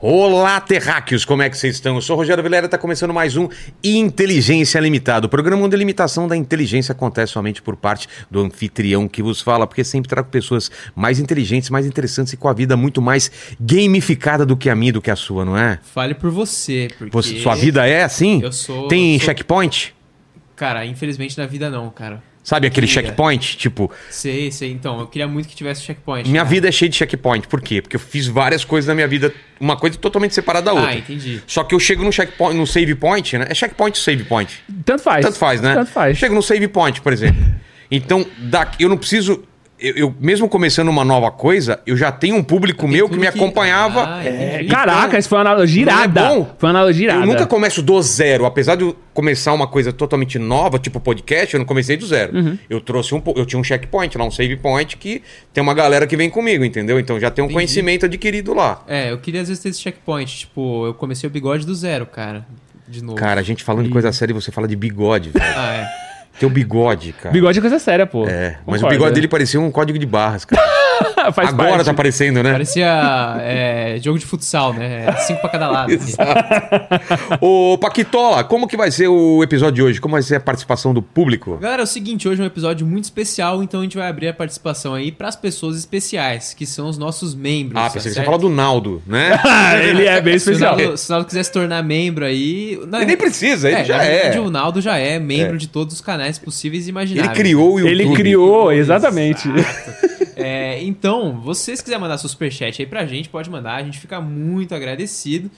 Olá, terráqueos, como é que vocês estão? Eu sou o Rogério Vilera, está começando mais um Inteligência Limitada, o programa onde a limitação da inteligência acontece somente por parte do anfitrião que vos fala, porque sempre trago pessoas mais inteligentes, mais interessantes e com a vida muito mais gamificada do que a minha, do que a sua, não é? Fale por você, porque... Você- Sua vida é assim? Eu sou- Tem eu sou- checkpoint? Cara, infelizmente na vida não, cara. Sabe aquele Queria. checkpoint? Tipo, Sei, sei. Então, eu queria muito que tivesse checkpoint. minha cara. vida é cheia de checkpoint. Por quê? Porque eu fiz várias coisas na minha vida, uma coisa totalmente separada da é outra. Ah, entendi. Só que eu chego no checkpoint, no save point, né? É checkpoint ou save point? Tanto faz. Tanto faz, né? Tanto faz. Chego no save point, por exemplo. Então, daqui, eu não preciso. Eu, eu, mesmo começando uma nova coisa, eu já tenho um público meu que é. Então, me acompanhava. Ah, entendi. É, Caraca, isso foi uma analogia Não é irada. bom? Foi uma analogia irada. Eu nunca começo do zero, apesar de eu começar uma coisa totalmente nova, tipo podcast, eu não comecei do zero. Uhum. Eu trouxe um, po- eu tinha um checkpoint lá, um save point que tem uma galera que vem comigo, entendeu? Então já tem um conhecimento adquirido lá. É, eu queria às vezes ter esse checkpoint. Tipo, eu comecei o bigode do zero, cara. De novo. Cara, a gente falando de coisa séria, e você fala de bigode, velho. Ah, é. Teu bigode, cara. Bigode é coisa séria, pô. É, mas o bigode dele parecia um código de barras, cara. faz Agora parte. tá aparecendo, né? Parecia é, jogo de futsal, né? É Cinco pra cada lado. Ô, Paquitola, como que vai ser o episódio de hoje? Como vai ser a participação do público? Galera, é o seguinte, hoje é um episódio muito especial, então a gente vai abrir a participação aí pras pessoas especiais, que são os nossos membros. Ah, tá pensei que você certo? ia falar do Naldo, né? Ah, ele é bem Se o, especial. Naldo, se o Naldo quiser se tornar membro aí. na- Ele nem precisa, ele já na é. verdade, O Naldo já é membro de todos os canais possíveis e Ele imagináveis. né? criou o YouTube. Ele criou, exatamente. É, então, vocês quiserem mandar seu superchat aí pra gente, pode mandar, a gente fica muito agradecido.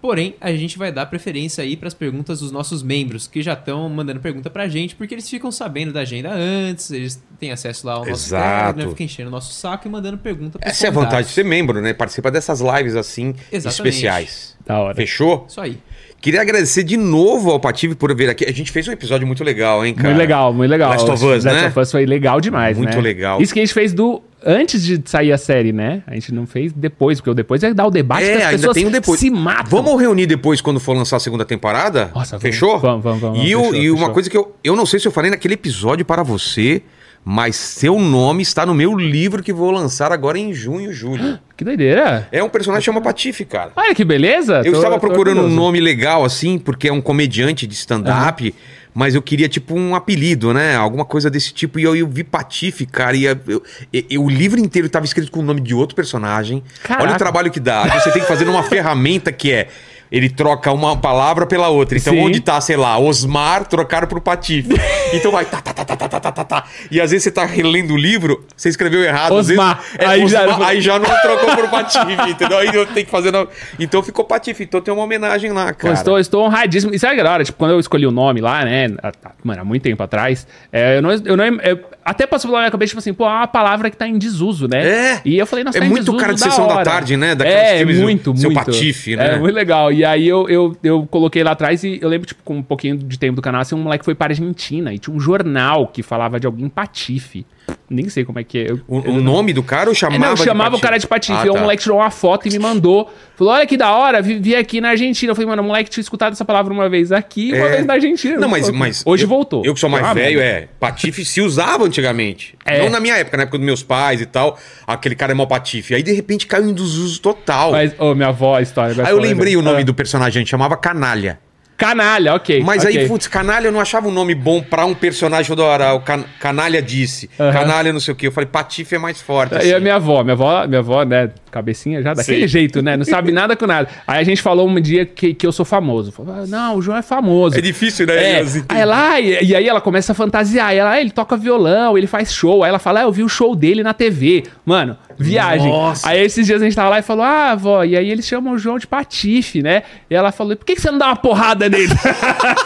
Porém, a gente vai dar preferência aí pras perguntas dos nossos membros, que já estão mandando pergunta pra gente, porque eles ficam sabendo da agenda antes, eles têm acesso lá ao nosso Exato. né, ficam enchendo o nosso saco e mandando pergunta pros Essa é a convidados. vantagem de ser membro, né? Participa dessas lives assim, Exatamente. especiais. da hora. Fechou? Isso aí. Queria agradecer de novo ao Pative por vir aqui. A gente fez um episódio muito legal, hein, cara? Muito legal, muito legal. Last of Us, Last né? of Us foi legal demais, Muito né? legal. Isso que a gente fez do antes de sair a série, né? A gente não fez depois, porque o depois é dar o debate É, que as ainda pessoas tem o depois. se matam. Vamos reunir depois quando for lançar a segunda temporada? Nossa, vamos. fechou? Vamos, vamos, vamos, E, vamos, o- fechou, e fechou. uma coisa que eu, eu não sei se eu falei naquele episódio para você, mas seu nome está no meu livro que vou lançar agora em junho, julho. Que doideira. É um personagem que chama Patife, cara. Olha que beleza. Eu É, Tô- estava tô procurando um orgulhoso. nome legal assim, porque é um comediante de stand-up, mas eu queria tipo um apelido, né? Alguma coisa desse tipo. E eu, eu vi Patife, cara, e eu, eu- eu- o livro inteiro estava escrito com o nome de outro personagem. Caraca. Olha o trabalho que dá. Aí Você tem que fazer numa ferramenta que é. Ele troca uma palavra pela outra. Então, Sim. onde tá, sei lá, Osmar, trocaram pro Patife. Então vai tá, tá, tá, tá, tá, tá, tá, tá, tá. E às vezes você tá relendo o livro, você escreveu errado. às vezes- Osmar. é, Aí já- Osmar, aí já não trocou pro Patife, entendeu? Aí eu tenho que fazer. no- Então ficou Patife. Então tem uma homenagem lá, Pô, cara. estou, estou honradíssimo. E sabe, galera, tipo, quando eu escolhi o nome lá, né? há- há- Mano, há muito tempo atrás, é, eu não. Eu não eu- até passou pela minha cabeça, tipo assim, pô, é uma palavra que tá em desuso, né? É. E eu falei, nossa, É tá em muito desuso, cara de sessão da hora. tarde, né? Daqueles É, filmes do- muito, muito. seu Patife, né? É, muito legal. E aí eu, eu, eu coloquei lá atrás e eu lembro, tipo, com um pouquinho de tempo do canal, assim, um moleque foi pra Argentina e tinha um jornal que falava de alguém Patife. Nem sei como é que é. Eu, O, o nome do cara eu é, chamava. não, eu de chamava o Patife? cara de Patife. Ah, Aí tá. O moleque tirou uma foto e me mandou. Falou: olha que da hora, vivi aqui na Argentina. Eu falei, mano, o moleque tinha escutado essa palavra uma vez aqui e uma É. vez na Argentina. Não, mas, Falou, mas. Hoje eu- voltou. Eu que sou mais Ah, velho, mano. é. Patife se usava antigamente. É. Não na minha época, na época dos meus pais e tal. Aquele cara é mó Patife. Aí de repente caiu em desuso total. Mas, ô, minha avó, a história. Ah. Aí eu lembrei o nome do personagem, chamava Canalha. Canalha, ok. Mas aí, ok. putz, canalha eu não achava um nome bom pra um personagem toda hora. O can- canalha disse, Aham. canalha não sei o quê. Eu falei, Patife é mais forte. Aí a assim. minha avó, minha avó, minha avó, né, cabecinha já, daquele Sim. jeito, né? Não sabe nada com nada. Aí a gente falou um dia que, que eu sou famoso. Falou, "Ah, não, o João é famoso. É difícil, né? É. Leozinho? Aí ela, e, e aí ela começa a fantasiar. Aí ela, ah, ele toca violão, ele faz show. Aí ela fala, ah, eu vi o show dele na TV. Mano, viagem. Nossa. Aí esses dias a gente tava lá e falou, ah, vó, e aí eles chamam o João de patife, né? E ela falou, por que, que você não dá uma porrada nele?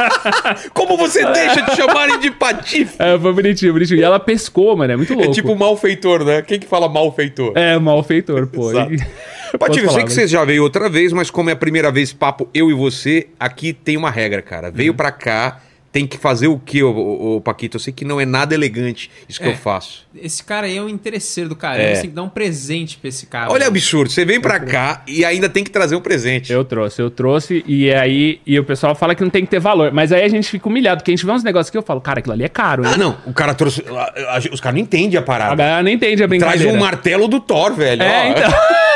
Como você deixa de chamarem de Patife? é, foi bonitinho, bonitinho. E ela pescou, mano, é muito É louco. tipo malfeitor, né? Quem que fala malfeitor? É, malfeitor, pô. Exato. E- Patife, eu Poucas sei que palavras. você já veio outra vez, mas como é a primeira vez papo eu e você, aqui tem uma regra, cara. Veio pra cá, tem que fazer o quê, ô, ô, ô, Paquito? Eu sei que não é nada elegante isso que É. eu faço. Esse cara aí é um interesseiro do caramba, É. você tem que dar um presente pra esse cara. Olha o absurdo, você vem pra cá e ainda tem que trazer um presente. Eu trouxe, eu trouxe, e é aí e o pessoal fala que não tem que ter valor. Mas aí a gente fica humilhado, porque a gente vê uns negócios que eu falo, cara, aquilo ali é caro, né? Ah, não, o cara trouxe. a- a- Os caras não né? entendem a A parada. galera não entende a Ah. Traz brincadeira. um martelo do Thor, velho. É, ó. então.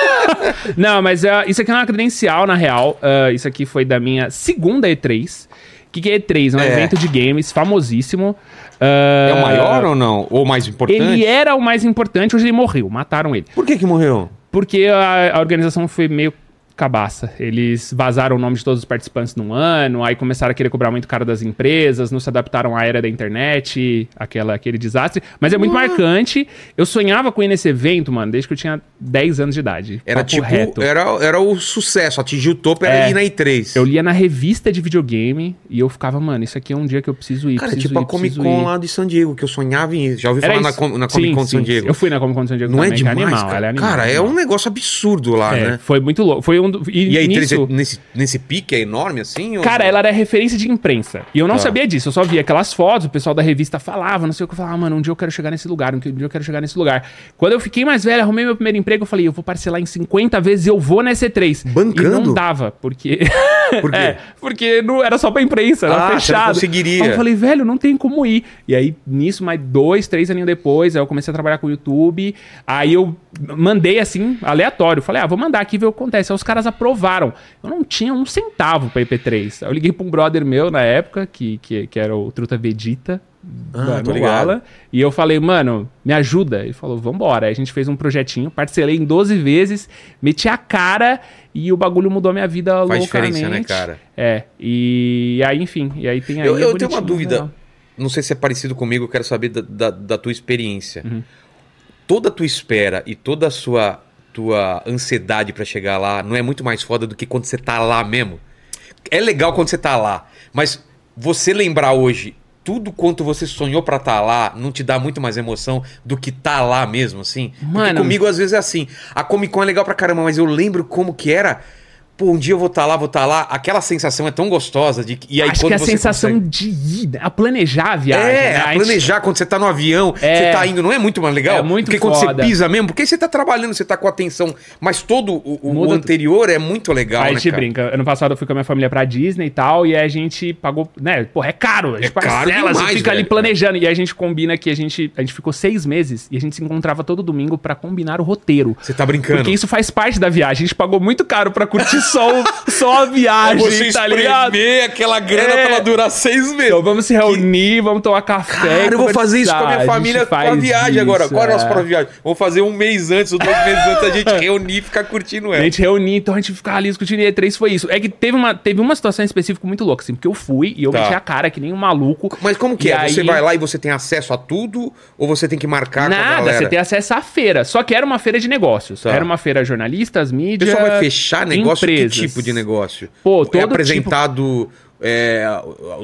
Não, mas ah, isso aqui não é uma credencial, na real. Ah, isso aqui foi da minha segunda E3. O que, que é E3? É um É. evento de games famosíssimo. Ah, É o maior ou não? Ou o mais importante? Ele era o mais importante, hoje ele morreu, mataram ele. Por que que morreu? Porque a, a organização foi meio cabaça. Eles vazaram o nome de todos os participantes num ano, aí começaram a querer cobrar muito caro das empresas, não se adaptaram à era da internet, aquela, aquele desastre. Mas é muito marcante. Eu sonhava com ir nesse evento, mano, desde que eu tinha 10 anos de idade. Era Papo tipo, reto. era, era o sucesso, atingiu o topo, era É. ir na E3. Eu lia na revista de videogame e eu ficava, mano, isso aqui é um dia que eu preciso ir. Cara, preciso tipo ir, a Comic preciso Con ir. lá de São Diego, que eu sonhava em ir. Já ouvi Era falar na, isso. Com- na Sim, Comic Con de São sim, Diego. Eu fui na Comic Con de São Diego Não é também, que demais, animal, cara. ela é animal. Cara, é animal. um negócio absurdo lá, É, né? Foi muito louco. Foi um do... E, E a E3 nisso... é nesse, nesse pique é enorme assim? ou- Cara, ela era referência de imprensa. E eu não Tá. sabia disso. Eu só via aquelas fotos, o pessoal da revista falava, não sei o que. Eu falava, ah, mano, um dia eu quero chegar nesse lugar, um dia eu quero chegar nesse lugar. Quando eu fiquei mais velho, arrumei meu primeiro emprego, eu falei, eu vou parcelar em 50 vezes, eu vou nessa E3. Bancando? E não dava, porque... Por quê? é, porque não, era só pra imprensa, Ah, era você não fechado. conseguiria. Aí eu falei, velho, não tem como ir. E aí, nisso, mais dois, três aninhos depois, aí eu comecei a trabalhar com o YouTube. Aí eu mandei assim, aleatório. Falei, ah, vou mandar aqui ver o que acontece. Aí os caras aprovaram. Eu não tinha um centavo pra IP3. Aí eu liguei pra um brother meu na época, que, que, que era o Truta Vegeta. Ah, da- tô no ligado. Ala. E eu falei, mano, me ajuda. Ele falou, vambora. Aí a gente fez um projetinho, parcelei em 12 vezes, meti a cara e o bagulho mudou minha vida Faz loucamente. diferença, né, cara? É, e aí, enfim, e aí tem aí. Eu, é eu bonitinho, tenho uma dúvida. né? Não sei se é parecido comigo, eu quero saber da, da- da tua experiência. Uhum. Toda a tua espera e toda a sua tua ansiedade pra chegar lá não é muito mais foda do que quando você tá lá mesmo? É legal quando você tá lá, mas você lembrar hoje tudo quanto você sonhou pra tá lá não te dá muito mais emoção do que tá lá mesmo, assim? Porque Mano. comigo às vezes é assim. A Comic Con é legal pra caramba, mas eu lembro como que era. Pô, um dia eu vou estar lá, vou estar lá. Aquela sensação é tão gostosa de que- e aí Acho quando que é a você sensação consegue- de ir, né? a planejar a viagem. é, né? a gente- planejar quando você tá no avião, É. você tá indo, não é muito mais legal? É muito Porque quando foda. você pisa mesmo, porque você tá trabalhando, você tá com atenção, mas todo o, o- o Muda- anterior é muito legal, Aí a né, gente cara? brinca. Ano passado eu fui com a minha família pra Disney e tal, e aí a gente pagou, né? Porra, é caro. A É gente caro parcela, demais, você fica ali velho. planejando. E aí a gente combina que a gente, a gente ficou seis meses e a gente se encontrava todo domingo pra combinar o roteiro. Você tá brincando. Porque isso faz parte da viagem. A gente pagou muito caro pra curtir só, o- só a viagem, Você tá ligado? espremer aquela grana É. pra ela durar seis meses. Então vamos se reunir, vamos tomar café. Cara, eu vou fazer isso com a minha conversar. família gente com a faz viagem agora. isso, Qual é a é. nossa próxima viagem? Vou fazer um mês antes ou dois meses antes a gente reunir e ficar curtindo A ela. gente reunia, então a gente ficava ali discutindo e E3 foi isso. É que teve uma, teve uma situação específica muito louca, assim, porque eu fui e eu Tá. meti a cara que nem um maluco. Mas como que E é? Você aí- vai lá e você tem acesso a tudo ou você tem que marcar tá com a Nada, galera? você tem acesso à feira. Só que era uma feira de negócios. Tá. Era uma feira jornalistas, O mídia. pessoal vai fechar negócio? é, empresas. Que tipo de negócio? Pô, é todo tipo. apresentado. é,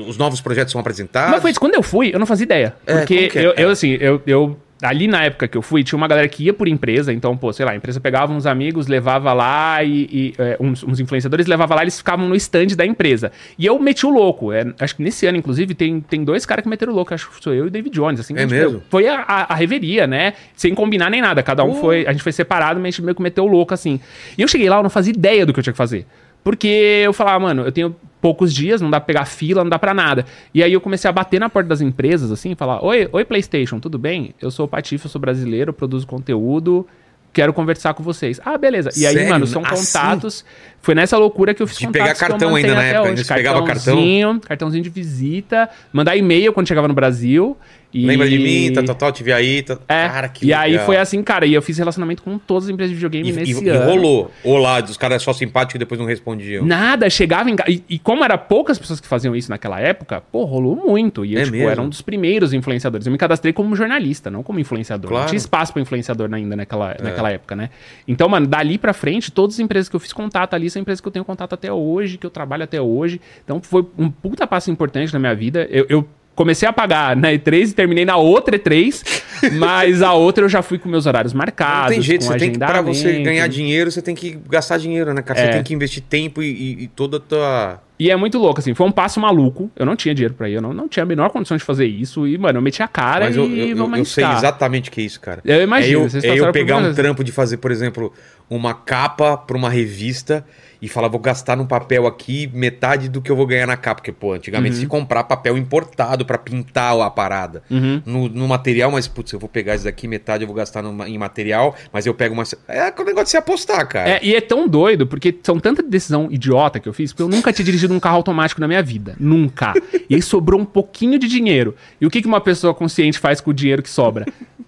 os novos projetos são apresentados. Mas foi isso, quando eu fui, eu não fazia ideia. tá? É, como porque que é, eu, cara? eu, assim, eu, eu- Ali na época que eu fui, tinha uma galera que ia por empresa, então, pô, sei lá, a empresa pegava uns amigos, levava lá e, e, é, uns, uns influenciadores levava lá, eles ficavam no stand da empresa. E eu meti o louco. é, acho que nesse ano, inclusive, tem, tem dois caras que meteram o louco, acho que sou eu e o David Jones, assim. que É a gente mesmo? pegou. Foi a, a- a reveria, né? Sem combinar nem nada. Cada um Uh. foi. A gente foi separado, mas a gente meio que meteu o louco assim. E eu cheguei lá, eu não fazia ideia do que eu tinha que fazer. Porque eu falava, mano, eu tenho poucos dias, não dá pra pegar fila, não dá pra nada. E aí eu comecei a bater na porta das empresas, assim, falar: Oi, oi, PlayStation, tudo bem? Eu sou o Patife, eu sou brasileiro, eu produzo conteúdo. Quero conversar com vocês. Ah, beleza. E aí, Sério? mano, são Assim? contatos. Foi nessa loucura que eu fiz De pegar contatos que eu cartão ainda mantenho na até época, hoje. ainda se pegava cartão? Cartãozinho, cartãozinho de visita, mandar e-mail quando chegava no Brasil. e- Lembra de mim? Tá, tá, tá, eu te vi aí. Tá... é. Cara, que e aí legal. foi assim, cara, e eu fiz relacionamento com todas as empresas de videogame E, nesse e- e ano. rolou. Olá, os caras só simpáticos e depois não respondiam. Nada, chegava em. ca- E, e como era poucas pessoas que faziam isso naquela época, pô, rolou muito. E eu, É tipo, mesmo? era um dos primeiros influenciadores. Eu me cadastrei como jornalista, não como influenciador. Claro. É. Não tinha espaço pra influenciador ainda naquela, naquela época, né? Então, mano, dali pra frente, todas as empresas que eu fiz contato ali são empresas que eu tenho contato até hoje, que eu trabalho até hoje. Então, foi um puta passo importante na minha vida. Eu. eu Comecei a pagar na E3 e terminei na outra E3, mas a outra eu já fui com meus horários marcados. Não tem jeito, com você tem que, pra você agendamento. É. ganhar dinheiro, você tem que gastar dinheiro, né, cara? Você tem que investir tempo e, e- e toda a tua. E é muito louco, assim, foi um passo maluco. Eu não tinha dinheiro pra ir, eu não, não tinha a menor condição de fazer isso. E, mano, eu meti a cara Mas e eu, eu- eu- vamos eu sei arriscar. exatamente o que é isso, cara. Eu imagino, É eu- vocês é eu, passaram por pegar um várias- trampo de fazer, por exemplo, uma capa pra uma revista e falar, vou gastar num papel aqui metade do que eu vou ganhar na capa. Porque, pô, antigamente Uhum. se comprar papel importado pra pintar a parada Uhum. no, no material, mas, putz, eu vou pegar isso daqui, metade eu vou gastar numa- em material, mas eu pego uma. É o negócio de se apostar, cara. É, e é tão doido, porque são tanta decisão idiota que eu fiz, porque eu nunca tinha dirigido um carro automático na minha vida. Nunca. E aí sobrou um pouquinho de dinheiro. E o que, que uma pessoa consciente faz com o dinheiro que sobra?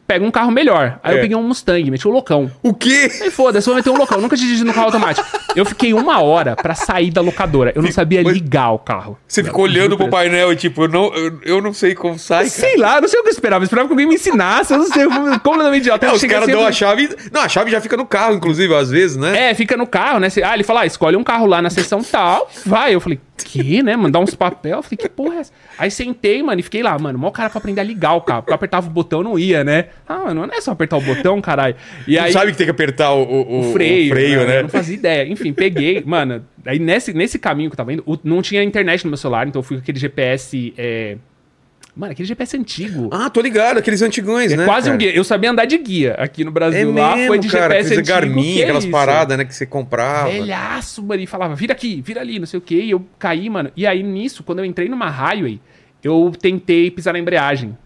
Pega um carro melhor. Aí É. eu peguei um Mustang, meti um loucão. O quê? Aí foda-se, vou meter um loucão. Nunca tinha dirigido um carro automático. Eu fiquei uma hora pra sair da locadora. Eu não sabia Mas- ligar o carro. Você ficou olhando pro painel e tipo, eu não, eu, eu não sei como sai, cara. Sei lá, não sei o que eu esperava. Eu esperava que alguém me ensinasse. Eu não sei, eu fui completamente idiota. É, Eu os cheguei caras dão sempre- a chave. Não, a chave já fica no carro, inclusive, às vezes, né? É, fica no carro, né? Cê- Ah, ele fala, ah, escolhe um carro lá na sessão tal, vai. Eu falei, que, né? Mandar uns papel. Eu falei, que porra é essa? Aí sentei, mano, e fiquei lá, mano, mó cara pra aprender a ligar o carro. Porque eu apertava o botão, não ia, né? Ah, mano, não é só apertar o botão, caralho. E Não aí, sabe que tem que apertar o, o- o- o freio, o freio Eu né? não fazia ideia. Enfim, peguei, mano, aí nesse, nesse caminho que eu tava indo, o- não tinha internet no meu celular, então eu fui com aquele GPS, é... Mano, aquele GPS antigo. Ah, tô ligado, aqueles antigões, né? Quase cara? um guia. Eu sabia andar de guia aqui no Brasil. É lá mesmo, foi de cara, GPS aqueles antigo. Garmin, que é aquelas isso? paradas, né, que você comprava. velhaço, mano, e falava, vira aqui, vira ali, não sei o que, e eu caí, mano. E aí, nisso, quando eu entrei numa highway, eu tentei pisar na embreagem.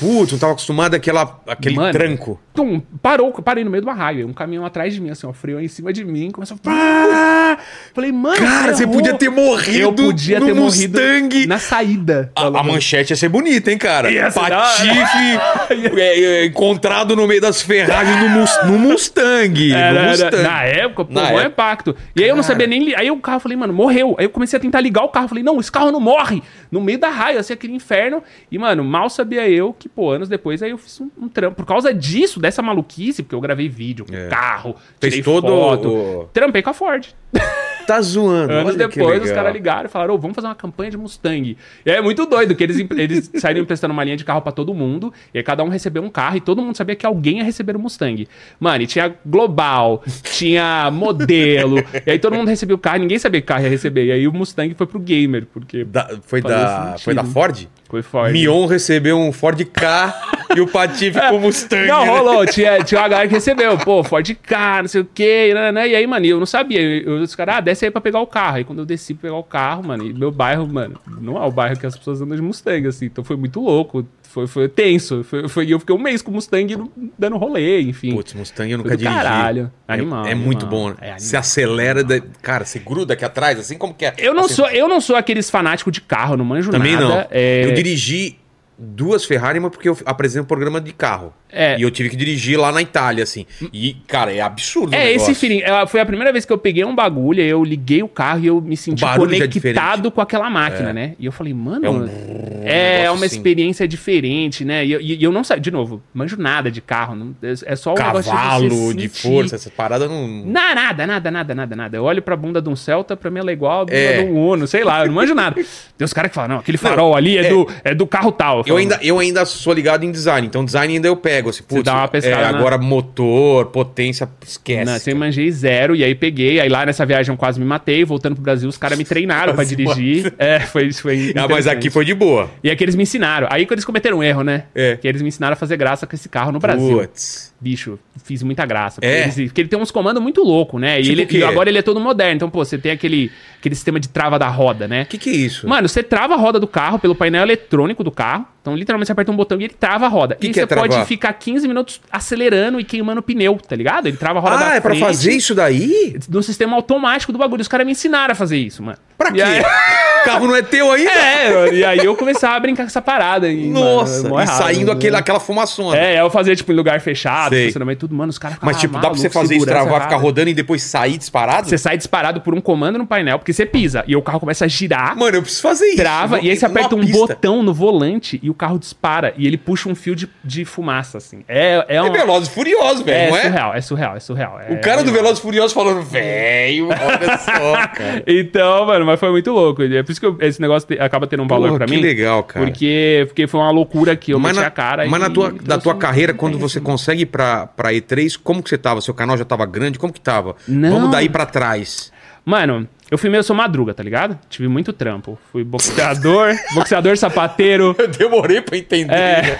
Putz, não tava acostumado àquela, àquele Mano. tranco. Tum, parou, parei no meio de uma highway, um caminhão atrás de mim, assim, ó, freou em cima de mim, começou... Pá! Falei, mano, Cara, você ferrou. podia ter morrido Ah, Eu podia no ter morrido Mustang. na saída. A, a manchete ia ser bonita, hein, cara? Ia ser da Patife é, é, encontrado no meio das ferragens no, mus, no Mustang. no Era- era- Mustang. na época, pô, Na maior época. impacto. E aí eu não sabia nem. li- Aí o carro, eu falei, mano, morreu. Aí eu comecei a tentar ligar o carro. Falei, não, esse carro não morre. No meio da raia, assim, aquele inferno. E, mano, mal sabia eu que, pô, anos depois, aí eu fiz um, um trampo. Por causa disso, dessa maluquice, porque eu gravei vídeo com É. o carro, Fez tirei todo foto. o- Trampei com a Ford. Tá zoando. Anos olha que depois, os legal. caras ligaram e falaram, ô, vamos fazer uma campanha de Mustang. E aí é muito doido, que eles, em- eles saíram emprestando uma linha de carro pra todo mundo, e aí cada um recebeu um carro, e todo mundo sabia que alguém ia receber um Mustang. Mano, e tinha Global, tinha modelo, e aí todo mundo recebeu o carro, ninguém sabia que carro ia receber. E aí o Mustang foi pro gamer, porque Da- foi, Fazia da, sentido. foi da Ford? foi forte. Mion recebeu um Ford K e o Patife com o Mustang. É. Não, né? rolou. Tinha, tinha uma galera que recebeu. Pô, Ford K, não sei o quê. né, né. E aí, mano, eu não sabia. Eu, eu- os caras, ah, desce aí pra pegar o carro. Aí quando eu desci pra pegar o carro, mano, e meu bairro, mano, não é o bairro que as pessoas andam de Mustang, assim. Então foi muito louco. Foi, foi tenso. Foi, foi, e eu fiquei um mês com o Mustang no- dando rolê, enfim. Putz, Mustang eu Foi nunca do dirigi. caralho. É, Animal, É animal. muito bom, né? É animal, Você acelera, da- cara, você gruda aqui atrás, assim como que é. Eu não, Assim, sou, eu não sou aqueles fanáticos de carro, não manjo Também nada. não. É, Eu dirigi duas Ferrari, mas porque eu apresento um programa de carro. É. E eu tive que dirigir lá na Itália, assim. E, cara, é absurdo o É, negócio. esse feeling. Ela- Foi a primeira vez que eu peguei um bagulho, eu liguei o carro e eu me senti barulho já é conectado com aquela máquina, né? E eu falei, mano, é, É um- é uma assim. experiência diferente, né? E, eu- e eu não sei, de novo, manjo nada de carro. não- é é só um negócio Cavalo você de sentir. força, assim. essa parada não... Na- Nada, nada, nada, nada, nada. Eu olho pra bunda de um Celta, pra mim ela é igual a bunda É. de um Uno, sei lá, eu não manjo nada. Tem os caras que falam, não, aquele farol ali é, é. Do, é do carro tal. Eu falo, ainda, eu ainda sou ligado em design, então design ainda eu pego. Assim, putz, dá uma pescada é, na- agora motor, potência, esquece. Não, assim, eu manjei zero, e aí peguei, aí lá nessa viagem eu quase me matei, voltando pro Brasil, os caras me treinaram pra Quase dirigir. É, foi isso, foi. Ah, mas aqui interessante. foi de boa. E é que eles me ensinaram. Aí que eles cometeram um erro, né? É. Que eles me ensinaram a fazer graça com esse carro no Brasil. Putz. Bicho, fiz muita graça. É. Porque, eles- porque ele tem uns comandos muito loucos, né? Tipo e, ele- o quê? e agora ele é todo moderno. Então, pô, você tem aquele, aquele sistema de trava da roda, né? O que, que é isso? Mano, você trava a roda do carro pelo painel eletrônico do carro. Então, literalmente, você aperta um botão e ele trava a roda. Que e que você é travar? pode ficar 15 minutos acelerando e queimando o pneu, tá ligado? Ele trava a roda da ah, é pra frente fazer isso daí? no sistema automático do bagulho. Os caras me ensinaram a fazer isso, mano. Pra E quê? aí- O carro não é teu ainda? É, mano, e aí eu começava a brincar com essa parada. E, Nossa, mano, é mó e errado, saindo né? aquele, aquela fumaçona. É, eu fazia, tipo, em lugar fechado, Sei. estacionamento e tudo, mano, os caras Mas, ficavam tipo, dá pra malucos, você fazer isso, segurança travar, ficar errada. rodando e depois sair disparado? Você sai disparado por um comando no painel, porque você pisa, e o carro começa a girar, Mano, eu preciso fazer isso. trava, Vou- e aí você numa aperta um pista. botão no volante e o carro dispara, e ele puxa um fio de, de fumaça, assim. É, é É um... Velozes e Furiosos, É, velho, não é? surreal, é surreal, é surreal. O cara do Velozes e Furiosos falando, velho, olha só, cara. Então, mano, mas foi muito louco. É por isso que eu- esse negócio te- acaba tendo um valor Porra, pra que mim. legal, cara. Porque, porque foi uma loucura que eu mas meti na, a cara. mas e na tua, da trouxe tua um- carreira, quando você consegue ir pra, pra E3, como que você tava? Seu canal já tava grande? Como que tava? Não. Vamos daí pra trás. Mano, eu fui meio sou madruga, tá ligado? Tive muito trampo. Fui boxeador, boxeador sapateiro. Eu demorei pra entender. É,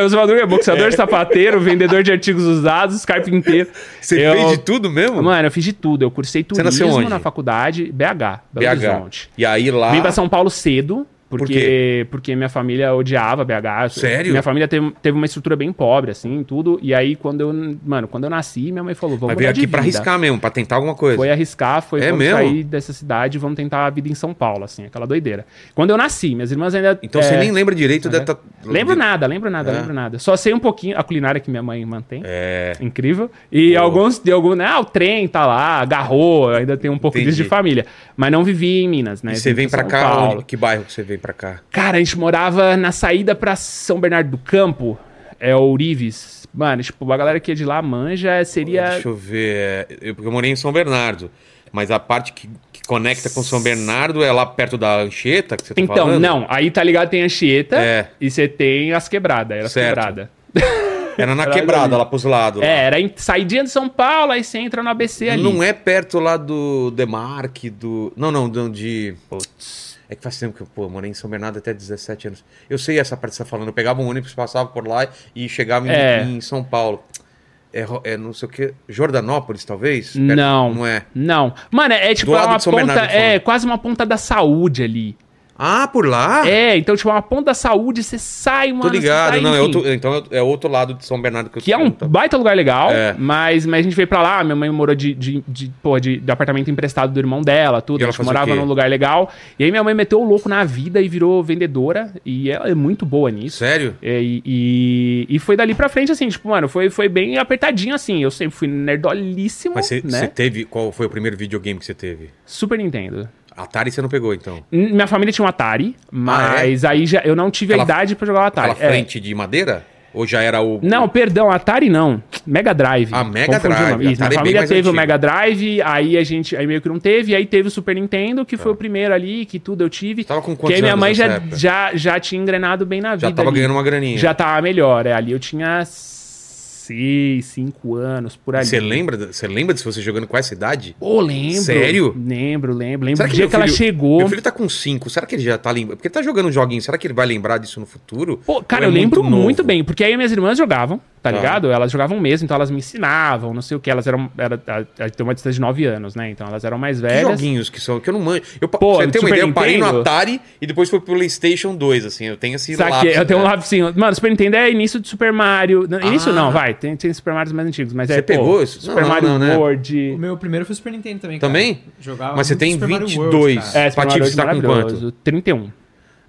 eu sou madruga, boxeador É. sapateiro, vendedor de artigos usados, carpinteiro. Você Eu- fez de tudo mesmo? Mano, eu fiz de tudo. Eu cursei turismo nasceu onde? na faculdade, BH, Belo Horizonte. BH. E aí lá. Vim pra São Paulo cedo, quê? porque, porque minha família odiava BH. Sério? Minha família teve, teve uma estrutura bem pobre, assim, tudo. E aí, quando eu, mano, quando eu nasci, minha mãe falou, vamos Mas veio mudar de aqui pra vida. arriscar mesmo, pra tentar alguma coisa. É Foi arriscar, foi É vamos mesmo? sair dessa cidade, vamos tentar a vida em São Paulo, assim, aquela doideira. Quando eu nasci, minhas irmãs ainda... Então é, você nem lembra direito da. ta- Lembro nada, lembro nada, É. lembro nada. Só sei um pouquinho a culinária que minha mãe mantém. É. Incrível. E Pô. alguns de algum, né? Ah, o trem tá lá, agarrou, ainda tem um pouco Entendi. disso de família. Mas não vivi em Minas, né? E você Vim vem pra São cá? Paulo. onde- Que bairro que você vem pra cá? Cara, a gente morava na saída pra São Bernardo do Campo, é Ourives. Mano, tipo, a galera que é de lá manja seria. Deixa eu ver. é, Eu, porque eu morei em São Bernardo. Mas a parte que, que conecta com São Bernardo é lá perto da Anchieta que você tá Então, falando? não, aí tá ligado, tem Anchieta É. e você tem as quebradas, era as Certo. quebradas. Era na Era quebrada, ali. lá pros lados. lá. É, era em, saidinha de São Paulo, aí você entra no ABC ali. Não é perto lá do Demarque, do. Não, não, do- de. É que faz tempo que eu pô, morei em São Bernardo até 17 anos. Eu sei essa parte que você tá falando. Eu pegava um ônibus, passava por lá e chegava em, É. em São Paulo. É, ro- é não sei o que. Jordanópolis, talvez? Perto- Não. Não é. Não. Mano, é tipo Do lado uma de São Bernardo, ponta. eu tô falando. É, quase uma ponta da saúde ali. Ah, por lá? É, então, tipo, uma ponta da saúde, você sai, mano. Tô você ligado, sai, não, é enfim. outro, então é outro lado de São Bernardo que eu Que é um tô- baita lugar legal, É. mas, mas a gente veio pra lá, minha mãe morou de, de, de, porra, de, de apartamento emprestado do irmão dela, tudo. E ela A gente fazia o morava quê? num lugar legal. E aí minha mãe meteu o louco na vida e virou vendedora. E ela é muito boa nisso. Sério? E, e, e foi dali pra frente, assim, tipo, mano, foi, foi bem apertadinho, assim. Eu sempre fui nerdolíssimo, Mas você né? você teve. Qual foi o primeiro videogame que você teve? Super Nintendo. Atari você não pegou, então. N- Minha família tinha um Atari, Ah, é? mas aí já, eu não tive Aquela- a idade pra jogar o Atari. Aquela É. frente de madeira? Ou já era o. Não, perdão, Atari não. Mega Drive. Ah, Mega Confundi o Drive. nome. Isso, Atari é bem minha família mais teve o antigo. Mega Drive, aí a gente, aí meio que não teve, aí teve o Super Nintendo, que foi o primeiro ali, que tudo eu tive. Tava com que É. Tá, quantos aí minha anos mãe nessa já, época? já, já tinha engrenado bem na vida. já tava ali. ganhando uma graninha. Já tava melhor, é, ali eu tinha seis, cinco anos, por ali. Você lembra, da- você lembra de você jogando com essa idade? Pô, lembro. Sério? Lembro, lembro. Lembro Será do que dia meu que ela filho- chegou. Meu filho tá com 5. Será que ele já tá lembrando? Porque ele tá jogando um joguinho. Será que ele vai lembrar disso no futuro? Pô, cara, Ou eu é lembro muito, novo? bem, porque aí minhas irmãs jogavam, Tá. tá ligado? Elas jogavam mesmo, então elas me ensinavam, não sei o que. Elas eram. Era, a- a- tem uma distância de 9 anos, né? Então elas eram mais Que velhas. joguinhos que são. Que eu não manjo. Eu, pa- Pô, pra você tem uma Super ideia, eu parei no Nintendo? Atari e depois fui pro PlayStation 2, assim. Eu tenho esse Saquei, lapso, eu tenho um né? lápis assim. Mano, Super Nintendo é início de Super Mario. não, Início Ah. não, vai. Tem, tem Super Marios mais antigos, mas é. Você pegou isso? Super Não, Mario não, né? World. O meu primeiro foi o Super Nintendo também, cara. Também? Jogava Mas você muito tem Super Mario 22. World, cara. É, Super Patife, Mario você tá com World maravilhoso. 31.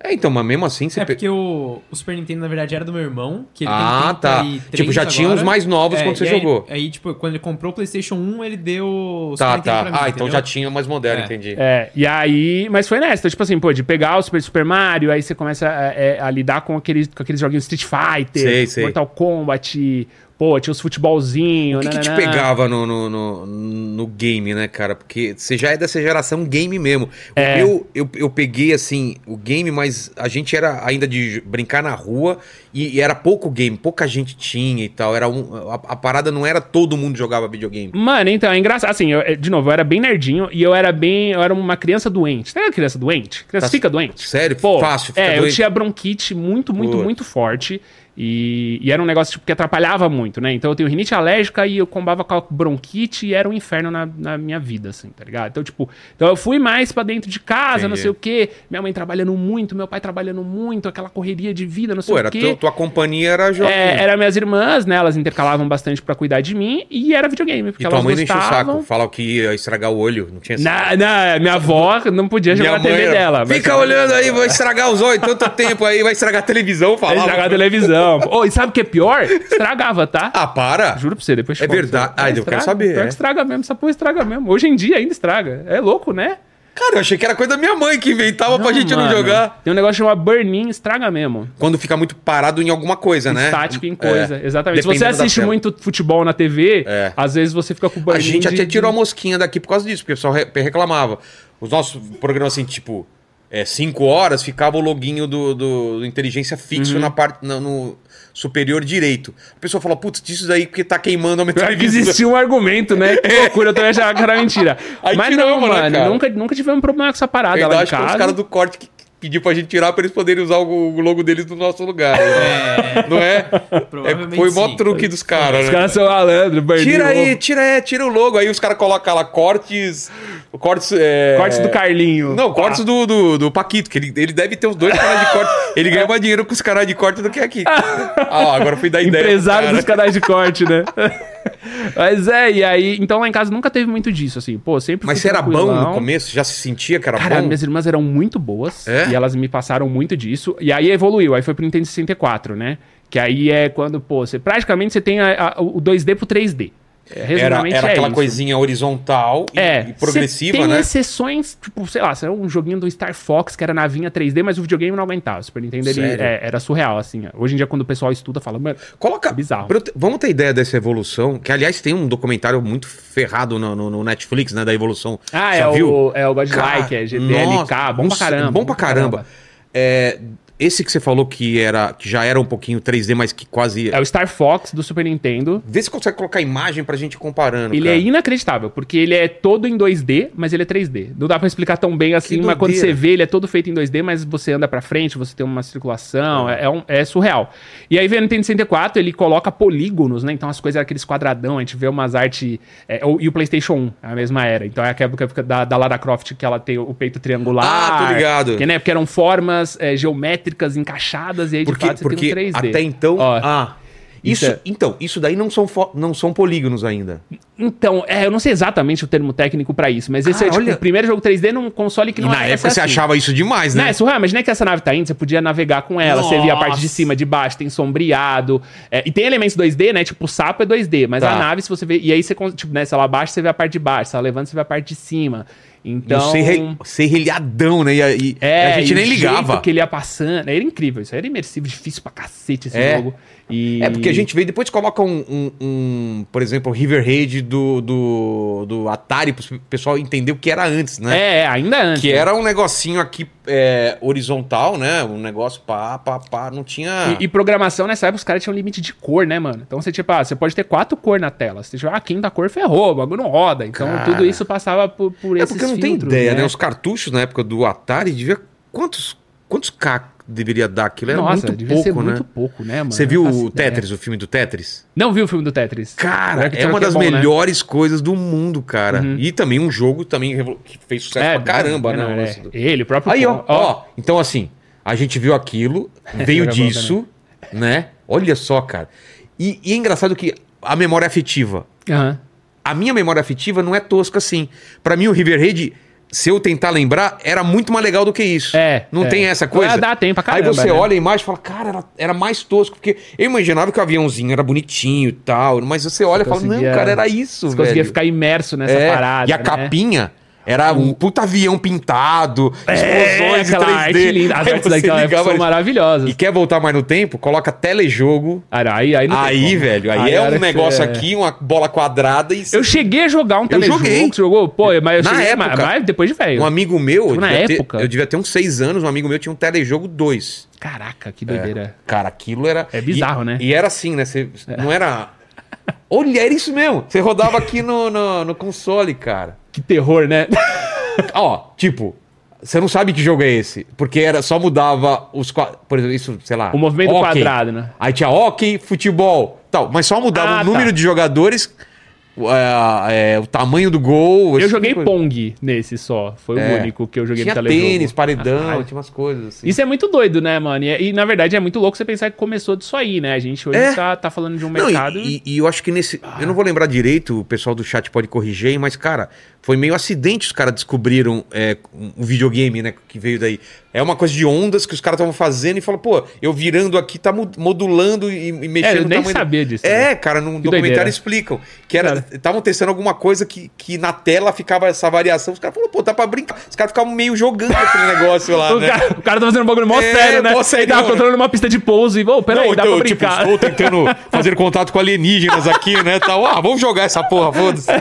É, então, mas mesmo assim você. É pe- porque o, o Super Nintendo, na verdade, era do meu irmão. Que ele Ah, tem tá. 33 Tipo, já tinha agora. É, os mais novos quando você e aí- jogou. Aí, tipo, quando ele comprou o PlayStation 1, ele deu o Tá, tá. pra ah, mim, então entendeu? já tinha mais moderno, É. entendi. É, e aí, mas foi nessa, então, tipo assim, pô, de pegar o Super, Super Mario, aí você começa é, é, a, lidar com aqueles, com aqueles joguinhos Street Fighter, Sei, sei. Mortal Kombat, pô, tinha os futebolzinhos, O que, que te nananã. pegava no, no, no, no game, né, cara? Porque você já é dessa geração game mesmo. É. Eu, eu, eu peguei, assim, o game, mas a gente era ainda de j- brincar na rua e, e era pouco game, pouca gente tinha e tal. Era um, a, a parada não era todo mundo jogava videogame. Mano, então, é engraçado. Assim, eu, é, de novo, eu era bem nerdinho e eu era bem. Eu era uma criança doente. Sabe a criança doente? Criança Tá- fica doente. Sério, Pô, fácil, fica é, eu doente. tinha bronquite muito, muito, Putz. muito forte. E, e era um negócio tipo, que atrapalhava muito, né? Então eu tenho rinite alérgica e eu combava com a bronquite e era um inferno na, na minha vida, assim, tá ligado? Então, tipo, então eu fui mais pra dentro de casa, não Entendi. sei o quê. Minha mãe trabalhando muito, meu pai trabalhando muito, aquela correria de vida, não sei Pô, o era quê. tu- tua companhia era jogo. É, era minhas irmãs, né? Elas intercalavam bastante pra cuidar de mim e era videogame, porque e tua elas mãe não encheu o gostavam. saco, falava que ia estragar o olho, não tinha Na, na- minha avó não podia jogar na TV era, dela. mas- Fica olhando aí, vai estragar os olhos tanto tempo aí, vai estragar a televisão, falava. Estragar a televisão. Ô, e sabe o que é pior? Estragava, tá? Ah, para! Juro pra você, depois te É conto. verdade. Ah, eu quero estraga. saber, Pior é. que estraga mesmo, essa porra estraga mesmo. Hoje em dia ainda estraga. É louco, né? Cara, eu achei que era coisa da minha mãe que inventava pra gente não mano. jogar. Tem um negócio chamado burn-in, estraga mesmo. Quando fica muito parado em alguma coisa, né? Estático em coisa. É. Exatamente. Se você Dependendo da assiste tela. muito futebol na TV, É. às vezes você fica com burn-in. A gente de- até tirou a mosquinha daqui por causa disso, porque o pessoal re- reclamava. Os nossos programas, assim, tipo. é, cinco horas, ficava o loginho do, do, do inteligência Uhum. fixo na parte na- no superior direito. A pessoa fala, putz, disso daí porque tá queimando a Pior que metralhadora. existia um argumento, né? Que loucura, eu também achava que era mentira. É. Aí Mas tiramos, não, né, mano, cara? nunca, nunca tivemos um problema com essa parada Eu lá em acho que é os casa. caras do corte que que pediu pra gente tirar pra eles poderem usar o o logo deles no nosso lugar. né? Não é? Provavelmente é foi o maior sim. truque dos caras, Os né? caras são malandro, Berlim, Tira aí, louco. tira é, tira o logo. Aí os caras colocam lá cortes. Cortes. É... Cortes do Carlinho. Não, cortes do, do, do Paquito, que ele, ele deve ter os dois canais de corte. Ele ganha mais dinheiro com os canais de corte do que aqui. Ah, agora fui dar ideia. pro Empresário cara. dos canais de corte, né? Mas é, e aí. Então lá em casa nunca teve muito disso, assim. Pô, sempre. Mas fui você era bom no tranquilão. começo? Já se sentia que era Cara, bom? minhas irmãs eram muito boas É? e elas me passaram muito disso. E aí evoluiu, aí foi pro Nintendo 64, né? Que aí é quando, pô, você, praticamente você tem a- a- o 2D pro 3D. É, Era, resumidamente, era é aquela isso. coisinha horizontal e, é, e você progressiva, tem né? exceções, tipo, sei lá, saiu um joguinho do Star Fox que era navinha 3D, mas o videogame não aguentava. O Super Nintendo ele, Sério? é, era surreal, assim. Hoje em dia, quando o pessoal estuda, fala, mano, Coloca. É bizarro. pra eu te- Vamos ter ideia dessa evolução, que aliás tem um documentário muito ferrado no, no- no Netflix, né? Da evolução. ah, Você é viu? o, é o God Cara, Like, é GTLK, bom pra nossa, caramba. Bom pra caramba. É, esse que você falou que, era, que já era um pouquinho 3D, mas que quase. É o Star Fox do Super Nintendo. Vê se consegue colocar imagem pra gente comparando. Ele cara. é inacreditável, porque ele é todo em 2D, mas ele é 3D. Não dá pra explicar tão bem assim, mas quando doideira. você vê, ele é todo feito em 2D, mas você anda pra frente, você tem uma circulação, é, é um- é surreal. E aí vem o Nintendo 64, ele coloca polígonos, né? Então as coisas eram aqueles quadradão, a gente vê umas artes... é, o- e o PlayStation 1, é a mesma era. Então é aquela época da, da Lara Croft, que ela tem o peito triangular. Ah, tô ligado. Que, né? Porque eram formas é, geométricas encaixadas, e aí Porque, de fato você porque tem um 3D. até então. Ó, ah, isso, Então- então, isso daí não são, fo- não são polígonos ainda. Então, é, eu não sei exatamente o termo técnico pra isso, mas esse Cara, é tipo, olha- o primeiro jogo 3D num console que E não na é- época essa você é assim. achava isso demais, né? Né, é surreal, imagina que essa nave tá indo, você podia navegar com ela, você via a parte de Nossa. cima, de baixo, tem sombreado. é, e tem elementos 2D, né? Tipo, o sapo é 2D, mas Tá. a nave, se você vê. E aí você, con- tipo, né, se ela abaixa, você vê a parte de baixo, se ela levanta, você vê a parte de cima. Não Então. sei serrilhadão, né? E, a- e- É, e a gente e nem o ligava. jeito que ele ia passando. Era incrível, isso era imersivo, difícil pra cacete esse É. jogo. E- É, porque a gente veio, depois coloca um, um- um, por exemplo, o River Raid do, do, do Atari, pro pessoal entender o que era antes, né? É, é, ainda antes. Que né? era um negocinho aqui é, horizontal, né? Um negócio pá, pá, pá, não tinha... E, e programação, nessa época, os caras tinham limite de cor, né, mano? Então você, tipo, ah, você pode ter quatro cores na tela. Se você tiver a quinta cor, ferrou, o bagulho não roda. Então Cara. tudo isso passava por, por é esses porque não tem filtros, ideia, né? Os cartuchos na época do Atari devia... Quantos, quantos K deveria dar aquilo? Era Nossa, muito devia pouco, ser né? muito pouco, né, mano? Você viu Eu não faço o ideia. Tetris, o filme do Tetris? Não viu o filme do Tetris? Cara, Pior que é pior uma que é das bom, né? Uhum. melhores coisas do mundo, cara. E também um jogo também revolu- que fez sucesso pra caramba, é, né? não, O lance é. do- Ele, o próprio... Aí, ó, Pong. ó. Então, assim, a gente viu aquilo, veio Joga a bola disso, né? Olha só, cara. E, e é engraçado que a memória afetiva. Aham. A minha memória afetiva não é tosca assim. Pra mim, o River Raid, se eu tentar lembrar, era muito mais legal do que isso. É, Não é. tem essa coisa? Ah, dá tempo pra caramba, Aí você né? olha a imagem e fala, cara, era, era mais tosco. Porque eu imaginava que o aviãozinho era bonitinho e tal. Mas você olha e fala, não, conseguia- cara, era isso, Você velho. conseguia ficar imerso nessa É, parada, E a né? capinha era um puta avião pintado, É, explosões aquela em 3D. arte linda. As Aí artes você daquela época ligava são ali- maravilhosas. E quer voltar mais no tempo? Coloca telejogo. Cara, Aí, aí, não tem Aí, como. velho, aí, é era um que- negócio é. aqui, uma bola quadrada e Eu cheguei a jogar um telejogo. joguei. que Você jogou? Pô, mas eu Na cheguei, época. mas- mas depois de velho. um amigo meu, eu Tipo, na devia ter- época. eu devia ter uns seis anos, um amigo meu tinha um telejogo 2. Caraca, É. que doideira. Cara, aquilo era. É bizarro, e- né? E era assim, né? Você não era. Olha, era isso mesmo. Você rodava aqui no, no, no console, cara. Que terror, né? Ó, tipo, você não sabe que jogo é esse. Porque era só mudava os. qua- Por exemplo, isso, sei lá. O movimento hóquei. quadrado, né? Aí tinha hockey, futebol, tal. Mas só mudava Ah, o número tá. de jogadores, o- é, é, o tamanho do gol. Eu joguei Pong nesse só. Foi É. o único que eu joguei Tinha no telejogo. Ah, tá. tênis, paredão, Caralho. tinha umas coisas assim. Isso é muito doido, né, mano? E, e, na verdade é muito louco você pensar que começou disso aí, né? A gente hoje É. tá, tá falando de um Não, e- mercado. Ah. e, e eu acho que nesse. Eu não vou lembrar direito, o pessoal do chat pode corrigir, mas, cara, foi meio acidente os caras descobriram é, um um videogame, né? Que veio daí. É uma coisa de ondas que os caras estavam fazendo e falam, pô, eu virando aqui, tá mo- modulando e, e mexendo É, eu no nem tamanho do- sabia disso. né? É, cara, num documentário doideira. explicam. Que era, Cara. estavam testando alguma coisa que, que na tela ficava essa variação. Os caras falaram, pô, dá pra brincar. Os caras ficavam meio jogando aquele negócio lá, O, né? cara, o cara tá fazendo um bagulho mó É, sério, né? mó sério, Ele tava mano. controlando uma pista de pouso e, ô, peraí, dá pra tipo, brincar. estou tentando fazer contato com alienígenas aqui, né? Tal. Ah, vamos jogar essa porra, foda-se.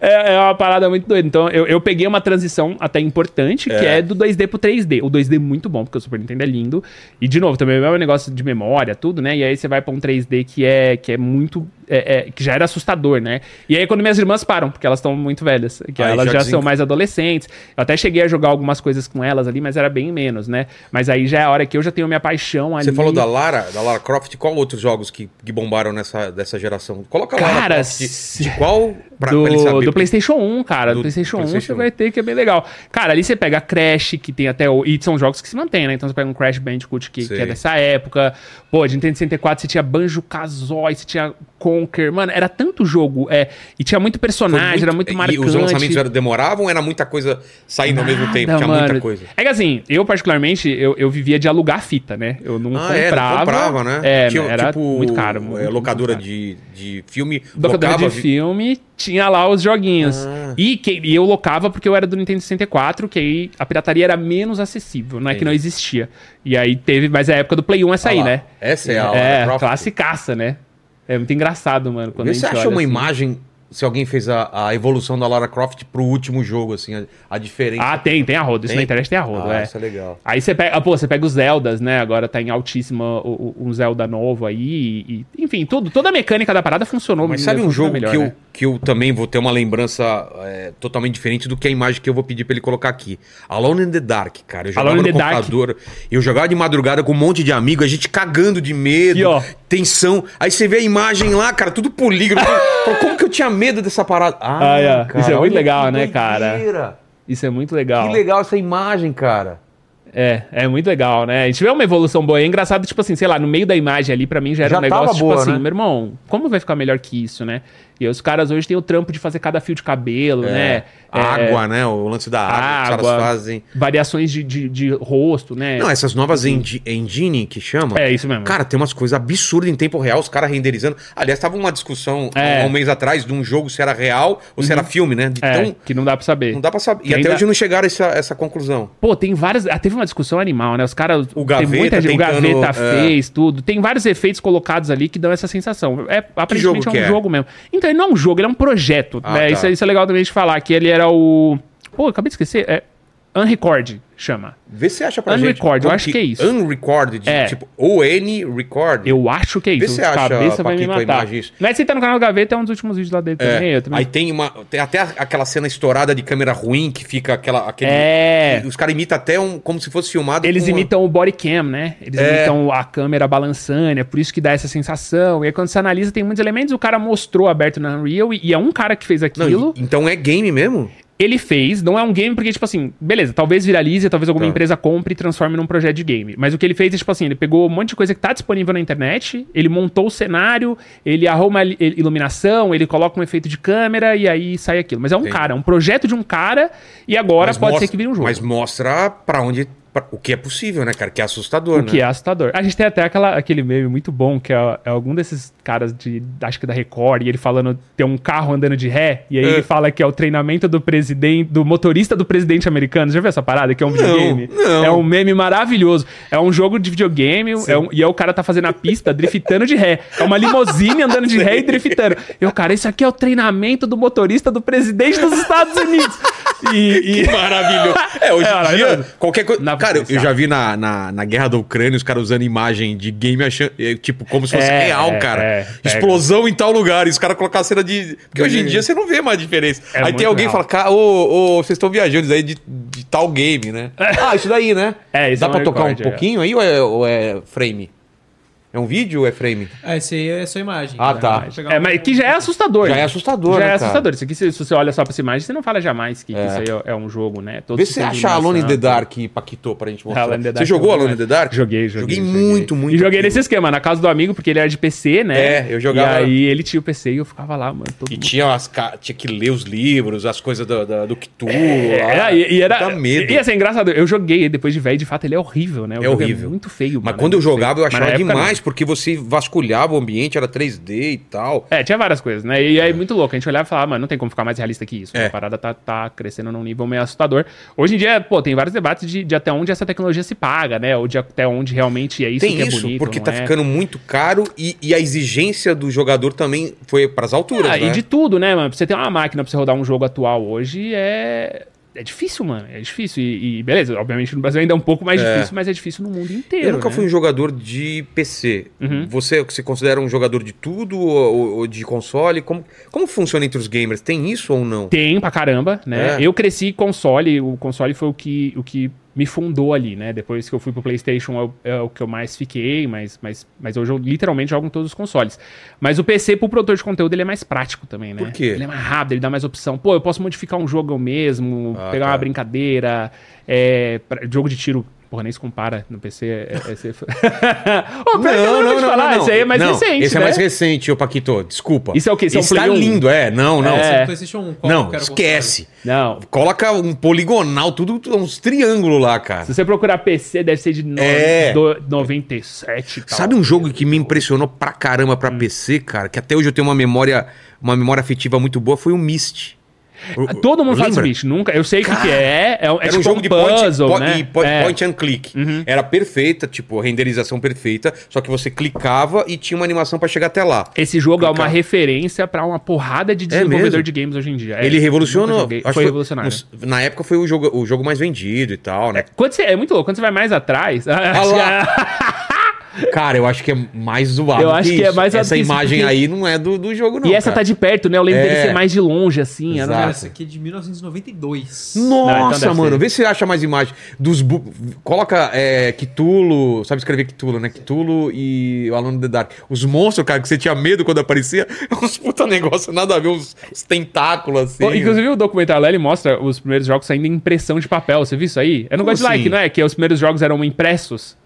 É, é uma parada muito doida. Então, eu, eu peguei uma transição até importante, que é do 2D pro 3D. O 2D é muito bom, porque o Super Nintendo é lindo. E, de novo, também é um negócio de memória, tudo, né? E aí você vai pra um 3D que é, que é muito... é- é- que já era assustador, né? E aí quando minhas irmãs param, porque elas estão muito velhas. Que Aí elas já já desenca- são mais adolescentes. Eu até cheguei a jogar algumas coisas com elas ali, mas era bem menos, né? Mas aí já é a hora que eu já tenho minha paixão ali. Você falou da Lara, da Lara Croft, qual outros jogos que, que bombaram nessa dessa geração? Coloca a Lara Cara, Croft de, de qual pra, do, pra ele saber. do PlayStation 1, cara. Do Do, PlayStation 1 PlayStation um. você vai ter que é bem legal. Cara, ali você pega Crash, que tem até. o- E são jogos que se mantêm, né? Então você pega um Crash Bandicoot, que, Sim. que é dessa época. Pô, de Nintendo 64 você tinha Banjo Kazooie, você tinha Conker. Mano, era tanto jogo. É, e tinha muito Foi personagem, era muito e marcante. os lançamentos eram- demoravam, era muita coisa saindo ao mesmo tempo, Nada, tinha muita mano. coisa. É que assim, eu particularmente, eu, eu vivia de alugar fita, né? Eu não Ah, comprava. era, comprava, né? É, Tinha, era muito caro. é, muito, muito locadora caro. de, de filme. Locadora locava de vi- Ah. filme tinha lá os joguinhos. E, que- e eu locava porque eu era do Nintendo 64, que aí a pirataria era menos acessível, não é que não existia. E aí teve, mas é a época do Play 1 essa Ah aí, lá, né? Essa é a Lara É, Croft. classicaça, né? É muito engraçado, mano. Quando Vê a se gente você acha olha uma assim. imagem, se alguém fez a, a evolução da Lara Croft pro último jogo, assim, a, a diferença. Ah, tem, tem a roda. Isso Tem? na internet tem a roda, Ah, é. isso é legal. Aí você pega, ah, pô, você pega os Zeldas, né? Agora tá em altíssima o- o- um Zelda novo aí. e- e- enfim, tudo, toda a mecânica da parada funcionou. Mas sabe um funcionou jogo melhor, que, eu, né? que eu também vou ter uma lembrança é, totalmente diferente do que a imagem que eu vou pedir pra ele colocar aqui? Alone in the Dark, cara. Eu jogava Alone in no the Dark. computador, eu jogava de madrugada com um monte de amigo, a gente cagando de medo, E, ó. tensão. Aí você vê a imagem lá, cara, tudo polígrafo. Fala, Como que eu tinha medo dessa parada? Ah, Ah, é. Isso é muito olha legal, que né, cara? doideira. Isso é muito Que legal essa imagem, cara. É, é muito legal, né? A gente vê uma evolução boa. É engraçado, tipo assim, sei lá, no meio da imagem ali, pra mim já era Já um negócio, tava tipo boa, assim, né? meu irmão, como vai ficar melhor que isso, né? E os caras hoje têm o trampo de fazer cada fio de cabelo, né? A É, água, né? O lance da água, que os água, caras fazem. Variações de, de, de rosto, né? Não, essas novas engi- engine que chama. É isso mesmo. Cara, tem umas coisas absurdas em tempo real, os caras renderizando. Aliás, tava uma discussão É. há um mês atrás de um jogo se era real ou se era filme, né? De é, tão- que não dá pra saber. não dá pra saber. E Quem até dá- hoje não chegaram a essa, essa conclusão. Pô, tem várias. ah, Teve uma discussão animal, né? Os caras. O Gaveta tem muita gente- O tentando, Gaveta é. fez tudo. Tem vários efeitos colocados ali que dão essa sensação. É, jogo aparentemente é um que é? jogo mesmo. Então, ele não é um jogo, ele é um projeto. Ah, né? tá. isso, é- isso é legal também de falar, que ele era o. Pô, eu acabei de esquecer. É. Unrecord chama. Vê se acha pra gente. Unrecord, eu Como acho que é isso. Unrecord, de É. tipo, ou N-Record. Eu acho que é Vê isso. se você acha, cabeça vai me Paquito, a matar. imagem disso. Mas você tá no canal do Gaveta, é um dos últimos vídeos lá dele também. Eu também Aí tem uma. Tem até a- aquela cena estourada de câmera ruim que fica aquela. Aquele, É. Os caras imitam até um, como se fosse filmado. Eles com uma- imitam o body cam, né? Eles É. imitam a câmera balançando, é por isso que dá essa sensação. E aí, quando você analisa, tem muitos elementos. O cara mostrou aberto na Unreal e, e é um cara que fez Não, aquilo. e- então é game mesmo? Ele fez, não é um game, porque, tipo assim, beleza, talvez viralize, talvez alguma Tá. empresa compre e transforme num projeto de game. Mas o que ele fez é, tipo assim, ele pegou um monte de coisa que tá disponível na internet, ele montou o cenário, ele arruma a li- iluminação, ele coloca um efeito de câmera e aí sai aquilo. Mas é um Entendi. cara, é um projeto de um cara e agora Mas pode mostra- ser que vire um jogo. Mas mostra pra onde. pra- o que é possível, né, cara? Que é assustador, O né? que é assustador. A gente tem até aquela, aquele meme muito bom, que é, é algum desses caras de. Acho que da Record, e ele falando tem um carro andando de ré, e aí É. ele fala que é o treinamento do presidente, do motorista do presidente americano. Já viu essa parada? Que é um videogame? não. É um meme maravilhoso. É um jogo de videogame, é um- e aí o cara tá fazendo a pista, driftando de ré. É uma limusine andando de ré e driftando. E o cara, isso aqui é o treinamento do motorista do presidente dos Estados Unidos. E. e- Maravilhoso. É, hoje É, em dia, maravilhoso. qualquer coisa. Dá pra Cara, eu pensar. já vi na, na, na guerra da Ucrânia os caras usando imagem de game, achando, é, tipo, como se fosse É, real, é, cara. é, pega. Explosão em tal lugar. E os caras colocaram a cena de. Porque hoje em dia você não vê mais diferença. É aí muito tem alguém que real. fala, cara, ô, ô, vocês estão viajando isso aí de, de tal game, né? Ah, isso daí, né? É, isso Dá é um pra tocar um recorde, é. pouquinho aí ou é, ou é frame? É um vídeo ou é frame? Ah, esse aí é só imagem. Ah, Cara, tá. vai pegar É, um- mas que já é assustador. Já é né? assustador, Já né, é cara? assustador. Isso aqui, se, se você olha só pra essa imagem, você não fala jamais que, que isso aí é, é um jogo, né? Todo Vê se você sistema de acha Alone in the iluminação. Dark e Paquito pra gente mostrar. Alone in the Você Dark jogou é bom Alone in the Dark? Joguei, joguei. Joguei muito, muito. E joguei aquilo. nesse esquema, na casa do amigo, porque ele era de PC, né? É, eu jogava- E aí ele tinha o PC e eu ficava lá, mano. Todo E mundo... tinha, as, ca- tinha que ler os livros, as coisas do, do, do Cthulhu. lá. Era, É, e, e era. Dá medo. E, e assim, engraçado, eu joguei depois de velho, de fato, ele é horrível, né? O É jogo horrível. muito feio, Mas quando eu jogava, eu achava demais demais, porque você vasculhava o ambiente, era 3D e tal. É, tinha várias coisas, né? E aí, muito louco. A gente olhava e falava, "Ah, mano, não tem como ficar mais realista que isso. É. A parada tá, tá crescendo num nível meio assustador. Hoje em dia, pô, tem vários debates de, de até onde essa tecnologia se paga, né? Ou de até onde realmente é isso tem que é isso, bonito. porque não tá é. ficando muito caro e, e a exigência do jogador também foi pras alturas, Ah, né? e de tudo, né, mano? Pra você ter uma máquina pra você rodar um jogo atual hoje é. É difícil, mano. É difícil. E, e beleza, obviamente no Brasil ainda é um pouco mais É. difícil, mas é difícil no mundo inteiro. Eu nunca né? fui um jogador de PC. Uhum. Você se considera um jogador de tudo ou, ou- ou de console? Como, como funciona entre os gamers? Tem isso ou não? Tem pra caramba, né? É. Eu cresci console, o console foi o que, o que me fundou ali, né? Depois que eu fui pro PlayStation é o- é o que eu mais fiquei, mas, mas, mas hoje eu literalmente jogo em todos os consoles. Mas o PC, pro produtor de conteúdo, ele é mais prático também, né? Por quê? Ele é mais rápido, ele dá mais opção. Pô, eu posso modificar um jogo eu mesmo, Ah, pegar tá. uma brincadeira, é, pra- jogo de tiro. Porra, nem se compara no PC. É, é, ser- Ô, pera que eu acabei de falar, Esse aí é mais Não, recente, Esse né? é mais recente, ô Paquito. Desculpa. Isso é o quê? Isso é um Esse tá Play um? lindo, é. Não, não. É. Você PlayStation 1, qual que eu Não, quero esquece. Não, Coloca um poligonal, tudo uns triângulos lá, cara. Se você procurar PC, deve ser de no... É. do- 97 e tal. Sabe um jogo que me impressionou pra caramba Hum. pra PC, cara, que até hoje eu tenho uma memória, uma memória afetiva muito boa, foi o Myst. Ah, Todo mundo Lembra? fala desse bicho, nunca. Eu sei o que, que é. É, é Era tipo um jogo de point, puzzle, po- né? e po- É. point and click. Era perfeita, tipo, renderização perfeita, só que você clicava e tinha uma animação pra chegar até lá. Esse jogo é uma Cara. É referência pra uma porrada de desenvolvedor mesmo? de games hoje em dia. É, Ele nunca revolucionou. joguei. acho que Foi revolucionário. no- na época foi o jogo, o jogo mais vendido e tal, né? Quando você, é muito louco. Quando você vai mais atrás... Ah lá. Cara, eu acho que é mais zoado. Eu acho que é isso. mais zoado Essa que isso, imagem porque- aí não é do, do jogo, não. e essa tá de perto, né? Eu lembro dele É. ser mais de longe, assim. Era um Exato. Cara, essa negócio- aqui é de 1992. Não, Nossa, então deve mano, ser. vê se você acha mais imagens. Dos bu- Coloca é, Cthulhu, sabe escrever Cthulhu, né? Cthulhu e o Alan the Dark. Os monstros, cara, que você tinha medo quando aparecia, é uns puta negócio, nada a ver, uns, uns tentáculos assim. Pô, Inclusive, o documentário lá, ele mostra os primeiros jogos saindo em impressão de papel. Você viu isso aí? Eu não Como gosto de like, assim? não é? Que os primeiros jogos eram impressos.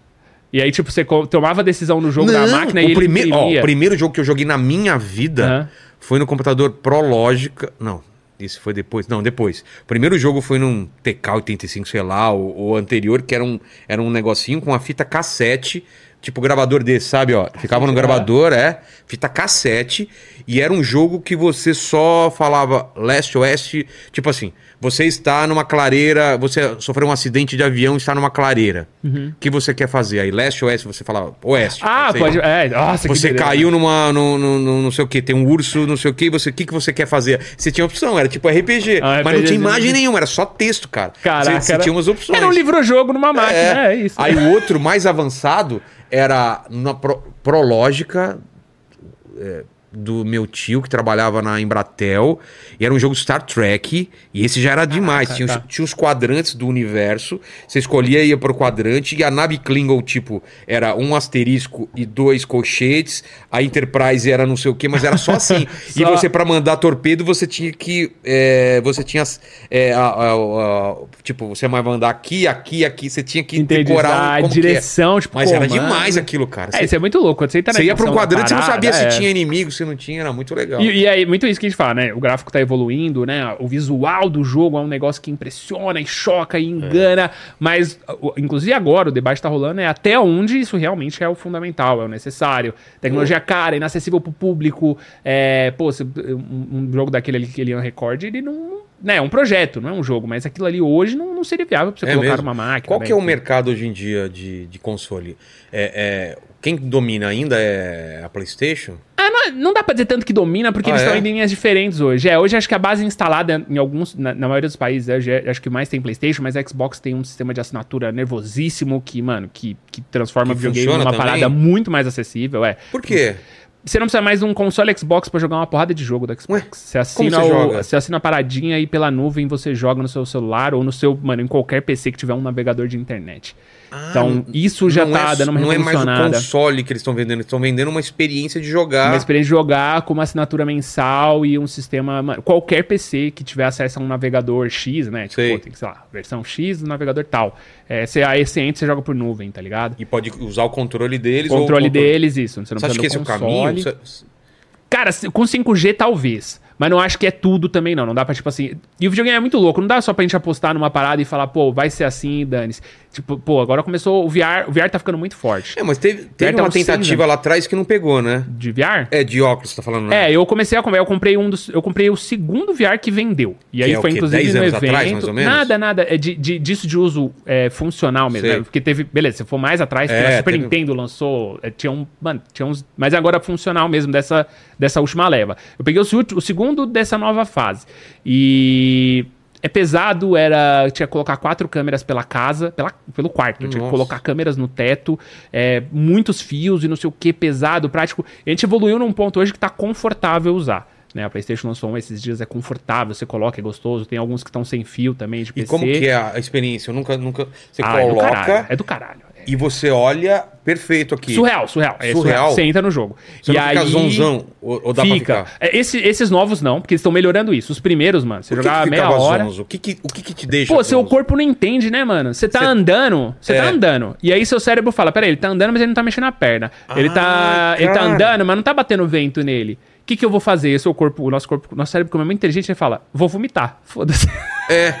E aí, tipo, você co- tomava a decisão no jogo da máquina e o ele primeiro, ó, imprimia. o primeiro jogo que eu joguei na minha vida Aham. foi no computador Prologica. Não, esse foi depois. Não, depois. O primeiro jogo foi num TK85, sei lá, ou, ou anterior, que era um, era um negocinho com uma fita cassete. Tipo gravador desse, sabe, ó? Ficava no gravador, é. Fita cassete. E era um jogo que você só falava leste, oeste. Tipo assim, você está numa clareira. Você sofreu um acidente de avião e está numa clareira. Uhum. O que você quer fazer? Aí leste, oeste, você falava oeste. Ah, Sei lá. pode. É, nossa, Você beleza. né? caiu numa. No, no, no- não sei o que, tem um urso, não sei o que, você, o que, que você quer fazer? Você tinha opção, era tipo RPG. Ah, mas não RPG. tinha imagem nenhuma, era só texto, cara. Caraca, Você, você era- tinha umas opções. Era um livro-jogo numa máquina, é, isso. Aí o outro mais avançado era na pro- prológica é, do meu tio que trabalhava na Embratel. E era um jogo Star Trek. E esse já era demais. tinha, os- tá. tinha os quadrantes do universo. Você escolhia e ia pro quadrante. E a nave Klingon, tipo, era um asterisco e dois colchetes. A Enterprise era não sei o que, mas era só assim. E Só- você, pra mandar torpedo, você tinha que. é, você tinha. é, a- a- a- tipo, você vai mandar aqui, aqui, aqui. Você tinha que Entendi. decorar a como que é. direção, tipo, Mas era comando. demais aquilo, cara. É, Você- isso é muito louco. Quando Você, tá na você ia pra um dimensão da quadrante, você não parada, sabia se é. tinha inimigo, se não tinha, era muito legal. E, e aí, muito isso que a gente fala, né? O gráfico tá evoluindo, né? O visual do jogo é um negócio que impressiona e choca e engana. Mas, o- inclusive agora, o debate tá rolando é até onde isso realmente é o fundamental, é o necessário. Tecnologia cara, inacessível pro público. É, pô, se- um, um jogo daquele ali que ele é um recorde, ele não. Né, é um projeto, não é um jogo, mas aquilo ali hoje não, não seria viável pra você É colocar mesmo? numa máquina. Qual né? que é o Enfim. mercado hoje em dia de, de console? É, é, quem domina ainda é a PlayStation? Ah, não, não dá pra dizer tanto que domina, porque Ah, eles estão é? em linhas diferentes hoje. É, hoje acho que a base instalada em alguns, na, na maioria dos países, hoje é- acho que mais tem Playstation, mas a Xbox tem um sistema de assinatura nervosíssimo que, mano, que, que transforma Que o videogame funciona numa também? parada muito mais acessível, é. Por quê? Você não precisa mais de um console Xbox pra jogar uma porrada de jogo da Xbox. Ué, você assina você o- joga? você assina a paradinha aí pela nuvem, você joga no seu celular ou no seu, mano, em qualquer PC que tiver um navegador de internet. Ah, então, isso já tá dando uma Não é mais o revolucionada. console que eles estão vendendo, eles estão vendendo uma experiência de jogar. Uma experiência de jogar com uma assinatura mensal e um sistema. mano, Qualquer PC que tiver acesso a um navegador X, né? Tipo, Sei. pô, tem que, sei lá, versão X do navegador tal. É, você, aí você entra, você joga por nuvem, tá ligado? E pode usar o controle deles. ou o controle deles, isso. Você não Você acha que esse precisa é o do console. caminho? Você- Cara, se- com 5G talvez. Mas não acho que é tudo também, não. Não dá pra, tipo assim. E o videogame é muito louco. Não dá só pra gente apostar numa parada e falar, pô, vai ser assim, dane-se. Tipo, pô, agora começou. O VR, o VR tá ficando muito forte. É, mas teve, teve tá uma uns seis tentativa anos. lá atrás que não pegou, né? De VR? É, de óculos, tá falando, né? É, eu comecei a comprar, eu comprei um dos, eu comprei o segundo VR que vendeu. E aí é o foi quê? inclusive 10 no anos evento. atrás, mais ou menos? Nada, nada, é de, de- disso de uso é, funcional mesmo, Sei. né? porque teve, beleza, se for mais atrás, É, teve a Super teve- Nintendo lançou, é, tinha um, mano, tinha uns, mas agora funcional mesmo dessa dessa última leva. Eu peguei o, se- o segundo dessa nova fase. E é pesado, era. Tinha que colocar quatro câmeras pela casa, pela, pelo quarto. né? Tinha que Nossa. colocar câmeras no teto, é, muitos fios e não sei o que, pesado, prático. E a gente evoluiu num ponto hoje que tá confortável usar. Né? A PlayStation lançou um esses dias, é confortável, você coloca, é gostoso. Tem alguns que estão sem fio também de E PC. como que é a experiência? Eu nunca, nunca... Você Ah, é do caralho. coloca É do caralho. É e você olha perfeito aqui. Surreal, surreal. É Surreal. Você entra no jogo. Você e não aí... fica zonzão, ou, ou dá pra Fica. ficar? É, esse- esses novos não, porque eles estão melhorando isso. Os primeiros, mano, você Por que jogava que meia ficava hora. zonzo? O que que, o que que te deixa Pô, seu zonzo? corpo não entende, né, mano? Você tá Cê- andando, você É. tá andando. E aí seu cérebro fala: peraí, ele tá andando, mas ele não tá mexendo a perna. ele, tá, Ah, ele tá cara. andando, mas não tá batendo vento nele. O que, que eu vou fazer? E seu corpo, o nosso corpo, o nosso cérebro, como é muito inteligente, ele fala: vou vomitar. Foda-se. É.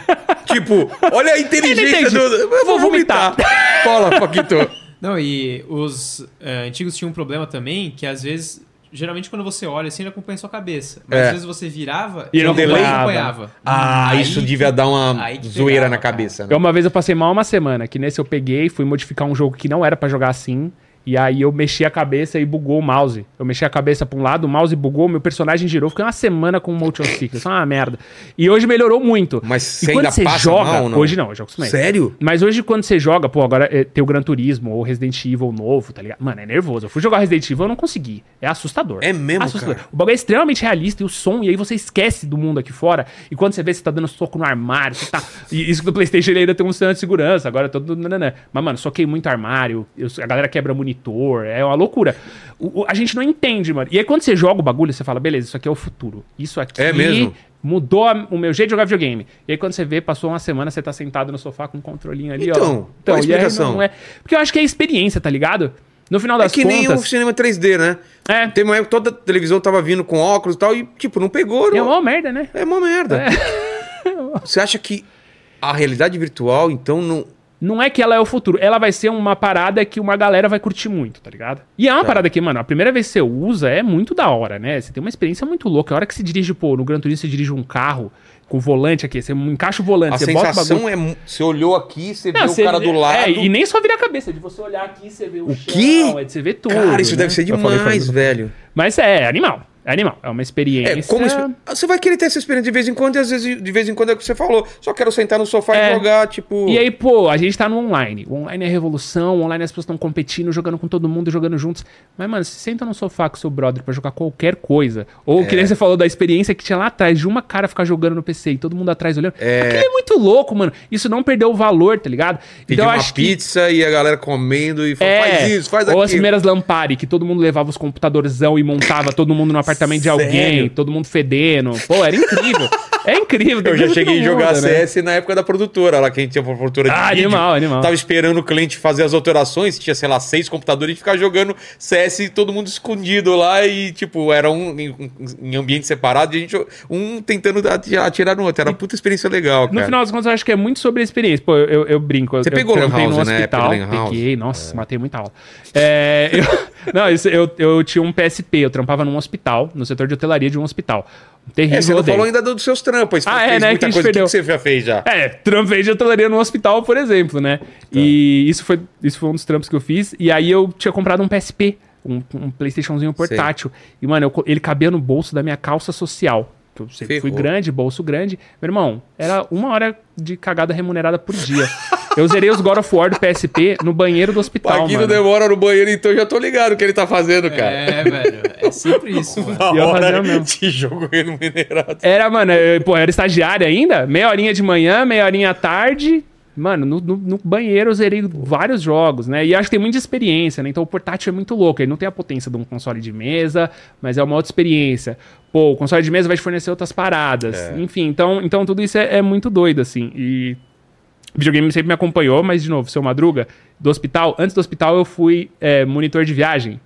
Tipo, olha a Ele inteligência entende. do. Eu vou Vou vomitar. vomitar. Fala, Paquito. Não, e os eh, antigos tinham um problema também, que às vezes, geralmente quando você olha, você ainda acompanha sua cabeça. Mas É. às vezes você virava E não acompanhava. acompanhava. Ah, Aí isso devia dar uma aí que zoeira pegava, na cabeça, né? Eu, uma vez eu passei mal uma semana, que nesse eu peguei, fui modificar um jogo que não era pra jogar assim. E aí eu mexi a cabeça e bugou o mouse. Eu mexi a cabeça pra um lado, o mouse bugou, meu personagem girou. Fiquei uma semana com o motion sickness. Isso é uma merda. E hoje melhorou muito. Mas e você quando ainda você passa joga, mal ou não? hoje não, eu jogo sem Sério? Mas hoje, quando você joga, pô, agora é, tem o Gran Turismo ou Resident Evil novo, tá ligado? Mano, é nervoso. Eu fui jogar Resident Evil, eu não consegui. É assustador. É mesmo, assustador. cara? O bagulho é extremamente realista e o som, e aí você esquece do mundo aqui fora. E quando você vê, você tá dando soco no armário, você tá. E isso que do PlayStation ele ainda tem um stand de segurança, agora todo. nananã. Mas, mano, soquei muito armário, eu- a galera quebra monitor, é uma loucura. O- o- a gente não entende, mano. E aí quando você joga o bagulho, você fala, beleza, isso aqui é o futuro. Isso aqui É mesmo? mudou a- o meu jeito de jogar videogame. E aí quando você vê, passou uma semana, você tá sentado no sofá com um controlinho ali, Então, qual ó. a e aí explicação? Não é... Porque eu acho que é experiência, tá ligado? No final É das que nem o contas... cinema 3D, né? É. Tem uma época que toda a televisão tava vindo com óculos e tal e, tipo, não pegou. É Não... uma É. merda, né? É uma merda. Você acha que a realidade virtual, então, não. Não é que ela é o futuro, ela vai ser uma parada que uma galera vai curtir muito, tá ligado? E é uma parada que, mano, a primeira vez que você usa é muito da hora, né? Você tem uma experiência muito louca. A hora que você dirige, pô, no Gran Turismo você dirige um carro com volante aqui, você encaixa o volante, A você bota o bagulho. sensação é. mu- Você olhou aqui, você Não, viu você- o cara do lado. É, e nem só vira a cabeça, de você olhar aqui, você vê o, chão, quê? é de você ver tudo. Cara, isso né? deve ser Eu falei, falei, demais, velho. Mas é, é animal. É animal. É uma experiência. É, como exper- Você vai querer ter essa experiência de vez em quando, e às vezes de vez em quando é o que você falou. Só quero sentar no sofá e É. jogar, tipo. E aí, pô, a gente tá no online. O online é revolução, o online as pessoas estão competindo, jogando com todo mundo, jogando juntos. Mas, mano, se senta no sofá com seu brother pra jogar qualquer coisa. Ou É. que nem você falou da experiência que tinha lá atrás, de uma cara ficar jogando no PC e todo mundo atrás olhando. Aquilo é muito louco, mano. Isso não perdeu o valor, tá ligado? pedir eu uma acho que- pizza e a galera comendo e fala, É, faz isso, faz Ou as aquilo. primeiras Lampari, que todo mundo levava os computadorzão e montava todo mundo no apartamento de alguém, Sério? todo mundo fedendo. Pô, era incrível. é incrível. tem Eu já coisa que cheguei a não jogar muda, né? CS na época da produtora, lá que a gente tinha uma produtora de Ah, vídeo. animal, animal. Tava esperando o cliente fazer as alterações, tinha, sei lá, seis computadores e ficar jogando CS e todo mundo escondido lá e, tipo, era um em, um- em ambiente separado e a gente, um tentando atirar, atirar no outro. Era uma puta experiência legal, No cara. final das contas, eu acho que é muito sobre a experiência. Pô, eu, eu, eu brinco. eu- Você eu pegou lan trampei house, né? hospital. Pegou lan house. Peguei, nossa, matei muita aula. É, eu- não, isso- eu, eu tinha um PSP, eu trampava num hospital, no setor de hotelaria de um hospital. Terrível, É, você não odeio. falou ainda do- dos seus trampos. Ah, fez é, né, Muita que a gente coisa. O que perdeu. que você já fez já? É, trampei de hotelaria no hospital, por exemplo, né? E isso foi, isso foi um dos trampos que eu fiz. E aí eu tinha comprado um PSP, um, um PlayStationzinho portátil. E, mano, eu co- ele cabia no bolso da minha calça social. Que eu sempre fui Ferrou. grande, bolso grande. Meu irmão, era uma hora de cagada remunerada por dia. Eu zerei os God of War do PSP no banheiro do hospital, Paquito mano. demora no banheiro, então eu já tô ligado o que ele tá fazendo, cara. É, velho. É sempre isso, mano. Uma E eu fazia hora mesmo. de jogo remunerado. Era, mano, eu, pô, eu era estagiário ainda. Meia horinha de manhã, meia horinha à tarde. Mano, no, no- no banheiro eu zerei vários jogos, né? E acho que tem muita experiência, né? Então o portátil é muito louco. Ele não tem a potência de um console de mesa, mas é uma outra experiência. Pô, o console de mesa vai te fornecer outras paradas. Enfim, então, então tudo isso é, é muito doido, assim. E videogame sempre me acompanhou, mas, de novo, seu Madruga, do hospital. Antes do hospital eu fui é, monitor de viagem,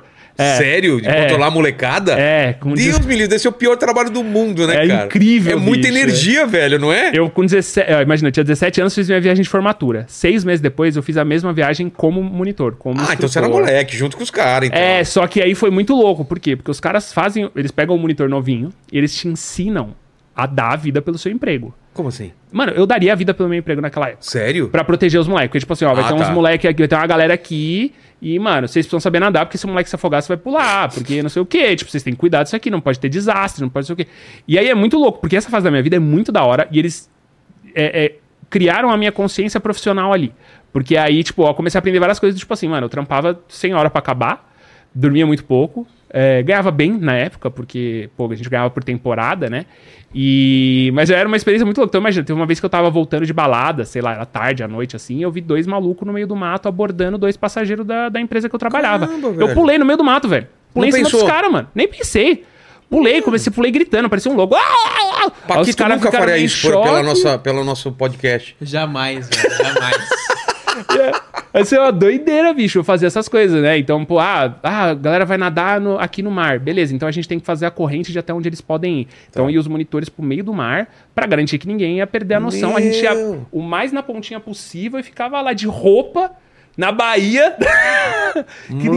Ah! Sério? De É. controlar a molecada? É, com Deus, dez- me livre, deve é o pior trabalho do mundo, né, É cara? incrível, É muita bicho, energia, velho, não é? Eu com 17, ah, imagina, eu tinha 17 anos, fiz minha viagem de formatura. Seis meses depois, eu fiz a mesma viagem como monitor, como Ah, então você era instrutor. moleque, junto com os caras, então. É, só que aí foi muito louco. Por quê? Porque os caras fazem. Eles pegam um monitor novinho e eles te ensinam a dar a vida pelo seu emprego. Como assim? Mano, eu daria a vida pelo meu emprego naquela época. Sério? Pra proteger os moleques. Porque, tipo assim, ó, vai Ah, ter uns tá. moleques aqui, vai ter uma galera aqui. E, mano, vocês precisam saber nadar, porque se o moleque se afogar, você vai pular. Porque não sei o quê. Tipo, vocês têm que cuidar disso aqui. Não pode ter desastre, não pode ser o quê. E aí é muito louco, porque essa fase da minha vida é muito da hora. E eles é, é, criaram a minha consciência profissional ali. Porque aí, tipo, ó, eu comecei a aprender várias coisas. Tipo assim, mano, eu trampava sem hora pra acabar. Dormia muito pouco. é, ganhava bem na época, porque, pô, a gente ganhava por temporada, né? E... Mas já era uma experiência muito louca. Então, imagina, teve uma vez que eu tava voltando de balada, sei lá, era tarde, à noite, assim, e eu vi dois malucos no meio do mato abordando dois passageiros da, da empresa que eu trabalhava. Caramba, eu velho. pulei no meio do mato, velho. Pulei Não em cima pensou? dos caras, mano. Nem pensei. Hum. Pulei, comecei, pulei gritando, parecia um louco. Ah, ah, ah! Aí os Paquito caras nunca ficaram faria meio em isso por- pela choque. nossa, pelo nosso podcast. Jamais, velho, jamais. Essa é uma doideira, bicho, fazer essas coisas, né? Então, pô, ah, ah, a galera vai nadar no- aqui no mar. Beleza, então a gente tem que fazer a corrente de até onde eles podem ir. Tá. Então, ia os monitores pro meio do mar pra garantir que ninguém ia perder a noção. A gente ia Meu. o mais na pontinha possível e ficava lá de roupa na Bahia. Que-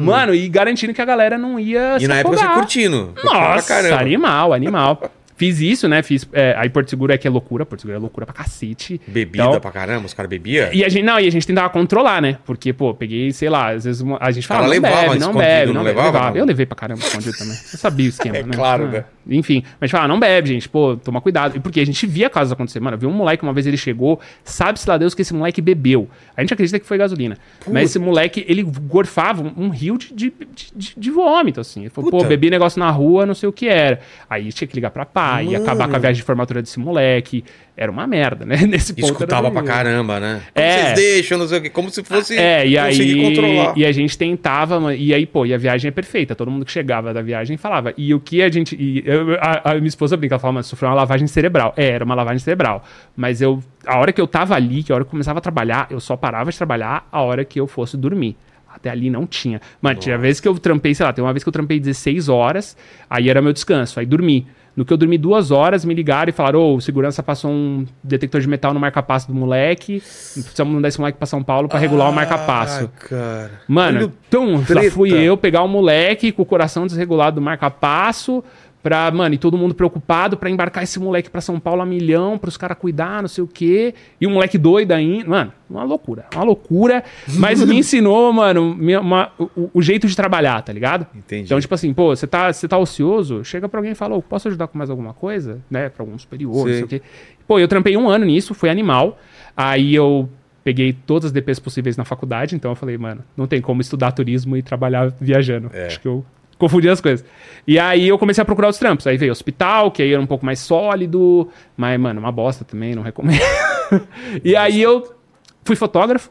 Mano, e garantindo que a galera não ia E na época você Hum, afogar. curtindo. curtindo pra Nossa, caramba. animal, animal. Fiz isso, né? Fiz. É, aí Porto Seguro é que é loucura, Porto Seguro é loucura pra cacete. Bebida Então, pra caramba, os caras bebiam. e a gente, não, e a gente tentava controlar, né? Porque, pô, peguei, sei lá, às vezes uma- a gente fala, Ela não levava bebe, não escondido, bebe, não não bebe. levava, levava. não? Eu levei pra caramba escondido também. Eu sabia o esquema, É né? claro, Ah, né? Enfim, mas a gente fala, não bebe, gente, pô, toma cuidado. E porque a gente via casos acontecer. Mano, viu um moleque, uma vez ele chegou, sabe-se lá Deus que esse moleque bebeu. A gente acredita que foi gasolina. Mas esse moleque, ele gorfava um, um rio de, de, de- de- de vômito, assim. Ele falou, Puta. pô, bebi negócio na rua, não sei o que era. Aí tinha que ligar pra pai, ia acabar com a viagem de formatura desse moleque. Era uma merda, né? Nesse E ponto. era escutava pra horrível. caramba, né? Como É. vocês deixam, não sei o quê. Como se fosse É, e assim, conseguir aí controlar. e a gente tentava, mano, e aí, pô, e a viagem é perfeita, todo mundo que chegava da viagem falava. E o que a gente, e eu- a, a minha esposa brinca, ela fala, mano, sofreu uma lavagem cerebral. É, era uma lavagem cerebral, mas eu a hora que eu tava ali, que a hora que eu começava a trabalhar, eu só parava de trabalhar a hora que eu fosse dormir. Até ali não tinha. Mano, tinha vez que eu trampei, sei lá, tem uma vez que eu trampei 16 horas, aí era meu descanso, aí dormi. No que eu dormi duas horas, me ligaram e falaram: Ô, o segurança passou um detector de metal no marca-passo do moleque. Precisamos mandar esse moleque pra São Paulo pra regular o marca-passo. Ah, cara. Olha Mano, o então lá treta. fui eu pegar o moleque com o coração desregulado do marca-passo. Pra, mano, e todo mundo preocupado pra embarcar esse moleque pra São Paulo a milhão, pros caras cuidar, não sei o quê. E um moleque doido ainda. Mano, uma loucura, uma loucura. Mas me ensinou, mano, minha- uma- o, o jeito de trabalhar, tá ligado? Entendi. Então, tipo assim, pô, você tá, você tá ocioso, chega pra alguém e fala, ô, posso ajudar com mais alguma coisa? Né? Pra algum superior, não Sim. sei o quê. Pô, eu trampei um ano nisso, foi animal. Aí eu peguei todas as DPs possíveis na faculdade, então eu falei, mano, não tem como estudar turismo e trabalhar viajando. É. Acho que eu confundi as coisas. E aí eu comecei a procurar os trampos. Aí veio hospital, que aí era um pouco mais sólido, mas, mano, uma bosta também, não recomendo. e aí eu fui fotógrafo,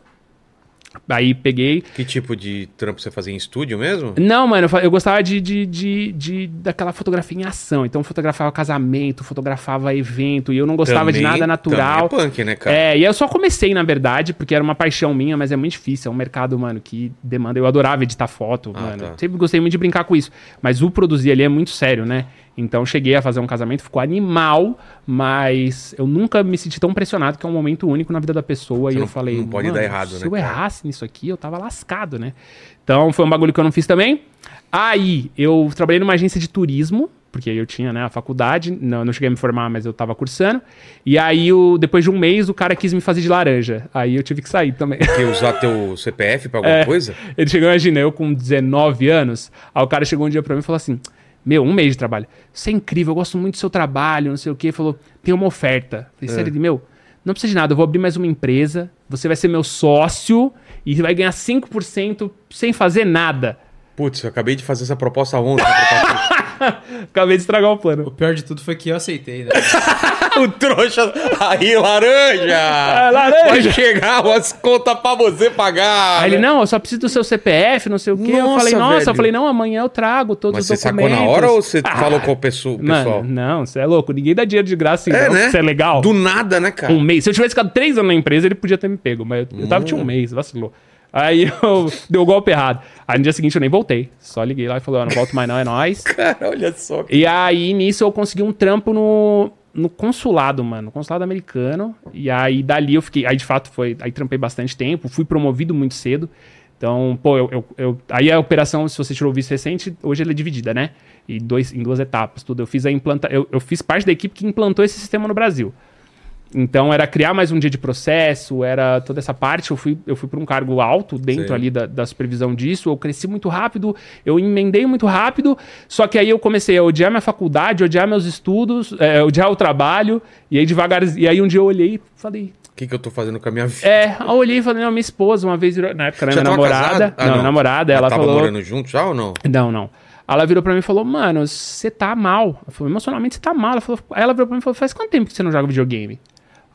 aí peguei, Que tipo de trampo você fazia em estúdio mesmo? não, mano, eu fa- eu gostava de, de, de, de- daquela fotografia em ação. Então, eu fotografava casamento, fotografava evento, e eu não gostava de Também- nada natural. Também é punk, né, cara? É, e eu só comecei, na verdade, porque era uma paixão minha, mas é muito difícil. É um mercado, mano, que demanda. Eu adorava editar foto, Ah, mano. tá. Sempre gostei muito de brincar com isso. Mas o produzir ali é muito sério, né? Então cheguei a fazer um casamento, ficou animal, mas eu nunca me senti tão pressionado que é um momento único na vida da pessoa. Você e não- eu falei. não pode "Mano, dar errado, se né, eu cara?" errasse nisso aqui, eu tava lascado, né? Então foi um bagulho que eu não fiz também. Aí, eu trabalhei numa agência de turismo, porque eu tinha, né, a faculdade, não, não cheguei a me formar, mas eu tava cursando. E aí, o, depois de um mês, o cara quis me fazer de laranja. Aí eu tive que sair também. Quer usar teu CPF pra É. alguma coisa? Ele chegou, imagina, eu com 19 anos, aí o cara chegou um dia pra mim e falou assim: Meu, um mês de trabalho. Isso é incrível, eu gosto muito do seu trabalho, não sei o quê. Ele Falou, tem uma oferta. Eu É. Falei, sério, ele, meu, não precisa de nada, eu vou abrir mais uma empresa, você vai ser meu sócio e vai ganhar 5% sem fazer nada. Putz, eu acabei de fazer essa proposta ontem. pro Acabei de estragar o plano. O pior de tudo foi que eu aceitei, né? Paquito. o trouxa. Aí, laranja! Ah, laranja! Vai chegar umas contas pra você pagar! Aí ele, né? não, eu só preciso do seu CPF, não sei o quê. eu Nossa, falei, nossa, velho. eu falei, não, amanhã eu trago todos Mas os você sacou documentos. na hora ou você Ah, falou com o pesso- pessoal? Mano, não, você é louco, ninguém dá dinheiro de graça, É, não, né? isso é legal. Do nada, né, cara? Um mês. Se eu tivesse ficado três anos na empresa, ele podia ter me pego, mas eu tava tinha um mês, vacilou. Aí eu deu o golpe errado. Aí no dia seguinte eu nem voltei. Só liguei lá e falei, ó, não volto mais não, é nóis. Cara, olha só. E aí, nisso, eu consegui um trampo no, no consulado, mano. Consulado americano. E aí, dali eu fiquei. Aí, de fato, foi. Aí trampei bastante tempo, fui promovido muito cedo. Então, pô, eu, eu- eu- aí a operação, se você tirou o visto recente, hoje ela é dividida, né? E dois, em duas etapas, tudo. Eu fiz a implanta, eu, eu fiz parte da equipe que implantou esse sistema no Brasil. Então era criar mais um dia de processo, era toda essa parte. Eu fui, eu fui para um cargo alto dentro Sei. ali da, da supervisão disso. Eu cresci muito rápido, eu emendei muito rápido. Só que aí eu comecei a odiar minha faculdade, odiar meus estudos, eh, odiar o trabalho. E aí devagar, e aí um dia eu olhei e falei, O que, que eu tô fazendo com a minha vida? é, eu olhei e falei, não, minha esposa uma vez virou- na época era Já É, minha tava namorada, casado? Ah, não, minha namorada, Já ela tava falou, morando junto já ou não? não, não. Ela virou pra mim e falou, mano, você tá mal. Eu falei, emocionalmente você tá mal. Ela falou, aí ela virou pra mim e falou, faz quanto tempo que você não joga videogame?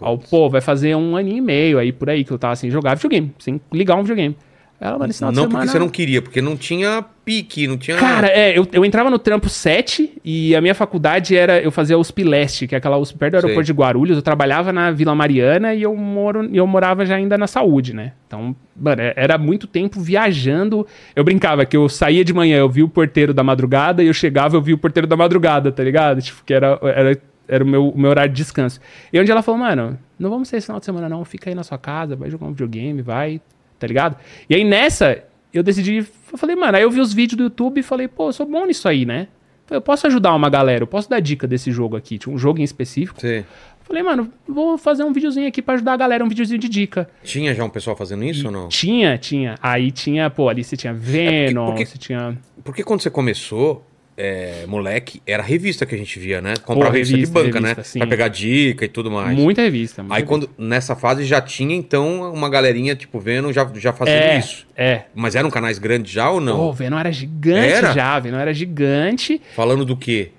Aí eu, pô, vai fazer um ano e meio aí por aí que eu tava sem jogar videogame, sem ligar um videogame. Ela, mano, esse final Não de porque semana- você não queria, porque não tinha pique, não tinha. Cara, é, eu, eu entrava no trampo 7 e a minha faculdade era. Eu fazia USP Leste, que é aquela USP perto do aeroporto Sei. de Guarulhos. Eu trabalhava na Vila Mariana e eu, moro, e eu morava já ainda na saúde, né? Então, mano, é- era muito tempo viajando. Eu brincava que eu saía de manhã, eu via o porteiro da madrugada e eu chegava, eu via o porteiro da madrugada, tá ligado? Tipo, que era, era, era o, meu, o meu horário de descanso. E onde ela falou, mano, não vamos sair esse final de semana, não. Fica aí na sua casa, vai jogar um videogame, vai tá ligado? E aí nessa, eu decidi, eu falei, mano, aí eu vi os vídeos do YouTube e falei, pô, eu sou bom nisso aí, né? Falei, Eu posso ajudar uma galera, eu posso dar dica desse jogo aqui, tinha um jogo em específico. Você Falei, mano, vou fazer um videozinho aqui pra ajudar a galera, um videozinho de dica. tinha já um pessoal fazendo isso ou não? Tinha, tinha. Aí tinha, pô, ali você tinha Venom, É porque- você tinha. Porque quando você começou, é, moleque, era a revista que a gente via, né? Comprar Pô, revista, de revista, banca, revista, né? sim. Pra pegar dica e tudo mais. Muita revista. Muita Aí revista. quando nessa fase já tinha então uma galerinha tipo vendo já já fazendo É, isso. é. Oh. Mas eram canais grandes já ou não? Pô, Venom era gigante Era? já, Venom era gigante. Falando do quê?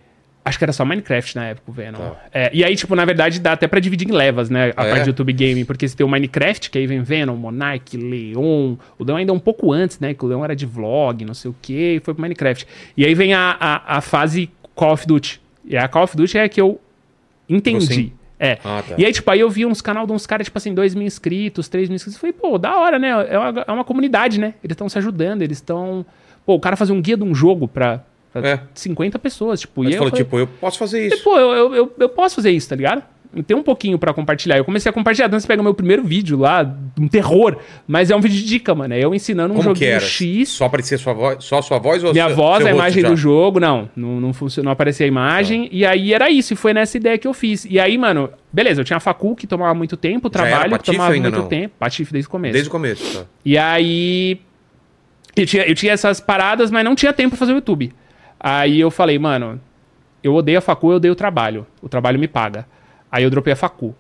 Acho que era só Minecraft na época, o Venom. É, e aí, tipo, na verdade, dá até pra dividir em levas, né? A Ah, parte Tá. é? do YouTube Gaming. Porque você tem o Minecraft, que aí vem Venom, Monark, Leon. O Leon ainda um pouco antes, né? Que o Leon era de vlog, não sei o quê, e foi pro Minecraft. E aí vem a, a, a fase Call of Duty. E a Call of Duty é a que eu entendi. Você- É. Ah, tá. E aí, tipo, aí eu vi uns canal de uns caras, tipo assim, 2 mil inscritos, 3 mil inscritos. Eu Falei, pô, da hora, né? É uma, é uma comunidade, né? Eles estão se ajudando, eles estão. Pô, o cara fazer um guia de um jogo pra, pra É. 50 pessoas, tipo. Mas eu falou falei, tipo, eu posso fazer e, isso. pô, eu, eu, eu, eu posso fazer isso, tá ligado? Eu tenho um pouquinho pra compartilhar. Eu comecei a compartilhar. Então você pega meu primeiro vídeo lá, um terror. Mas é um vídeo de dica, mano. É eu ensinando um Como que joguinho era? X. Só aparecia sua voz, só sua voz ou Minha seu- voz, é seu a rosto imagem já? Tá. do jogo, não. Não, não, funcionou, não aparecia a imagem. E aí era isso. E foi nessa ideia que eu fiz. E aí, mano, beleza. Eu tinha a facu que tomava muito tempo, o Já era trabalho que patife tomava ainda muito não? tempo. Patife desde o começo. Desde o começo, tá? E aí. Eu tinha, eu tinha essas paradas, mas não tinha tempo pra fazer o YouTube. Aí eu falei, mano, eu odeio a facu, eu odeio o trabalho. O trabalho me paga. Aí eu dropei a facu.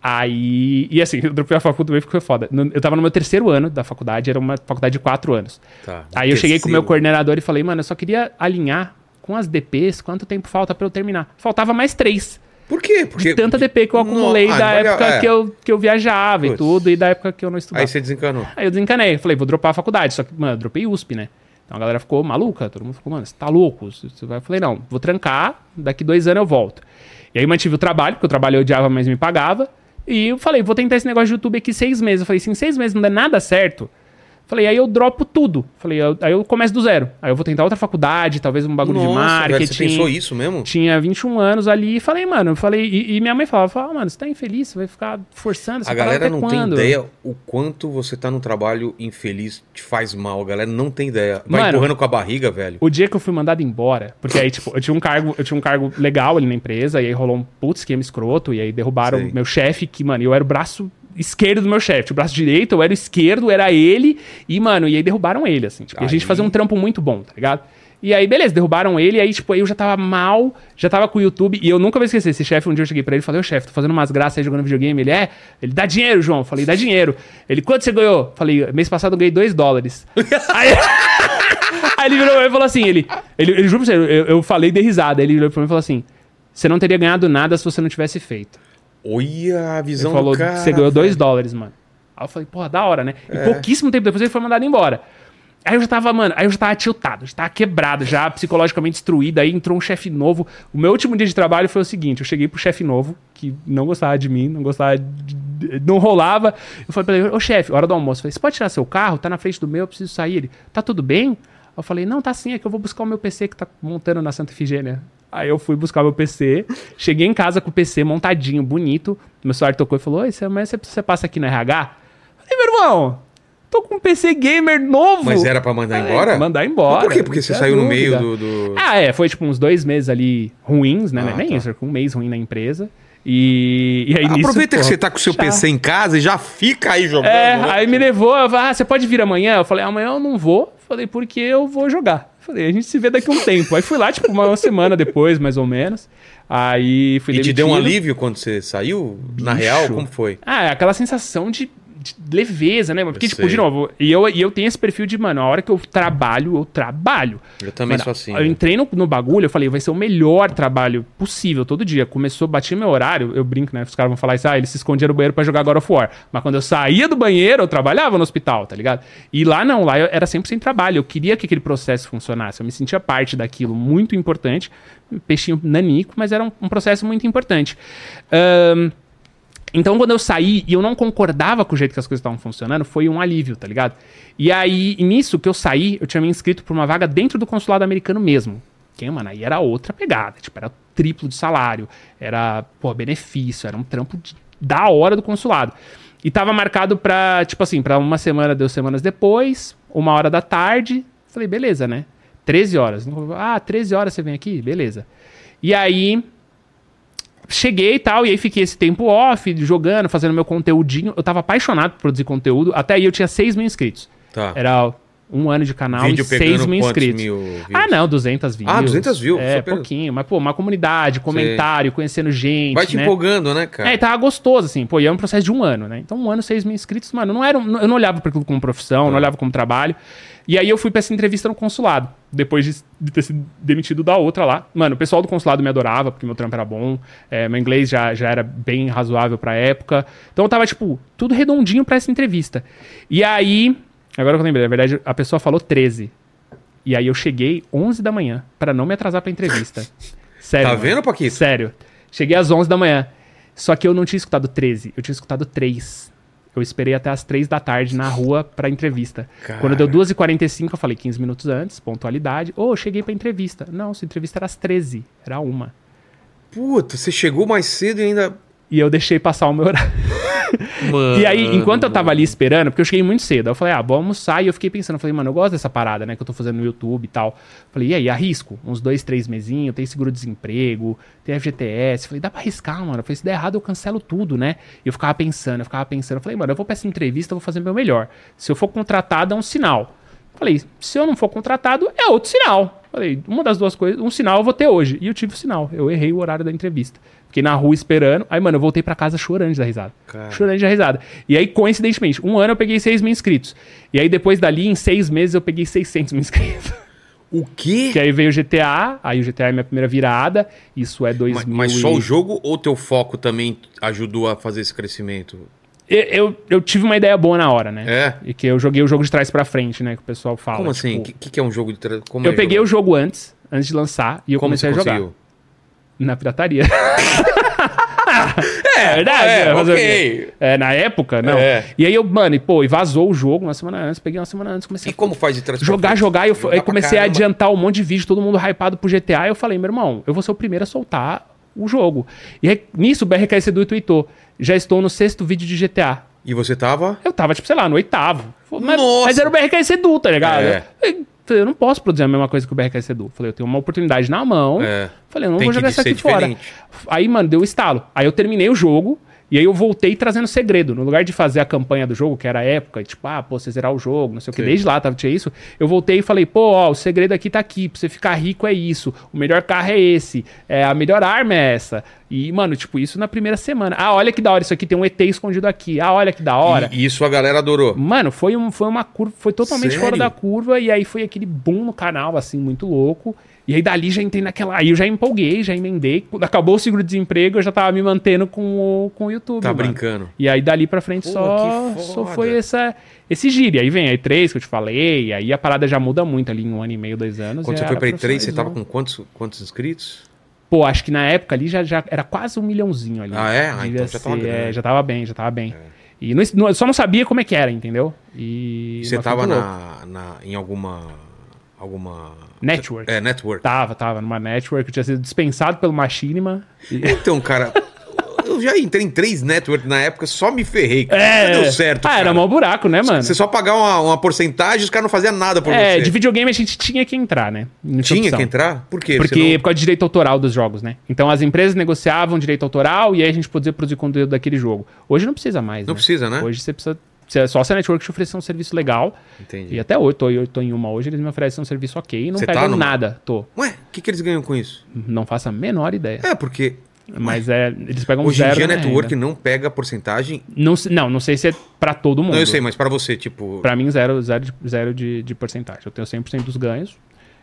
Aí. E assim, eu dropei a facu também porque foi foda. No- Eu tava no meu terceiro ano da faculdade, era uma faculdade de quatro anos. Tá. Aí eu cheguei com o meu Terceiro. coordenador e falei, mano, eu só queria alinhar com as DPs quanto tempo falta pra eu terminar. Faltava mais três Por quê? Porque de tanta DP que eu Não, acumulei ah, da olha, época é. que, eu, que eu viajava e Putz. tudo, e da época que eu não estudava. Aí você desencanou. Aí eu desencanei, falei, vou dropar a faculdade. Só que, mano, eu dropei USP, né? Então a galera ficou maluca, todo mundo ficou, mano, você tá louco? Você você vai? Eu falei, não, vou trancar, daqui dois anos eu volto. E aí mantive o trabalho, porque o trabalho eu odiava, mas me pagava. E eu falei, vou tentar esse negócio de YouTube aqui seis meses. Eu falei, se em seis meses não der nada certo, falei, aí eu dropo tudo. Falei, eu- aí eu começo do zero. Aí eu vou tentar outra faculdade, talvez um bagulho de Nossa, marketing velho, você pensou isso mesmo? tinha 21 anos ali e falei, mano, eu falei, e, e minha mãe falava, falava, mano, você tá infeliz, você vai ficar forçando essa A parada galera até não quando? tem ideia o quanto você tá num trabalho infeliz te faz mal. A galera não tem ideia. Vai Mano. empurrando com a barriga, velho. O dia que eu fui mandado embora, porque aí, tipo, eu tinha um cargo, eu tinha um cargo legal ali na empresa, e aí rolou um puto esquema escroto, e aí derrubaram Sei. meu chefe, que, mano, eu era o braço esquerdo do meu chefe. tinha O braço direito, eu era o esquerdo, era ele, e, mano, e aí derrubaram ele, assim. Tipo, e a gente Aí. fazia um trampo muito bom, tá ligado? E aí, beleza, derrubaram ele, e aí, tipo, aí eu já tava mal, já tava com o YouTube, e eu nunca vou esquecer, esse chefe, um dia eu cheguei pra ele e falei, ô chefe, tô fazendo umas graças aí jogando videogame, ele é, ele dá dinheiro, João, Eu falei, dá dinheiro. Ele, quanto você ganhou? Falei, mês passado eu ganhei 2 dólares. aí... Aí ele virou pra mim e falou assim: ele, ele, ele juro pra você, eu, eu falei de risada. Ele virou pra mim e falou assim: você não teria ganhado nada se você não tivesse feito. Olha a Ele visão falou: do cara. É. você ganhou dois dólares, mano. Aí eu falei: porra, da hora, né? E pouquíssimo tempo depois ele foi mandado embora. Aí eu já tava, mano, aí eu já tava tiltado, já tava quebrado, já psicologicamente destruído. Aí entrou um chefe novo. O meu último dia de trabalho foi o seguinte: eu cheguei pro chefe novo, que não gostava de mim, não gostava de- não rolava. Eu falei pra ele, ô chefe, hora do almoço. Eu falei, você pode tirar seu carro? Tá na frente do meu, eu preciso sair. Ele, tá tudo bem? Eu falei, não, tá sim, é que eu vou buscar o meu PC que tá montando na Santa Efigênia. Aí eu fui buscar meu PC, cheguei em casa com o PC montadinho, bonito. Meu celular tocou e falou, oi, você- mas você, você passa aqui no RH? Eu falei, meu irmão, tô com um PC gamer novo. Mas era pra É, mandar embora? Mandar embora. Mas por quê? Porque você sem saiu no meio dúvida. do. do- Ah, é, foi tipo uns dois meses ali ruins, né? Ah, nem tá. isso, um mês ruim na empresa. E, e aí nisso, Aproveita que porra, você tá com o seu já- PC em casa e já fica aí jogando. É, né? aí me levou, eu falei, ah, você pode vir amanhã? Eu falei, amanhã eu não vou. Falei, porque eu vou jogar. Falei, a gente se vê daqui a um tempo. Aí fui lá, tipo, uma semana depois, mais ou menos. Aí fui E te deu um demitido. alívio quando você saiu? Na Bicho. real, como foi? Ah, é aquela sensação de, de leveza, né? Porque, Eu tipo, sei. de novo, e eu, e eu tenho esse perfil de, mano, a hora que eu trabalho, eu trabalho. Eu também Mano, sou assim. Eu entrei no, no bagulho, eu falei, vai ser o melhor trabalho possível, todo dia. Começou, bati meu horário, eu brinco, né? Os caras vão falar isso, ah, ele se escondia no banheiro pra jogar God of War. Mas quando eu saía do banheiro, eu trabalhava no hospital, tá ligado? E lá não, lá eu era sempre sem trabalho. Eu queria que aquele processo funcionasse, eu me sentia parte daquilo, muito importante. Peixinho nanico, mas era um, um processo muito importante. Ahn. Então, quando eu saí e eu não concordava com o jeito que as coisas estavam funcionando, foi um alívio, tá ligado? E aí, e nisso que eu saí, eu tinha me inscrito pra uma vaga dentro do consulado americano mesmo. Que, mano, aí era outra pegada. Tipo, era triplo de salário, era, pô, benefício, era um trampo de- da hora do consulado. E tava marcado pra, tipo assim, pra uma semana, duas semanas depois, uma hora da tarde. Falei, beleza, né? 13 horas. Ah, 13 horas você vem aqui? Beleza. E aí, cheguei e tal, e aí fiquei esse tempo off, jogando, fazendo meu conteúdinho. Eu tava apaixonado por produzir conteúdo. Até aí eu tinha 6 mil inscritos. Tá. Era um ano de canal Vídeo e 6 pegando mil quantos inscritos. mil views? ah, não, 200 views. Ah, 200 views, É, super. pouquinho. Mas, pô, uma comunidade, comentário, conhecendo gente, Vai te né? empolgando, né, cara? É, e tava gostoso, assim. Pô, e era um processo de um ano, né? Então, um ano, seis mil inscritos, mano, não era, um- eu não olhava para aquilo como profissão, Tá. não olhava como trabalho. E aí eu fui pra essa entrevista no consulado, depois de, de ter sido demitido da outra lá. Mano, o pessoal do consulado me adorava, porque meu trampo era bom, é, meu inglês já, já era bem razoável pra época. Então eu tava, tipo, tudo redondinho pra essa entrevista. E aí, agora que eu lembrei, na verdade, a pessoa falou 13. E aí eu cheguei 11 da manhã, pra não me atrasar pra entrevista. Sério. Tá mano. vendo, Paquito? Sério. Cheguei às 11 da manhã. Só que eu não tinha escutado 13, eu tinha escutado 3. Eu esperei até as 3 da tarde na rua pra entrevista. Cara. Quando deu 2h45, eu falei 15 minutos antes, pontualidade. Ô, cheguei pra entrevista. Não, sua entrevista era às 13, era uma. Puta, você chegou mais cedo e ainda. E eu deixei passar o meu horário. Mano. E aí, enquanto eu tava ali esperando, porque eu cheguei muito cedo, eu falei, ah, vou almoçar. E eu fiquei pensando, eu falei, mano, eu gosto dessa parada, né, que eu tô fazendo no YouTube e tal. Falei, e aí, arrisco? Uns dois, três mesinhos, tem seguro-desemprego, tem FGTS. Falei, dá pra arriscar, mano. Eu falei, se der errado, eu cancelo tudo, né? E eu ficava pensando, eu ficava pensando. Eu falei, mano, eu vou pra essa entrevista, eu vou fazer meu melhor. Se eu for contratado, é um sinal. Falei, se eu não for contratado, é outro sinal. Falei, uma das duas coisas, um sinal eu vou ter hoje. E eu tive o sinal, eu errei o horário da entrevista. Fiquei na rua esperando, aí, mano, eu voltei pra casa chorando de dar risada. Cara. Chorando de dar risada. E aí, coincidentemente, um ano eu peguei 6 mil inscritos. E aí, depois dali, em seis meses, eu peguei 600 mil inscritos. O quê? que aí veio o GTA, aí o GTA é minha primeira virada, isso é 2000 Mas, mas só e- o jogo ou teu foco também ajudou a fazer esse crescimento? Eu, eu, eu tive uma ideia boa na hora, né? É? E que eu joguei o jogo de trás pra frente, né? Que o pessoal fala. Como assim? O tipo, que, que é um jogo de. Tra... Como eu é peguei jogo? o jogo antes, antes de lançar, e eu Como comecei a você jogar. conseguiu? Na pirataria. é verdade. é, né? Fazer o ok. quê? É, na época, não. É. E aí eu, mano, e, pô, e vazou o jogo uma semana antes, peguei uma semana antes, comecei E a como faz de trás pra jogar, frente? jogar, e eu, aí pra comecei a caramba. adiantar um monte de vídeo, todo mundo hypado pro GTA, e eu falei, meu irmão, eu vou ser o primeiro a soltar o jogo. E aí, nisso o BRKS Edu tweetou, já estou no sexto vídeo de GTA. E você tava? Eu tava, tipo, sei lá, no oitavo. Mas, Nossa! mas era o BRKS Edu, tá ligado? É. Eu falei, eu não posso produzir a mesma coisa que o BRKS Edu. Falei, eu tenho uma oportunidade na mão. É. Falei, eu não Tem vou que jogar isso ser aqui fora. diferente. Aí, mano, deu estalo. Aí eu terminei o jogo. E aí eu voltei trazendo segredo. No lugar de fazer a campanha do jogo, que era a época, e tipo, ah, pô, você zerar o jogo, não sei o que, Sim. desde lá tava, tinha isso. Eu voltei e falei, pô, ó, o segredo aqui tá aqui, pra você ficar rico é isso, o melhor carro é esse, é, a melhor arma é essa. E, mano, tipo, isso na primeira semana. Ah, olha que da hora, isso aqui tem um ET escondido aqui. Ah, olha que da hora. E, e isso a galera adorou. Mano, foi, um, foi uma curva, foi totalmente Sério? fora da curva, e aí foi aquele boom no canal, assim, muito louco. E aí dali já entrei naquela. Aí eu já empolguei, já emendei. Quando acabou o seguro-desemprego, eu já tava me mantendo com o, com o YouTube. Tá mano. brincando. E aí dali pra frente Pô, só, que só foda. foi essa, esse giro. E aí vem a E3 que eu te falei, e aí a parada já muda muito ali em um ano e meio, dois anos. Quando e você foi era pra E3, você tava profissionalizou. com quantos, quantos inscritos? Pô, acho que na época ali já, já era quase um milhãozinho ali. Ah, é? Ah, Devia então já tava ser, grande. É. é, já tava bem, já tava bem. E não- não- eu só não sabia como é que era, entendeu? E. Você mas foi tava muito na, louco. na- em alguma. alguma. Network. Tá. É, network. Tava, tava numa network, eu tinha sido dispensado pelo Machinima. Então, cara, eu já entrei em três network na época, só me ferrei. cara. Nunca deu certo. Ah, era cara. mau buraco, né, mano? Você só pagar uma, uma porcentagem, os caras não faziam nada por É, você. de videogame a gente tinha que entrar, né? Não Tinha opção. que entrar? Por quê? Porque é por causa do direito autoral dos jogos, né? Então as empresas negociavam direito autoral e aí a gente podia produzir conteúdo daquele jogo. Hoje não precisa mais. Não precisa, né? Hoje você precisa. se- Só se a network te oferecer um serviço legal. Entendi. E até hoje, tô, eu tô em uma hoje, eles me oferecem um serviço ok e não Você tá pegam numa? nada. Tô. Ué, o que, que eles ganham com isso? Não faço a menor ideia. É, porque Mas é, eles pegam hoje em zero. né, dia a na network renda. não pega porcentagem. Não, se- não, não sei se é pra todo mundo. Não, eu sei, mas pra você, tipo. Pra mim, zero, zero, de, zero de, de porcentagem. Eu tenho 100% dos ganhos.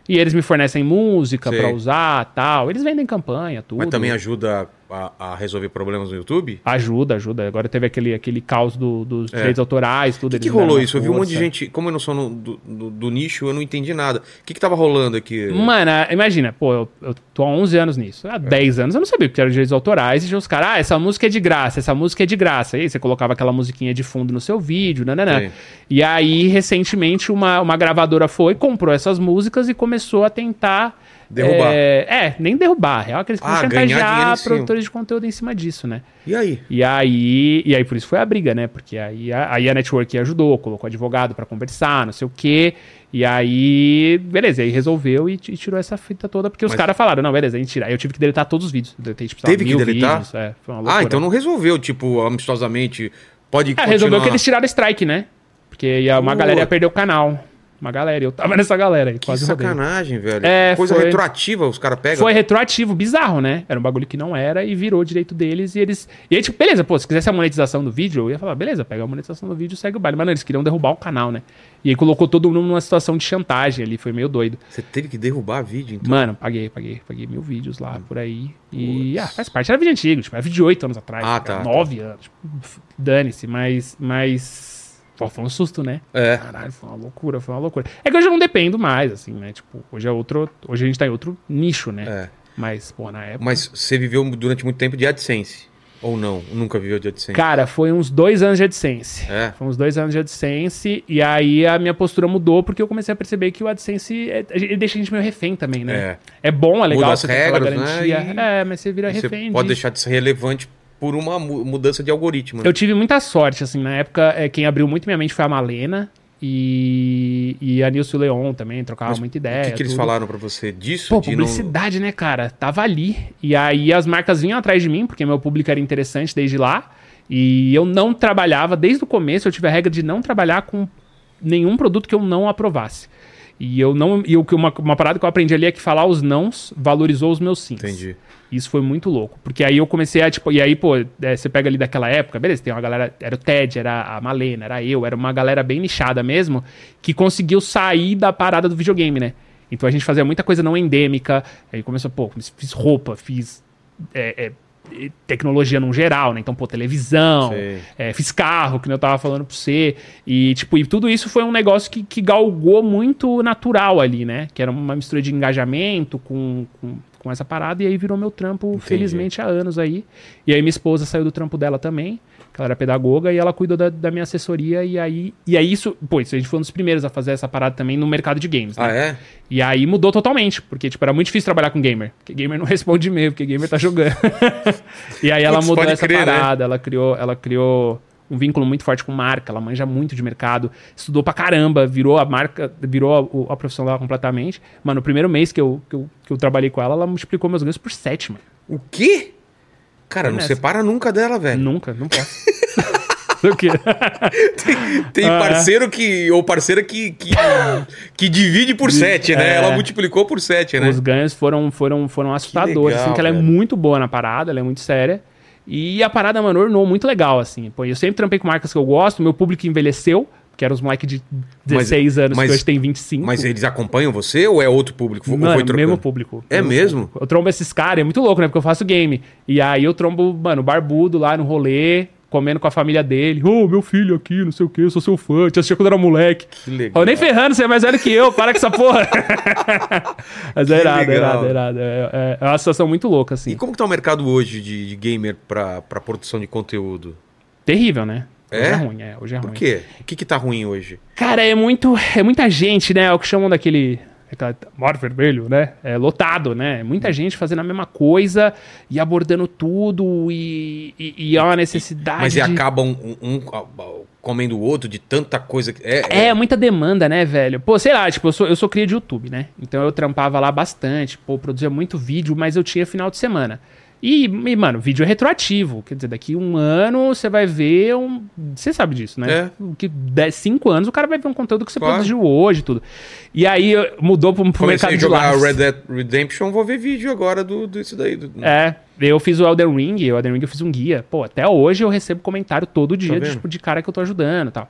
E eles me fornecem música Sei. pra usar tal. Eles vendem campanha, tudo. Mas também ajuda a, a resolver problemas no YouTube? Ajuda, ajuda. Agora teve aquele, aquele caos do- dos direitos autorais, tudo. O É. que, que eles me deram rolou uma isso? Eu vi um monte de força. gente. Como eu não sou no- do, do- do nicho, eu não entendi nada. O que, que tava rolando aqui? Mano, ah, imagina, pô, eu, eu tô há 11 anos nisso. É. Há 10 anos eu não sabia o que eram direitos autorais. E tinha os caras, ah, essa música é de graça, essa música é de graça. E aí você colocava aquela musiquinha de fundo no seu vídeo, nananã. Sim. E aí, recentemente, uma, uma gravadora foi, comprou essas músicas e começou a tentar. Derrubar. É, é, nem derrubar. A real é que eles Ah, ah, ganhar dinheiro em chantagear cima. produtores de conteúdo em cima disso, né? E aí? E aí, e aí por isso foi a briga, né? Porque aí a, aí a network ajudou, colocou advogado pra conversar, não sei o quê. E aí, beleza, aí resolveu e, ti- e tirou essa fita toda, porque os Mas- caras falaram, não, beleza, a gente tira. Aí eu tive que deletar todos os vídeos. Eu Deletei, tipo, sei lá, Teve que mil deletar? vídeos, é, foi uma Ah, loucura. então não resolveu, tipo, amistosamente. Pode É, continuar. resolveu que eles tiraram strike, né? Porque ia- uma Pô. galera ia perder o canal. Uma galera, eu tava nessa galera aí, Que quase rodei. sacanagem, velho. É, Coisa foi. retroativa os caras pegam. Foi retroativo, bizarro, né? Era um bagulho que não era e virou direito deles. E eles. E aí, tipo, beleza, pô, se quisesse a monetização do vídeo, eu ia falar, beleza, pega a monetização do vídeo e segue o baile. Mas não, eles queriam derrubar o canal, né? E aí colocou todo mundo numa situação de chantagem ali, foi meio doido. Você teve que derrubar vídeo, então. Mano, paguei, paguei, paguei mil vídeos lá por aí. E ah, faz parte. Era vídeo antigo, tipo, era vídeo de 8 anos atrás, Ah, tá, cara, nove anos. Tipo, f- dane-se, mas. mas... Pô, foi um susto, né? É. Caralho, foi uma loucura, foi uma loucura. É que hoje eu não dependo mais, assim, né? Tipo, hoje é outro. Hoje a gente tá em outro nicho, né? É. Mas, pô, na época. Mas você viveu durante muito tempo de AdSense. Ou não? Nunca viveu de AdSense. Cara, foi uns dois anos de AdSense. É. Foi uns dois anos de AdSense. E aí a minha postura mudou porque eu comecei a perceber que o AdSense é- ele deixa a gente meio refém também, né? É, bom, é legal. Muda as você tem aquela regras, né? garantia. E É, mas você vira Você refém. pode disso. deixar de ser relevante por uma mu- mudança de algoritmo. né? Eu tive muita sorte, assim, na época, é, quem abriu muito minha mente foi a Malena e, e a Nilce Leon também, trocava Mas o muita ideia. que, que eles é, tudo. falaram pra você disso? Pô, de não- publicidade, né, cara? Tava ali. E aí as marcas vinham atrás de mim, porque meu público era interessante desde lá. E eu não trabalhava, desde o começo eu tive a regra de não trabalhar com nenhum produto que eu não aprovasse. E eu não. E o que uma, uma parada que eu aprendi ali é que falar os nãos valorizou os meus sims. Entendi. Isso foi muito louco. Porque aí eu comecei a, tipo, e aí, pô, é, você pega ali daquela época, beleza, tem uma galera, era o Ted, era a Malena, era eu, era uma galera bem nichada mesmo, que conseguiu sair da parada do videogame, né? Então a gente fazia muita coisa não endêmica, aí começou, pô, fiz roupa, fiz é, é, é, tecnologia num geral, né? Então, pô, televisão, Sei. é, fiz carro, que nem eu tava falando pra você. E, tipo, e tudo isso foi um negócio que, que galgou muito natural ali, né? Que era uma mistura de engajamento com, com, com essa parada. E aí virou meu trampo, felizmente, há anos aí. E aí minha esposa saiu do trampo dela também, que ela era pedagoga, e ela cuidou da, da minha assessoria. E aí, e aí isso, pô, isso a gente foi um dos primeiros a fazer essa parada também no mercado de games, né? Ah, é? E aí mudou totalmente, porque tipo, era muito difícil trabalhar com gamer. Porque gamer não responde e-mail, porque gamer tá jogando. e aí ela Putz, mudou pode essa crer, né? parada, ela criou, ela criou um vínculo muito forte com marca, ela manja muito de mercado, estudou pra caramba, virou a marca, virou a, o- a profissão dela completamente. Mano, no primeiro mês que eu, que, eu, que eu trabalhei com ela, ela multiplicou meus ganhos por sete, mano. O quê? Cara, não Nessa. separa nunca dela, velho. Nunca, não posso. o quê? Tem Ah, é. parceiro que. Ou parceira que. Que, que divide por sete, né? É. Ela multiplicou por sete, né? Os ganhos foram, foram, foram assustadores, legal, assim, que ela velho. é muito boa na parada, ela é muito séria. E a parada, mano, ornou muito legal, assim. Pô, eu sempre trampei com marcas que eu gosto, meu público envelheceu, que eram os moleques de 16 anos, é, mas- que hoje tem 25. Mas eles acompanham você ou é outro público? Ou Mano, foi trocando? mesmo público. É mesmo? público. Eu trombo esses caras, é muito louco, né? Porque eu faço game. E aí eu trombo, mano, barbudo lá no rolê, comendo com a família dele. Ô, meu filho aqui, não sei o quê, eu sou seu fã, te assistia quando era moleque. Que legal. Ó, nem ferrando, você é mais velho que eu, para com essa porra. Mas é Que irado, é legal. irado, é irado. É, é- é uma situação muito louca, assim. E como que tá o mercado hoje de, de gamer pra, pra produção de conteúdo? Terrível, né? Hoje É? é ruim, é. Hoje é Por ruim. quê? O que que tá ruim hoje? Cara, é muito. É muita gente, né? É o que chamam daquele. aquela- Mar vermelho, né? É lotado, né? Muita gente fazendo a mesma coisa e abordando tudo e, e, e há uma necessidade. Mas e de- acaba um, um- um a- a- comendo o outro de tanta coisa que... É, É, muita demanda, né, velho? Pô, sei lá, tipo, eu sou, eu sou cria de YouTube, né? Então eu trampava lá bastante, pô, produzia muito vídeo, mas eu tinha final de semana. E, e, mano, vídeo é retroativo. Quer dizer, daqui um ano você vai ver um. Você sabe disso, né? Que 10, 5 anos o cara vai ver um conteúdo que você É. Claro. produziu hoje e tudo. E aí eu- mudou pro, pro Comecei mercado a de jogar lives. Red Dead Redemption, vou ver vídeo agora do, do isso daí. do- É, eu fiz o Elden Ring, o Elden Ring eu fiz um guia. Pô, até hoje eu recebo comentário todo Tá dia, vendo? tipo, de cara que eu tô ajudando e tal.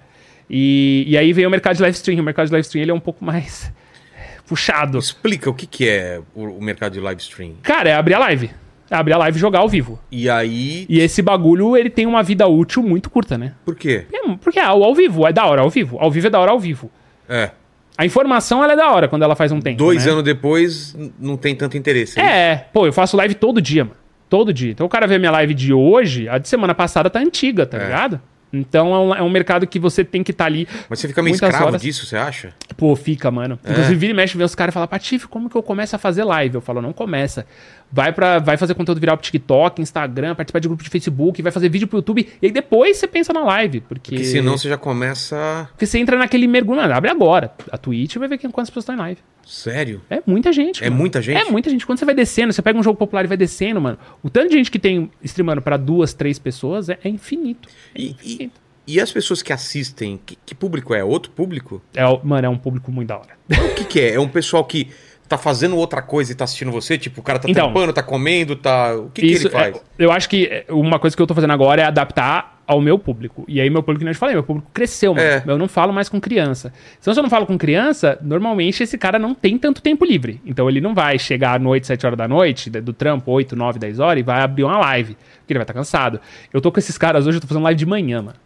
E, e aí vem o mercado de live stream. O mercado de live stream ele é um pouco mais puxado. Explica o que que é o, o mercado de live stream. Cara, é abrir a live. É abrir a live e jogar ao vivo. E aí... E esse bagulho, ele tem uma vida útil muito curta, né? Por quê? É, Porque é ao ao vivo, é da hora ao vivo. Ao vivo é da hora ao vivo. É, A informação, ela é da hora quando ela faz um tempo, dois né? anos depois n- não tem tanto interesse. hein? É, pô, eu faço live todo dia, mano. Todo dia. Então o cara vê minha live de hoje, a de semana passada tá antiga, tá É. ligado? Então é um, é um mercado que você tem que estar ali. Mas você fica meio Muitas escravo horas. disso, É. você acha? Pô, fica, mano. Inclusive, vira e mexe, vê os caras e fala, Patife, como que eu começo a fazer live? Eu falo, não começa. Vai para vai fazer conteúdo viral pro TikTok, Instagram, participar de grupo de Facebook, vai fazer vídeo pro YouTube, e aí depois você pensa na live. Porque, Porque senão você já começa... Porque você entra naquele mergulho, mano, abre agora. A Twitch vai ver quem- quantas pessoas estão em live. Sério? É muita gente. É mano. muita gente? É muita gente. Quando você vai descendo, você pega um jogo popular e vai descendo, mano. O tanto de gente que tem streamando pra duas, três pessoas é, é infinito. É E- e, infinito. e as pessoas que assistem, que, que público é? Outro público? É, o- mano, é um público muito da hora. O que, que é? É um pessoal que tá fazendo outra coisa e tá assistindo você? Tipo, o cara tá Então. tampando, tá comendo, tá. O que, que Isso ele faz? é- eu acho que é, uma coisa que eu tô fazendo agora é adaptar ao meu público. E aí meu público, não te falei, meu público cresceu, mano. É. Eu não falo mais com criança. Então, se eu não falo com criança, normalmente esse cara não tem tanto tempo livre. Então ele não vai chegar à noite, 7 horas da noite, de- do trampo, 8, 9, 10 horas, e vai abrir uma live. Porque ele vai estar cansado. Eu tô com esses caras hoje, eu tô fazendo live de manhã, mano.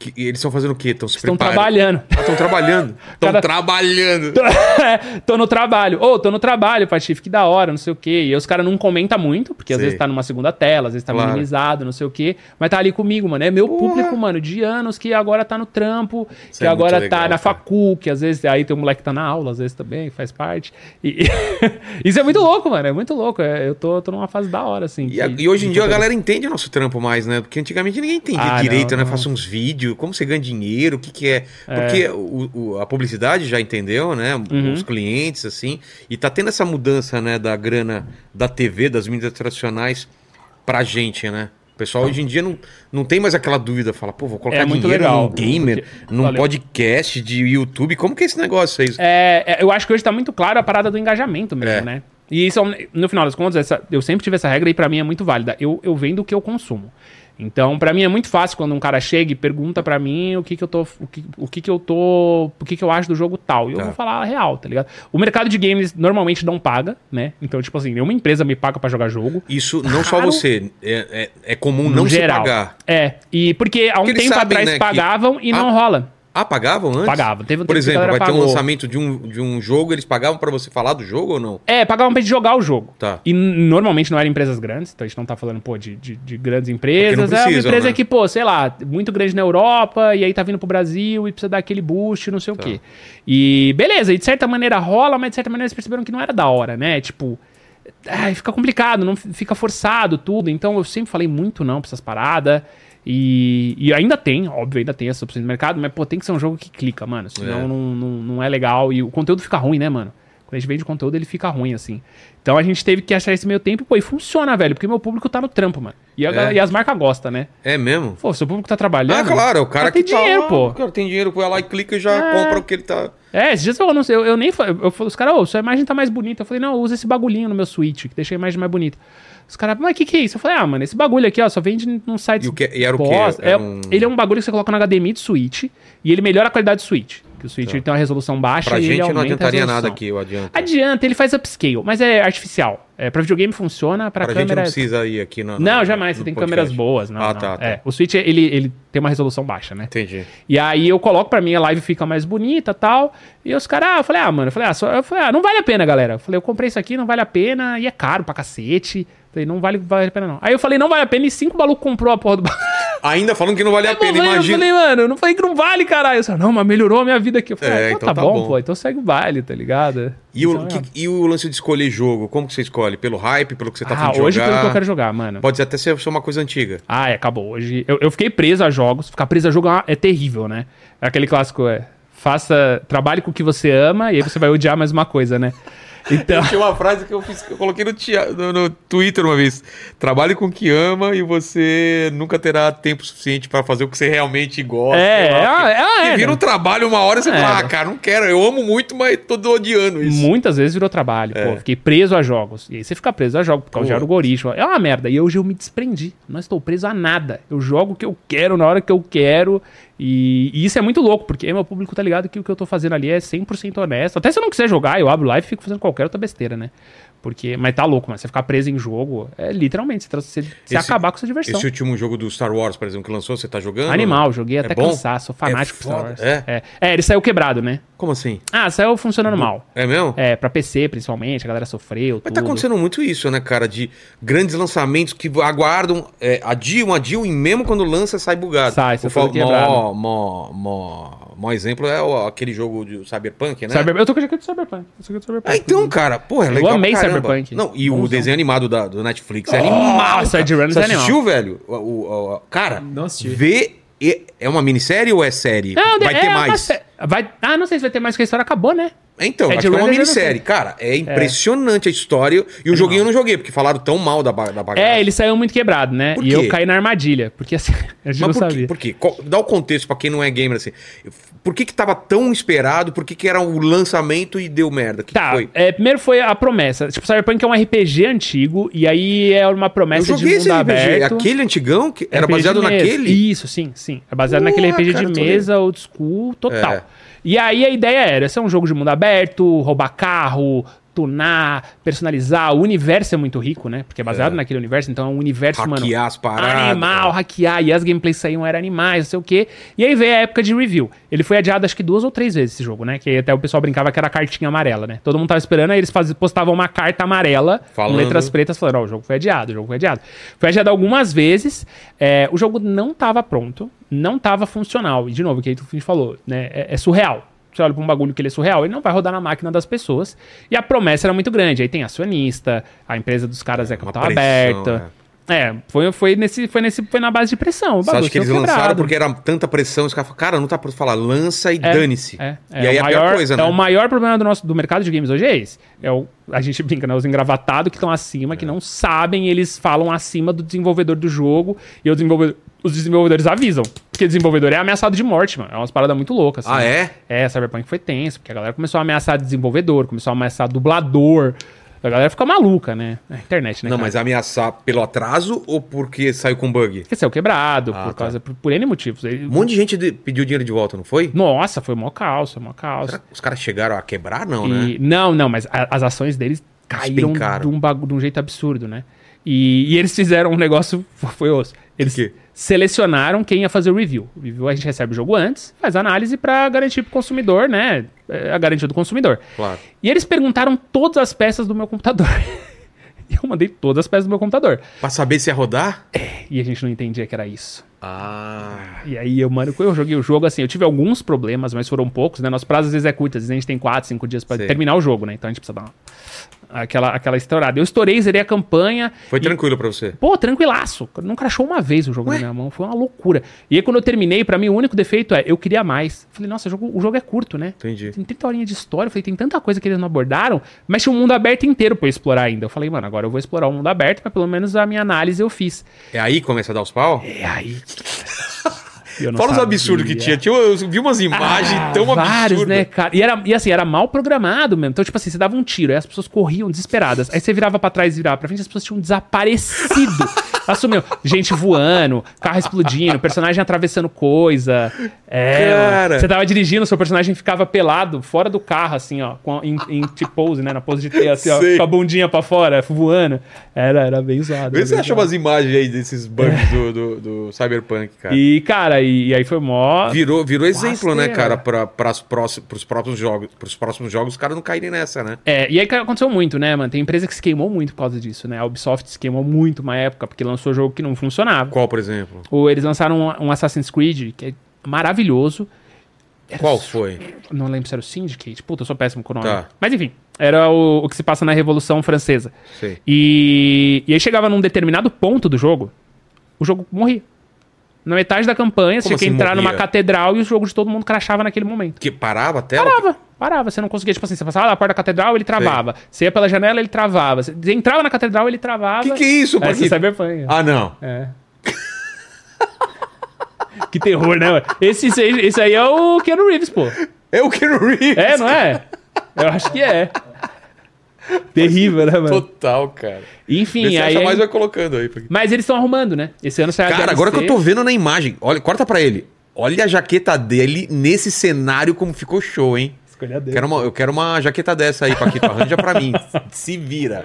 Que- e eles estão fazendo o quê? Estão se Estão preparando? trabalhando. Estão trabalhando. Estão Cada- trabalhando. É, tô no trabalho. Ô, tô no trabalho, Patife, que da hora, não sei o quê. E aí os caras não comentam muito, porque às Sei. vezes tá numa segunda tela, às vezes tá Claro. minimizado, não sei o quê. Mas tá ali comigo, mano. É meu público, mano, de anos, que agora tá no trampo, Isso que é muito agora legal, tá cara. na facu, que às vezes... Aí tem um moleque que tá na aula, às vezes também, faz parte. E- Isso é muito louco, mano, é muito louco. É, eu tô, tô numa fase da hora, assim. E, que- a- e hoje em dia a galera entende o nosso trampo mais, né? Porque antigamente ninguém entendia Ah, direito, não, né? não. Faça uns vídeos, como você ganha dinheiro, o que, que é. Porque o- o- a publicidade já entendeu, né? Uhum. Os clientes, assim. E tá tendo essa mudança, né? Da grana da TV, das mídias tradicionais, pra gente, né? O pessoal hoje em dia não, não tem mais aquela dúvida. Fala, pô, vou colocar Então É muito dinheiro legal, num gamer, num Valeu. podcast de YouTube. Como que é esse negócio aí? É, é, eu acho que hoje tá muito claro a parada do engajamento mesmo, É. né? E isso, é um- no final das contas, essa- eu sempre tive essa regra e pra mim é muito válida. Eu, eu vendo o que eu consumo. Então, pra mim é muito fácil quando um cara chega e pergunta pra mim o que que eu tô, o que, o que que eu tô, o que que eu acho do jogo tal. E eu Tá. vou falar a real, tá ligado? O mercado de games normalmente não paga, né? Então, tipo assim, nenhuma empresa me paga pra jogar jogo. Isso não só Raro. você. É, é, é comum No não geral. se pagar. É, e porque há um Porque eles tempo sabem, atrás né, que- pagavam e Ah. não rola. Ah, pagavam antes? Pagavam. Teve um Por tempo que a exemplo, vai galera ter um pagou. lançamento de um, de um jogo, eles pagavam pra você falar do jogo ou não? É, pagavam pra gente jogar o jogo. Tá. E n- normalmente não eram empresas grandes, então a gente não tá falando, pô, de, de, de grandes empresas. Porque não é uma precisam, empresa né? que, pô, sei lá, muito grande na Europa, e aí tá vindo pro Brasil e precisa dar aquele boost, não Tá. sei o quê. E beleza, e de certa maneira rola, mas de certa maneira eles perceberam que não era da hora, né? Tipo. Ai, fica complicado, não f- fica forçado tudo. Então eu sempre falei muito não pra essas paradas. E, e ainda tem, óbvio, ainda tem essa opção de mercado, mas pô, tem que ser um jogo que clica, mano. Senão É. não, não, não é legal. E o conteúdo fica ruim, né, mano? Quando a gente vende conteúdo, ele fica ruim, assim. Então a gente teve que achar esse meio tempo, pô, e funciona, velho, porque meu público tá no trampo, mano. E, a É. galera- e as marcas gostam, né? É mesmo? Pô, seu público tá trabalhando. Ah, claro, é o cara tá tem que tá dinheiro, lá, pô. O cara tem dinheiro, vai lá e clica e já É. compra o que ele tá. É, esses dias eu não sei, eu, eu nem fa- eu, falei, os caras, ô, sua imagem tá mais bonita. Eu falei, não, usa esse bagulhinho no meu Switch, que deixa a imagem mais bonita. Os caras, mas o que, que é isso? Eu falei, ah, mano, esse bagulho aqui, ó, só vende num site. E o que- e era o quê? bosta. Era É, um- Ele é um bagulho que você coloca no HDMI de Switch e ele melhora a qualidade do Switch. Que o Switch ele tem uma resolução Tá. baixa Pra e ele gente não aumenta a adiantaria nada resolução. aqui, eu adianto. Adianta, ele faz upscale, mas é artificial. É, pra videogame funciona, pra, Pra câmera... gente não precisa ir aqui no. no- Não, jamais, você no tem podcast. câmeras boas. Não, Ah, não. tá, tá. É, o Switch, ele, ele tem uma resolução baixa, né? Entendi. E aí eu coloco pra mim, a live fica mais bonita e tal. E os caras, ah, eu falei, ah, mano, eu falei, ah, só- eu falei, ah, não vale a pena, galera. Eu falei, eu comprei isso aqui, não vale a pena, e é caro pra cacete. Eu Falei, não vale, vale a pena, não. Aí eu falei, não vale a pena, e cinco malucos comprou a porra do bagulho. Ainda falando que não vale a É, pena, Tá Eu imagina. falei, mano, eu não falei que não vale, caralho. Eu falei, não, mas melhorou a minha vida aqui. Eu falei, É, ah, pô, então tá, tá bom, bom. pô, então segue o baile, tá ligado? E o, Então, que- e o lance de escolher jogo? Como que você escolhe? Pelo hype, pelo que você tá ah, afim de hoje jogar? pelo que eu quero jogar, mano. Pode até ser só uma coisa antiga. Ah, é, acabou hoje. Eu, eu fiquei preso a jogos. Ficar preso a jogo é uma- é terrível, né? É aquele clássico, é. Faça. Trabalhe com o que você ama e aí você vai odiar mais uma coisa, né? Então. Tinha uma frase que eu fiz, que eu coloquei no, tia- no- no Twitter uma vez. Trabalhe com o que ama e você nunca terá tempo suficiente pra fazer o que você realmente gosta. É, sei lá, é, é, porque é, vira né? um trabalho uma hora e você É. fala, ah, cara, não quero, eu amo muito, mas tô odiando isso. É. Muitas vezes virou trabalho, pô. eu Fiquei preso a jogos. E aí você fica preso a jogos, por causa de Pô. algoritmo. É uma merda. E hoje eu me desprendi. Não estou preso a nada. Eu jogo o que eu quero, na hora que eu quero. E, e isso é muito louco, porque meu público tá ligado que o que eu tô fazendo ali é 100% honesto. Até se eu não quiser jogar, eu abro live e fico fazendo qualquer outra besteira, né? Porque, mas tá louco, mas você ficar preso em jogo, é literalmente, você, tra- você, você Esse- acabar com essa diversão. Esse último jogo do Star Wars, por exemplo, que lançou, você tá jogando? Animal, joguei É até bom? cansar, sou fanático É por Star foda, Wars. é? É. é, ele saiu quebrado, né? Como assim? Ah, saiu funcionando mal. É mesmo? É, pra PC principalmente, a galera sofreu. Mas tudo. tá acontecendo muito isso, né, cara? De grandes lançamentos que aguardam, é, adiam, adiam, e mesmo quando lança, sai bugado. Sai, sai o fa- tudo quebrado. mó, mó, mó, mó exemplo é o- aquele jogo de Cyberpunk, né? Cyber- Eu tô com a jaqueta do Cyberpunk. Eu tô com a jaqueta do Ah, Cyberpunk. então, cara, porra, é legal. pra amei caramba. Cyberpunk. Não, e o Bonzão. desenho animado da, do Netflix é Nossa, animal. cara. Ed Runners Você é animal. assistiu, velho? O, o- o- cara, Não assisti. vê. e- É uma minissérie ou é série? Não, Vai é ter uma mais. sé- vai... Ah, não sei se vai ter mais, porque a história acabou, né? Então, Ed acho que é uma Runners assim. eu não sei. minissérie. Cara, é impressionante a história. E o joguinho eu não joguei, porque falaram tão mal da, ba- da bagagem. É, ele saiu muito quebrado, né? Por E quê? eu caí na armadilha, porque assim, a gente não Mas por quê? sabia. Por quê? Qual- Dá o contexto pra quem não é gamer assim. Por que que tava tão esperado? Por que que era o lançamento e deu merda? O que Tá, que foi? é, primeiro foi a promessa. Tipo, Cyberpunk é um RPG antigo, e aí é uma promessa de mundo aberto. Aquele antigão que era RPG de baseado mesa. naquele? Isso, sim, sim. É baseado naquele Porra, RPG cara, de tô mesa, old school, total. É. E aí a ideia era ser um jogo de mundo aberto, roubar carro, tunar, personalizar. O universo é muito rico, né? Porque é baseado naquele universo, então é um universo, mano. Hackear as paradas. Animal, hackear, e as gameplays saíam, era animais, não sei o quê. E aí veio a época de review. Ele foi adiado acho que duas ou três vezes esse jogo, né? Que aí até o pessoal brincava que era cartinha amarela, né? Todo mundo tava esperando, aí eles faz- postavam uma carta amarela Falando. com letras pretas falando, ó, o jogo foi adiado, o jogo foi adiado. Foi adiado algumas vezes, é, o jogo não tava pronto, não tava funcional. E de novo, o que a gente falou, né? É, é surreal. Você olha pra um bagulho que ele é surreal, ele não vai rodar na máquina das pessoas. E a promessa era muito grande. Aí tem acionista, a empresa dos caras é capital pressão, aberta. É, foi, foi, nesse, foi, nesse, foi na base de pressão. O Você acha bagulho que eles saiu lançaram quebrado. porque era tanta pressão? Os caras falaram, cara, não tá pra falar, lança e É, dane-se. É, e É aí o a pior maior- coisa, é né? o maior problema do nosso do mercado de games hoje é esse. É o, a gente brinca, né? Os engravatados que estão acima, É. que não sabem, eles falam acima do desenvolvedor do jogo e o desenvolvedor- os desenvolvedores avisam. Porque desenvolvedor é ameaçado de morte, mano. É umas paradas muito loucas. assim. Ah, é? É, Cyberpunk foi tenso, porque a galera começou a ameaçar desenvolvedor, começou a ameaçar dublador. A galera fica maluca, né? É internet, né? Não, cara? mas ameaçar pelo atraso ou porque saiu com bug? Porque saiu quebrado, Ah, por, tá. causa, por, por N motivos. Ele- Um monte de gente de- pediu dinheiro de volta, não foi? Nossa, foi mó caos, foi mó caos. Será que os caras chegaram a quebrar? Não, né? E- Não, não, mas a- as ações deles caíram Despencaram. de um, bagu- de um jeito absurdo, né? E, e eles fizeram um negócio, foi osso. Eles Que quê? selecionaram quem ia fazer o review. O review a gente recebe o jogo antes, faz a análise pra garantir pro consumidor, né? É A garantia do consumidor. Claro. E eles perguntaram todas as peças do meu computador. e eu mandei todas as peças do meu computador. Pra saber se ia rodar? E a gente não entendia que era isso. Ah. E aí, eu, mano, quando eu joguei o jogo, assim, eu tive alguns problemas, mas foram poucos, né? Nosso prazo às vezes é curto, às vezes a gente tem 4, 5 dias pra Sei. terminar o jogo, né? Então a gente precisa dar uma, aquela, aquela estourada. Eu estourei, zerei a campanha. Foi e- tranquilo pra você? Pô, tranquilaço. Não crashou uma vez o jogo na minha mão. Foi uma loucura. E aí, quando eu terminei, pra mim, o único defeito é eu queria mais. Falei, nossa, o jogo, o jogo é curto, né? Entendi. Tem 30 horinhas de história. Eu falei, tem tanta coisa que eles não abordaram, mas tinha um mundo aberto inteiro pra eu explorar ainda. Eu falei, mano, agora eu vou explorar o mundo aberto, mas pelo menos a minha análise eu fiz. É aí que começa a dar os pau? É aí. Eu não Fala os absurdos que tinha. sabia. tinha eu vi umas imagens Ah, tão vários, absurdas. né, cara? E, era, e assim, era mal programado mesmo. Então, tipo assim, você dava um tiro, aí as pessoas corriam desesperadas. Aí você virava pra trás e virava pra frente, as pessoas tinham desaparecido. Assumiu. Gente voando, carro explodindo, personagem atravessando coisa. É, Cara. mano. Você tava dirigindo, seu personagem ficava pelado, fora do carro, assim, ó, com, em, em T-pose, né? Na pose de T, assim, ó, Sei. com a bundinha pra fora, voando. Era, era bem zoado. Vê era se você bem achou zoado. umas imagens aí desses bugs do, do, do Cyberpunk, cara. É. E, cara, e, e aí foi mó. Virou, virou exemplo, né, rasteira. cara, para pros próximos jogos, pros próximos jogos, os caras não caírem nessa, né? É, e aí que aconteceu muito, né, mano? Tem empresa que se queimou muito por causa disso, né? A Ubisoft se queimou muito uma época, porque lançou um jogo que não funcionava. Qual, por exemplo? Ou eles lançaram um, um Assassin's Creed, que é maravilhoso. É Qual foi? Não lembro se era o Syndicate. Puta, eu sou péssimo com o nome. Tá. Mas enfim, era o, o que se passa na Revolução Francesa. Sei. E, e aí chegava num determinado ponto do jogo, o jogo morria. Na metade da campanha, você Como tinha assim que entrar numa morria? catedral e o jogo de todo mundo crachava naquele momento. Que parava a tela? Parava, parava. Você não conseguia, tipo assim, você passava da porta da catedral, ele travava. Você ia pela janela, ele travava. Você entrava na catedral, ele travava. Que que é isso, Aí você Paquito? cyberpunk. Ah, não. É. que terror, né? mano? Esse, esse, aí- esse aí é o Keanu Reeves, pô. É o Ken Reeves. É, não é? Eu acho que é. Terrível, né, mano? Total, cara. Vê Enfim, se aí. é acha mais vai colocando aí. Paquito. Mas eles estão arrumando, né? Esse ano sai a Cara, DLC. agora que eu tô vendo na imagem, olha, corta pra ele. Olha a jaqueta dele nesse cenário como ficou show, hein? Escolha dele. Quero uma- eu quero uma jaqueta dessa aí, Paquito. Arranja pra mim. Se vira.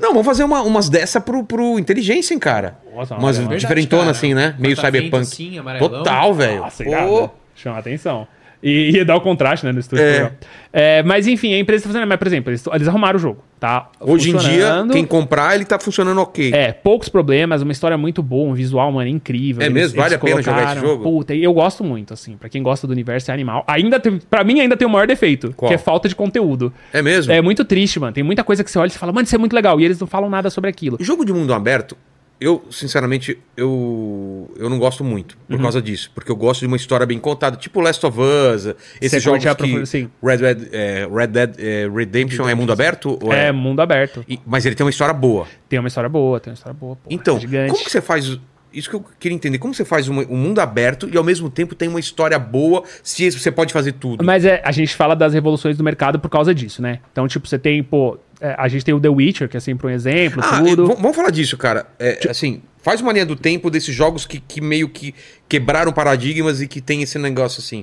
Não, vamos fazer uma- umas dessa pro, pro Inteligência, hein, cara. Nossa, é uma umas amarela. diferentona Verdade, assim, cara. né? Meio Corta-vento, cyberpunk. assim, amarelão. Total, velho. Nossa, Pô. irado, né? Chama atenção. E ia dar o contraste, né, no estúdio. É. legal. É, mas enfim, a empresa tá fazendo. Mas, por exemplo, eles, eles arrumaram o jogo, tá? Hoje em dia, Funcionando. quem comprar, ele tá funcionando ok. É, poucos problemas, uma história muito boa, um visual, mano, incrível. É mesmo? Vale a pena jogar esse colocaram- jogo? Puta, e eu gosto muito, assim. Pra quem gosta do universo, é animal. Ainda tem, pra mim, ainda tem o maior defeito, Qual? que é falta de conteúdo. É, mesmo? É muito triste, mano. Tem muita coisa que você olha e você fala, mano, isso é muito legal. E eles não falam nada sobre aquilo. O jogo de mundo aberto, eu, sinceramente, eu, eu não gosto muito Uhum. por causa disso. Porque eu gosto de uma história bem contada, tipo Last of Us, esses curte jogos a que... profunda- sim. Red, Red, é, Red Dead é, Redemption é mundo aberto? Ou É, mundo aberto. E- mas ele tem uma história boa. Tem uma história boa, tem uma história boa. porra, Então, gigante. como que você faz... Isso que eu queria entender. Como você faz uma- um mundo aberto e, ao mesmo tempo, tem uma história boa, se você pode fazer tudo? Mas é, a gente fala das revoluções do mercado por causa disso, né? Então, tipo, você tem, pô, é, a gente tem o The Witcher, que é sempre um exemplo, Ah, tudo. e v- vamos falar disso, cara. É, assim, faz uma linha do tempo desses jogos que, que meio que quebraram paradigmas e que tem esse negócio assim.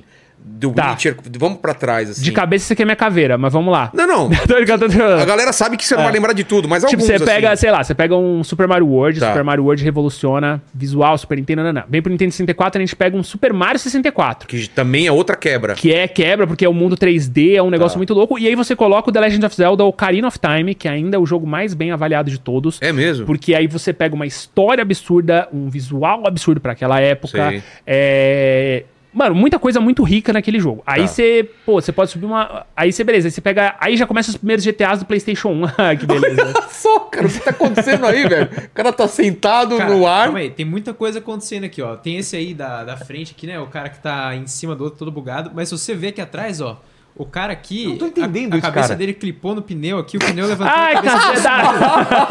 The Tá. Witcher, vamos pra trás, assim. De cabeça você quer minha caveira, mas vamos lá. Não, não. Tô brincando, tô brincando. A galera sabe que você não vai lembrar de tudo, mas Tipo, alguns, você pega, assim, sei lá, você pega um Super Mario World, Tá. Super Mario World revoluciona visual, Super Nintendo, não, não. Vem pro Nintendo 64, a gente pega um Super Mario 64, que também é outra quebra. que é quebra, porque é o mundo 3D, é um Tá. negócio muito louco. E aí você coloca o The Legend of Zelda Ocarina of Time, que ainda é o jogo mais bem avaliado de todos. É mesmo? Porque aí você pega uma história absurda, um visual absurdo pra aquela Sei. época. É... Mano, muita coisa muito rica naquele jogo. Aí Tá. você, pô, você pode subir uma. Aí você, beleza, aí você pega. Aí já começa os primeiros GTAs do PlayStation 1. Ah, que beleza. Só, cara, o que tá acontecendo aí, velho? O cara tá sentado Cara, no ar. Calma aí, tem muita coisa acontecendo aqui, ó. Tem esse aí da, da frente aqui, né? O cara que tá em cima do outro todo bugado. Mas se você vê aqui atrás, ó, o cara aqui. não tô entendendo A, a isso, cabeça cara. dele clipou no pneu aqui, o pneu levantou. a Ai, é cabeça-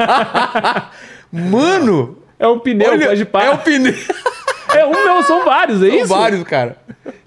caceta! Mano! É um pneu, Olha, pode de é o pneu. É um, não, são vários, é São isso? vários, cara.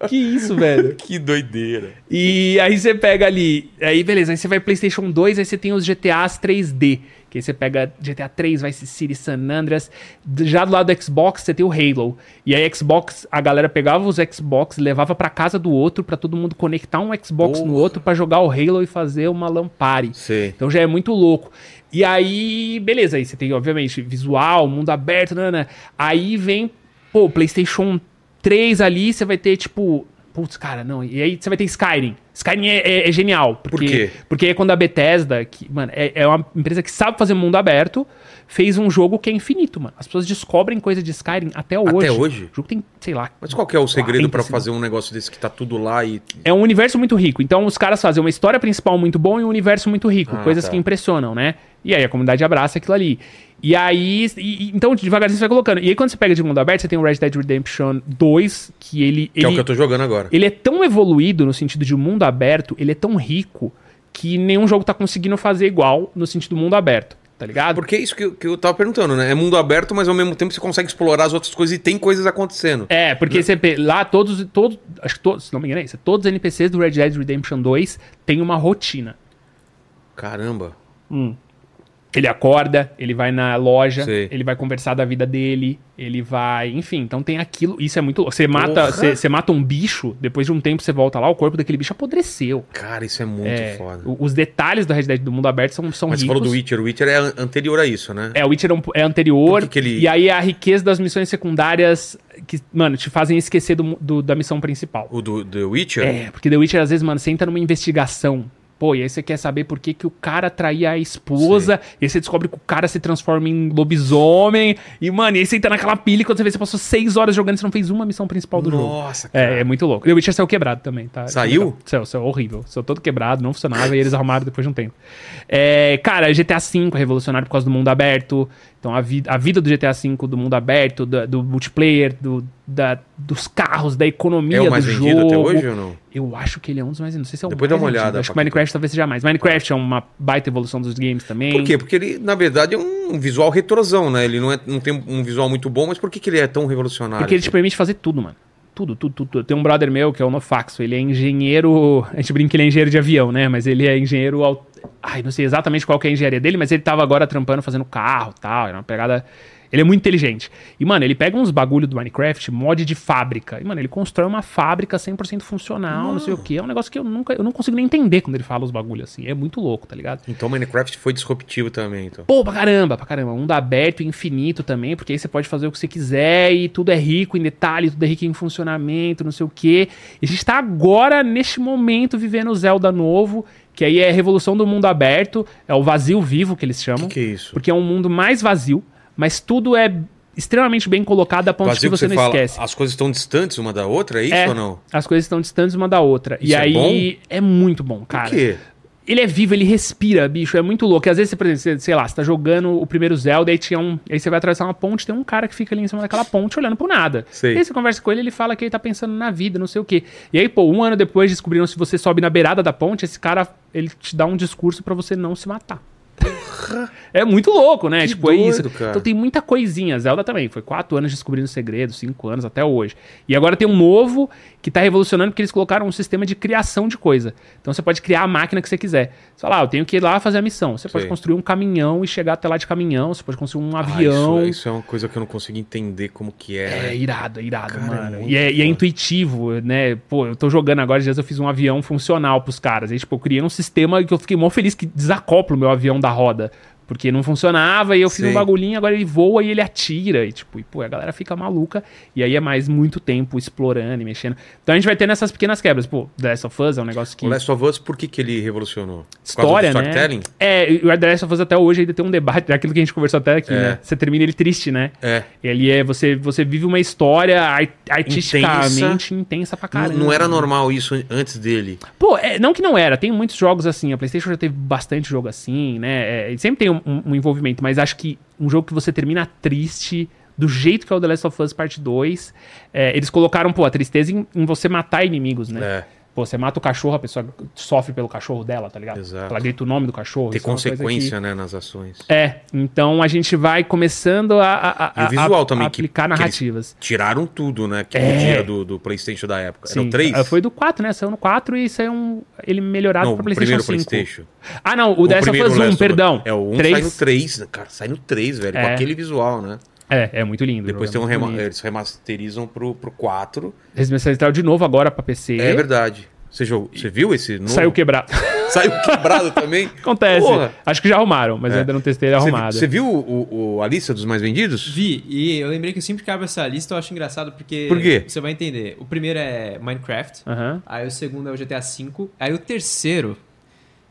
Que isso, velho. Que doideira. E aí você pega ali. Aí beleza, aí você vai PlayStation 2, aí você tem os GTAs 3D. Que aí você pega GTA 3, Vice City, San Andreas. D- Já do lado do Xbox, você tem o Halo. E aí Xbox, a galera pegava os Xbox, levava pra casa do outro, pra todo mundo conectar um Xbox no outro pra jogar o Halo e fazer uma lampare. Sei. Então já é muito louco. E aí, beleza, aí você tem, obviamente, visual, mundo aberto, nanana. Aí vem, pô, PlayStation 3 ali, você vai ter, tipo. Putz, cara, não. E aí você vai ter Skyrim. Skyrim é, é- é genial. Porque, quê? Porque é quando a Bethesda, que, mano, é, é uma empresa que sabe fazer mundo aberto, fez um jogo que é infinito, mano. As pessoas descobrem coisa de Skyrim até hoje. hoje? O jogo tem, sei lá, Mas qual que é o segredo 40 pra segundos. fazer um negócio desse que tá tudo lá e. Ah, é um universo muito rico. Então os caras fazem uma história principal muito bom e um universo muito rico, Ah, coisas tá. que impressionam, né? E aí a comunidade abraça aquilo ali. E aí, e- e- então devagarzinho você vai colocando. E aí quando você pega de mundo aberto, você tem o Red Dead Redemption 2, que ele Que é o ele- que eu tô jogando agora. ele é tão evoluído no sentido de mundo aberto, ele é tão rico que nenhum jogo tá conseguindo fazer igual no sentido mundo aberto, tá ligado? Porque é isso que, eu- que eu tava perguntando, né? É mundo aberto, mas ao mesmo tempo você consegue explorar as outras coisas e tem coisas acontecendo. É, porque você pe- lá todos, todos, acho que todos, se não me engano, é isso, todos os NPCs do Red Dead Redemption 2 têm uma rotina. Caramba. Ele acorda, ele vai na loja, Sei. ele vai conversar da vida dele, ele vai. Enfim, então tem aquilo. Isso é muito. Você mata, você, você mata um bicho, depois de um tempo você volta lá, o corpo daquele bicho apodreceu. Cara, isso é muito É, foda. o- os detalhes do Red Dead do mundo aberto são, são Mas você ricos. falou do Witcher. O Witcher é an- anterior a isso, né? É, o Witcher é, um- é anterior. Por que que ele- E aí é a riqueza das missões secundárias que, mano, te fazem esquecer do mu- do- da missão principal. O do, do Witcher? É, porque The Witcher, às vezes, mano, você entra numa investigação. Pô, e aí você quer saber por que, que o cara traía a esposa, e aí você descobre que o cara se transforma em lobisomem, e, mano, e aí você entra naquela pilha e quando você vê, você passou seis horas jogando e você não fez uma missão principal do jogo. Nossa, cara. É, é muito louco. The Witcher saiu quebrado também, tá? Saiu? Legal. Saiu, saiu horrível. Saiu todo quebrado, não funcionava e eles arrumaram depois de um tempo. É, cara, GTA V é revolucionário por causa do mundo aberto. Então a, vi a vida do GTA V, do mundo aberto, da- do, multiplayer, do, da- dos carros, da economia É o mais do vendido jogo. até hoje ou não? Eu acho que ele é um dos mais. Não sei se é o Depois mais dá uma antigo. olhada, Acho que Paquito. Minecraft talvez seja mais. Minecraft é uma baita evolução dos games também. Por quê? Porque ele, na verdade, é um visual retrosão, né? Ele não, é, não tem um visual muito bom, mas por que, que ele é tão revolucionário? Porque ele te permite fazer tudo, mano. Tudo, tudo, tudo, tudo. Tem um brother meu que é o Nofaxo, ele é engenheiro. A gente brinca que ele é engenheiro de avião, né? Mas ele é engenheiro. au- Ai, não sei exatamente qual que é a engenharia dele, mas ele tava agora trampando, fazendo carro e tal. Era uma pegada. Ele é muito inteligente. E, mano, ele pega uns bagulho do Minecraft, mod de fábrica. E, mano, ele constrói uma fábrica 100% funcional, não sei o quê. É um negócio que eu nunca. Eu não consigo nem entender quando ele fala os bagulhos assim. É muito louco, tá ligado? Então Minecraft foi disruptivo também, então. Pô, pra caramba, pra caramba. Mundo aberto e infinito também, porque aí você pode fazer o que você quiser e tudo é rico em detalhe, tudo é rico em funcionamento, não sei o quê. E a gente tá agora, neste momento, vivendo o Zelda novo, que aí é a revolução do mundo aberto, é o vazio vivo que eles O chamam, que, que é isso? porque é um mundo mais vazio, mas tudo é extremamente bem colocado a ponto de que Vazio que você, não esquece. as coisas estão distantes uma da outra, é isso ou não? As coisas estão distantes uma da outra. e Isso é aí é muito bom, cara Por quê? ele é vivo, ele respira, bicho. É muito louco. E às vezes, você, por exemplo, você, sei lá, você tá jogando o primeiro Zelda e tinha um. Aí você vai atravessar uma ponte, tem um cara que fica ali em cima daquela ponte olhando pro nada. Sei. E aí você conversa com ele, ele fala que ele tá pensando na vida, não sei o quê. E aí, pô, um ano depois descobriram se você sobe na beirada da ponte, esse cara, ele te dá um discurso pra você não se matar. É muito louco, né? Que tipo, é doido, isso. cara. Então tem muita coisinha. Zelda também. Foi quatro anos descobrindo segredos, cinco anos até hoje. E agora tem um novo que tá revolucionando porque eles colocaram um sistema de criação de coisa. Então você pode criar a máquina que você quiser. Você fala, ah, eu tenho que ir lá fazer a missão. Você pode Sim. construir um caminhão e chegar até lá de caminhão. Você pode construir um Ah, isso- avião. isso, é uma coisa que eu não consigo entender como que é. né? É irado, é irado, Cara, é mano. muito e, é, e é foda. intuitivo, né? Pô, eu tô jogando agora, às vezes eu fiz um avião funcional pros caras. Aí, tipo, eu criei um sistema que eu fiquei mó feliz que desacopla o meu avião da roda. Porque não funcionava, e eu fiz Sim. um bagulhinho, agora ele voa e ele atira. E, tipo, e, pô, a galera fica maluca. E aí é mais muito tempo explorando e mexendo. Então a gente vai ter nessas pequenas quebras. Pô, The Last of Us é um negócio que O Last of Us, por que, que ele revolucionou? Por causa do história, né? storytelling? É, e o The Last of Us até hoje ainda tem um debate, daquilo que a gente conversou até aqui, É. né? Você termina ele triste, né? É. Ele é, você, você vive uma história ar- artisticamente intensa, pra Não- caramba. não era normal isso antes dele. Pô, é, não que não era, tem muitos jogos assim, a Playstation já teve bastante jogo assim, né? É, e sempre tem um, um- um envolvimento, mas acho que um jogo que você termina triste, do jeito que é o The Last of Us Parte 2, é, eles colocaram, pô, a tristeza em, em você matar inimigos, né? É. Pô, você mata o cachorro, a pessoa sofre pelo cachorro dela, tá ligado? Exato. Ela grita o nome do cachorro. Ter isso é uma coisa que- consequência, né, nas ações. É, então a gente vai começando a, a, a- E o visual a- também, a que- aplicar que eles- narrativas. Tiraram tudo, né? Que É. podia do, do PlayStation da época. Eram três? ah, Foi do 4, né? Saiu no 4 e saiu um, ele melhorado Não, para o PlayStation primeiro 5. PlayStation. Ah, não, o, dessa primeiro Last foi o 1, of Us. perdão. É, o 1 Três. sai no 3, cara, sai no 3, velho, com É. aquele visual, né? É, é muito lindo. Depois é tem um muito rema- bonito. eles remasterizam pro, pro 4. Eles comercializaram de novo agora pra PC. É verdade. Você, jogou, você viu esse novo? Saiu quebrado. Saiu quebrado também? Acontece. Porra. É. Acho que já arrumaram, mas eu ainda não testei ele Você vi- é arrumado. Você viu o, o- a lista dos mais vendidos? Vi, e eu lembrei que eu sempre que abro essa lista eu acho engraçado porque. Por quê? Você vai entender. O primeiro é Minecraft, Aham. aí o segundo é o GTA V, aí o terceiro,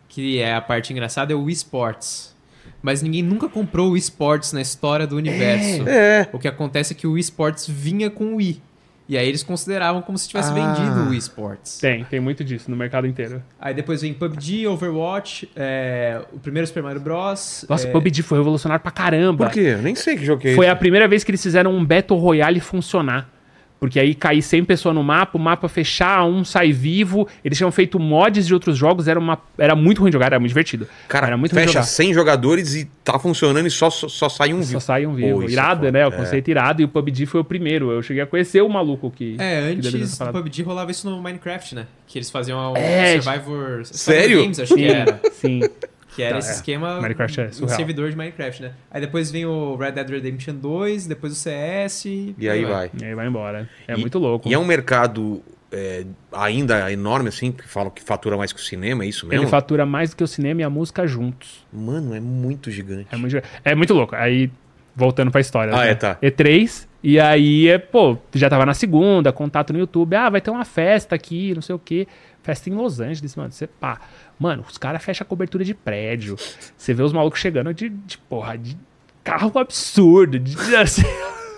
que é a parte engraçada, é o Wii Sports. Mas ninguém nunca comprou o Wii Sports na história do universo. É. O que acontece é que o Wii Sports vinha com o Wii. E aí eles consideravam como se tivesse Ah. vendido o Wii Sports. Tem, tem muito disso no mercado inteiro. Aí depois vem PUBG, Overwatch, é, o primeiro Super Mario Bros. Nossa, é, o PUBG foi revolucionário pra caramba. Por quê? Eu nem sei que jogo que é Foi esse. a primeira vez que eles fizeram um Battle Royale funcionar. Porque aí cair 100 pessoas no mapa, o mapa fechar, um sai vivo. Eles tinham feito mods de outros jogos, era, uma, era muito ruim de jogar, era muito divertido. Cara, era muito ruim de fecha jogar. 100 jogadores e tá funcionando e só, só, só sai um Só vivo. sai um vivo. Pô, isso é irado, foda. né? O É. conceito irado. E o PUBG foi o primeiro. Eu cheguei a conhecer o maluco que. É, que deve ter antes do falado. PUBG rolava isso no Minecraft, né? Que eles faziam um É, Survivor, Survivor sério? Games, acho que era. Sim. Que era Tá, esse é. esquema Minecraft é do surreal. servidor de Minecraft, né? Aí depois vem o Red Dead Redemption 2, depois o CS. E é. aí vai. E aí vai embora. É E- muito louco. E é um mercado é, ainda enorme, assim, porque falam que fatura mais que o cinema, é isso Ele mesmo? fatura mais do que o cinema e a música juntos. Mano, é muito gigante. É muito, é muito louco. Aí, voltando pra história. né? Ah, é, tá. E3. E aí, é, pô, já tava na segunda, contato no YouTube. Ah, vai ter uma festa aqui, não sei o quê. Festa em Los Angeles, mano. Você pá. Mano, os caras fecham a cobertura de prédio. Você vê os malucos chegando de, de porra, de carro absurdo. de- de- assim,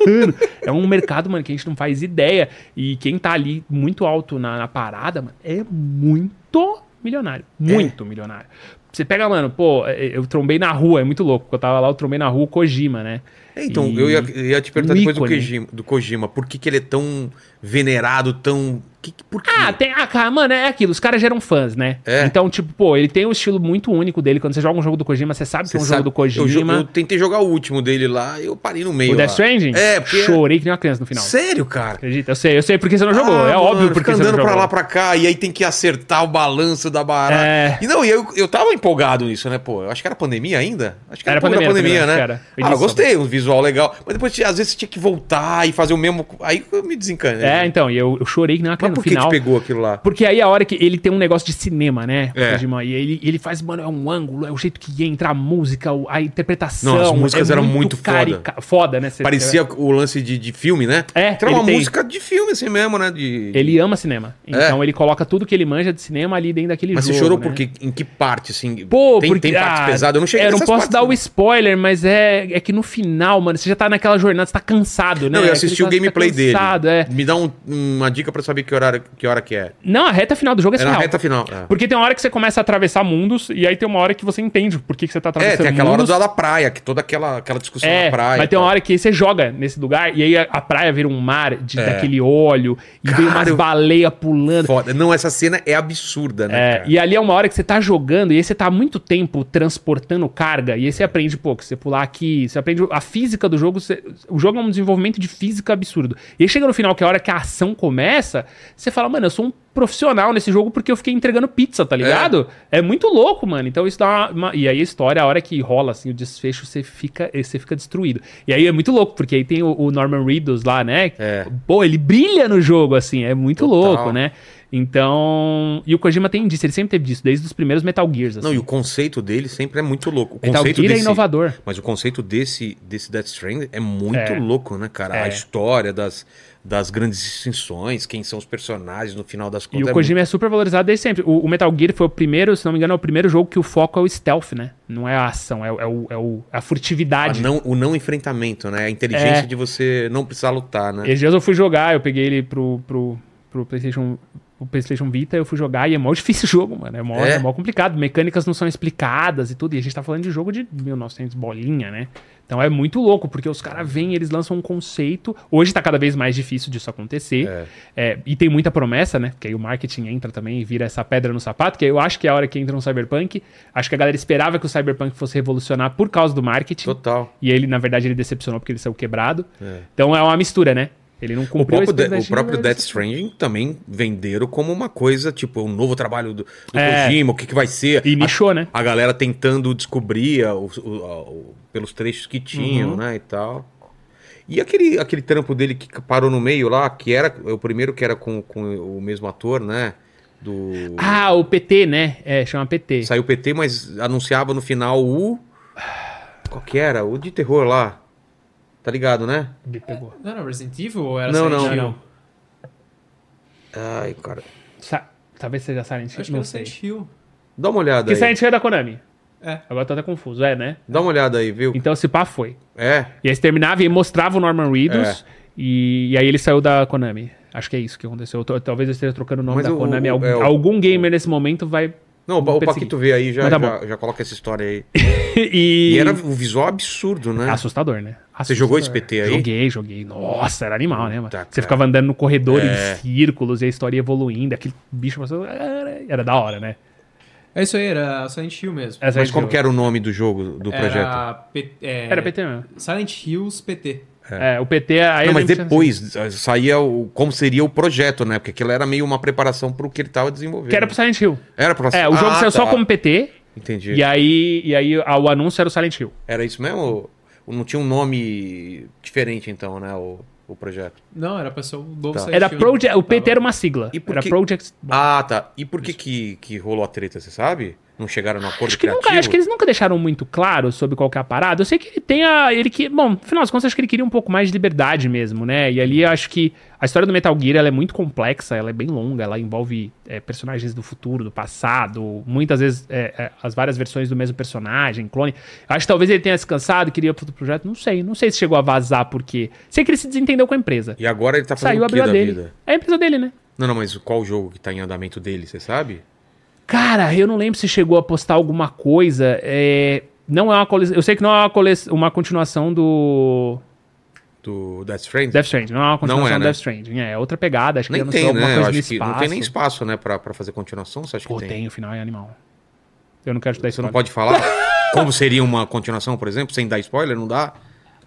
mano, é um mercado, mano, que a gente não faz ideia. E quem tá ali muito alto na, na parada, mano, é muito milionário. É. Muito milionário. Você pega, mano, pô, é- eu trombei na rua, é muito louco. porque Eu tava lá, eu trombei na rua o Kojima, né? É, então, E- eu ia, eu ia te perguntar um depois do ícone. Kojima, do Kojima, por que, que ele é tão venerado, tão. Que, que- por quê? Ah, tem. Ah, cara, mano, é aquilo. Os caras geram fãs, né? Hum. É. Então, tipo, pô, ele tem um estilo muito único dele. Quando você joga um jogo do Kojima, você sabe Você que é um sabe- jogo do Eu, jo- Kojima. eu tentei jogar o último dele lá, eu parei no meio. o Death lá. Stranding? É, porque. Chorei que nem uma criança no final. Sério, cara? Acredita? Eu sei, eu sei porque você não jogou. Ah, é óbvio mano, porque fica você não andando jogou. pra lá pra cá e aí tem que acertar o balanço da barata. É. E não, e eu, eu tava empolgado nisso, né, pô? Eu acho que era pandemia ainda. Acho que era, Era pouco da pandemia, pandemia, era né? pandemia, acho que era. Ah, eu Edição. gostei, um visual legal. Mas depois, tinha- às vezes, você tinha que voltar e fazer o mesmo. Aí eu me desencanei. É, então, e eu, eu chorei que nem uma Mas por criança no que te final. pegou aquilo lá? Porque aí a hora que ele tem um negócio de cinema, né? É. Kojima, E ele, ele faz, mano, é um ângulo, é o jeito que entra a música, o- a interpretação. Não, as músicas é eram muito foda. carica- foda, né? Você- Parecia o lance de, de filme, né? É, Era uma ele tem- música de filme, assim mesmo, né? De... Ele ama cinema. Então ele coloca tudo que ele manja de cinema ali dentro daquele É. Mas jogo. você chorou né? por quê? Em que parte, assim? Pô, tem, porque. tem parte ah, pesada? Eu não cheguei Eu não nessas posso partes, dar não. o spoiler, mas é, é que no final, mano, você já tá naquela jornada, você tá cansado, né? Não, eu É assisti o aquele cara que tá gameplay dele. cansado, é. Me dá um- uma dica pra eu saber que, horário, que hora que é. Não, a reta final do jogo é É na final. reta final. é. Porque tem uma hora que você começa a atravessar mundos, e aí tem uma hora que você entende por que, que você tá É, atravessando tem aquela hora mundos. do, da praia, que toda aquela, aquela discussão É, na praia. mas tem e uma tal. hora que você joga nesse lugar e aí a, a praia vira um mar de, É. daquele óleo e vem Cara, umas eu- baleias pulando. Foda. Não, essa cena é absurda, né? É, cara? e ali é uma hora que você tá jogando e aí você tá muito tempo transportando carga e aí você aprende, pô, que você pular aqui, você aprende a física do jogo, você- o jogo é um desenvolvimento de física absurdo. E aí chega no final, que é a hora que a ação começa, você fala, mano, eu sou um profissional nesse jogo porque eu fiquei entregando pizza, tá ligado? É, muito louco, mano. Então isso dá uma, uma- E aí a história, a hora que rola, assim, o desfecho, você fica, você fica destruído. E aí é muito louco, porque aí tem o, o Norman Reedus lá, né? É. Pô, ele brilha no jogo, assim, é muito Total. louco, né? Então. E o Kojima tem disso, ele sempre teve disso, desde os primeiros Metal Gears. Assim. Não, e o conceito dele sempre é muito louco. O Metal conceito Gear é desse- inovador. Mas o conceito desse, desse Death Stranding é muito É. louco, né, cara? A É. história das, das grandes distinções, quem são os personagens no final das E contas. o é Kojima é super valorizado desde sempre. O, o Metal Gear foi o primeiro, se não me engano, é o primeiro jogo que o foco é o stealth, né? Não é a ação, é, o- é o, é o- a muito- furtividade. a não, o não enfrentamento, né? A inteligência É. de você não precisar lutar, né? Esses dias eu fui jogar, eu peguei ele pro, pro, pro PlayStation. O PlayStation Vita, eu fui jogar e é mó difícil o jogo, mano. É mó, É? é mó complicado. Mecânicas não são explicadas e tudo. E a gente tá falando de jogo de 1900 bolinha, né? Então é muito louco, porque os caras vêm, eles lançam um conceito. Hoje tá cada vez mais difícil disso acontecer. É. É, e tem muita promessa, né? Porque aí o marketing entra também e vira essa pedra no sapato, que eu acho que é a hora que entra no Cyberpunk. Acho que a galera esperava que o Cyberpunk fosse revolucionar por causa do marketing. Total. E ele, na verdade, ele decepcionou porque ele saiu quebrado. É. Então é uma mistura, né? Ele não O cumpriu a próprio, de- o expectativa, próprio ele Death se- Stranding também venderam como uma coisa, tipo, um novo trabalho do, do É. Kojima, o que, que vai ser. E A- nichou, né? a, galera tentando descobrir a- o- o- a- o- pelos trechos que tinham, Uhum. né, e tal. E aquele, aquele trampo dele que parou no meio lá, que era o primeiro que era com, com o mesmo ator, né, do... Ah, o PT, né? É, chama PT. Saiu o PT, mas anunciava no final o... Qual que era? O de terror lá. Tá ligado, né? Me pegou. Não era Resident Evil ou era Não, Silent não. Hill? Não. Ai, cara. Sa- Talvez seja Silent Hill. Acho que não era sei. Silent Hill. Dá uma olhada Porque aí. Silent Hill é da Konami. É. Agora eu tô até confuso. É, né? Dá uma olhada aí, viu? Então se pá foi. É. E aí você terminava e aí mostrava o Norman Reedus. E, e aí ele saiu da Konami. Acho que é isso que aconteceu. Eu tô- talvez eu esteja trocando o nome Mas da o- Konami. o- Algum, é o- algum gamer nesse momento vai. Não, o perseguir. Paquito vê aí, já, Mas tá já, já coloca essa história aí. e... E era um visual absurdo, né? Assustador, né? Você jogou esse PT aí? Joguei, joguei. Nossa, era animal, né, mano? Puta, você cara. ficava andando no corredor É. em círculos e a história ia evoluindo, aquele bicho passando. Era, era da hora, né? É isso aí, era Silent Hill mesmo. Essa Mas gente- como que era o nome do jogo, do projeto? Era, P- é, Era PT mesmo. Silent Hills PT. É. o PT aí. Não, eu mas lembro que tinha- depois eh, saía o, como seria o projeto, né? Porque aquilo era meio uma preparação pro que ele tava desenvolvendo. Que era pro Silent Hill. Era pro É, o jogo Ah, saiu só tá. como PT. Entendi. E aí, e aí a- o anúncio era o Silent Hill. Era isso mesmo? Ou Não tinha um nome diferente, então, né? O, o projeto. Não, era pra ser o novo Tá. Silent Era Hill. né? Tá Project, o PT Tava- era uma sigla. E por era que- Project. Ah, tá. E por que que, que rolou a treta, você sabe? Não chegaram no acordo Acho que, criativo? nunca, acho que eles nunca deixaram muito claro sobre qual que é a parada. Eu sei que ele tem a. Ele que, bom, no final das contas, acho que ele queria um pouco mais de liberdade mesmo, né? E ali eu acho que a história do Metal Gear ela é muito complexa, ela é bem longa, ela envolve é, personagens do futuro, do passado, muitas vezes é, é, as várias versões do mesmo personagem, clone. Acho que talvez ele tenha se cansado, queria outro projeto, não sei. Não sei se chegou a vazar porque. Sei que ele se desentendeu com a empresa. E agora ele tá fazendo Saiu, o quê abriu a da dele. vida? É a empresa dele, né? Não, não, mas qual jogo que tá em andamento dele, você sabe? Cara, eu não lembro se chegou a postar alguma coisa. é, Não é uma coleção. Eu sei que não é uma, cole... uma continuação do Do Death Stranding? Death Stranding. Não é uma continuação Não é, do né? Death Stranding. É outra pegada. Acho que Nem ele tem, anunciou né? Eu alguma coisa acho no que espaço. não tem nem espaço, né? Pra, pra fazer continuação, você acha Pô, que tem. tem? o final é animal. Eu não quero te dar Você não pode spoiler. falar como seria uma continuação, por exemplo, sem dar spoiler, não dá?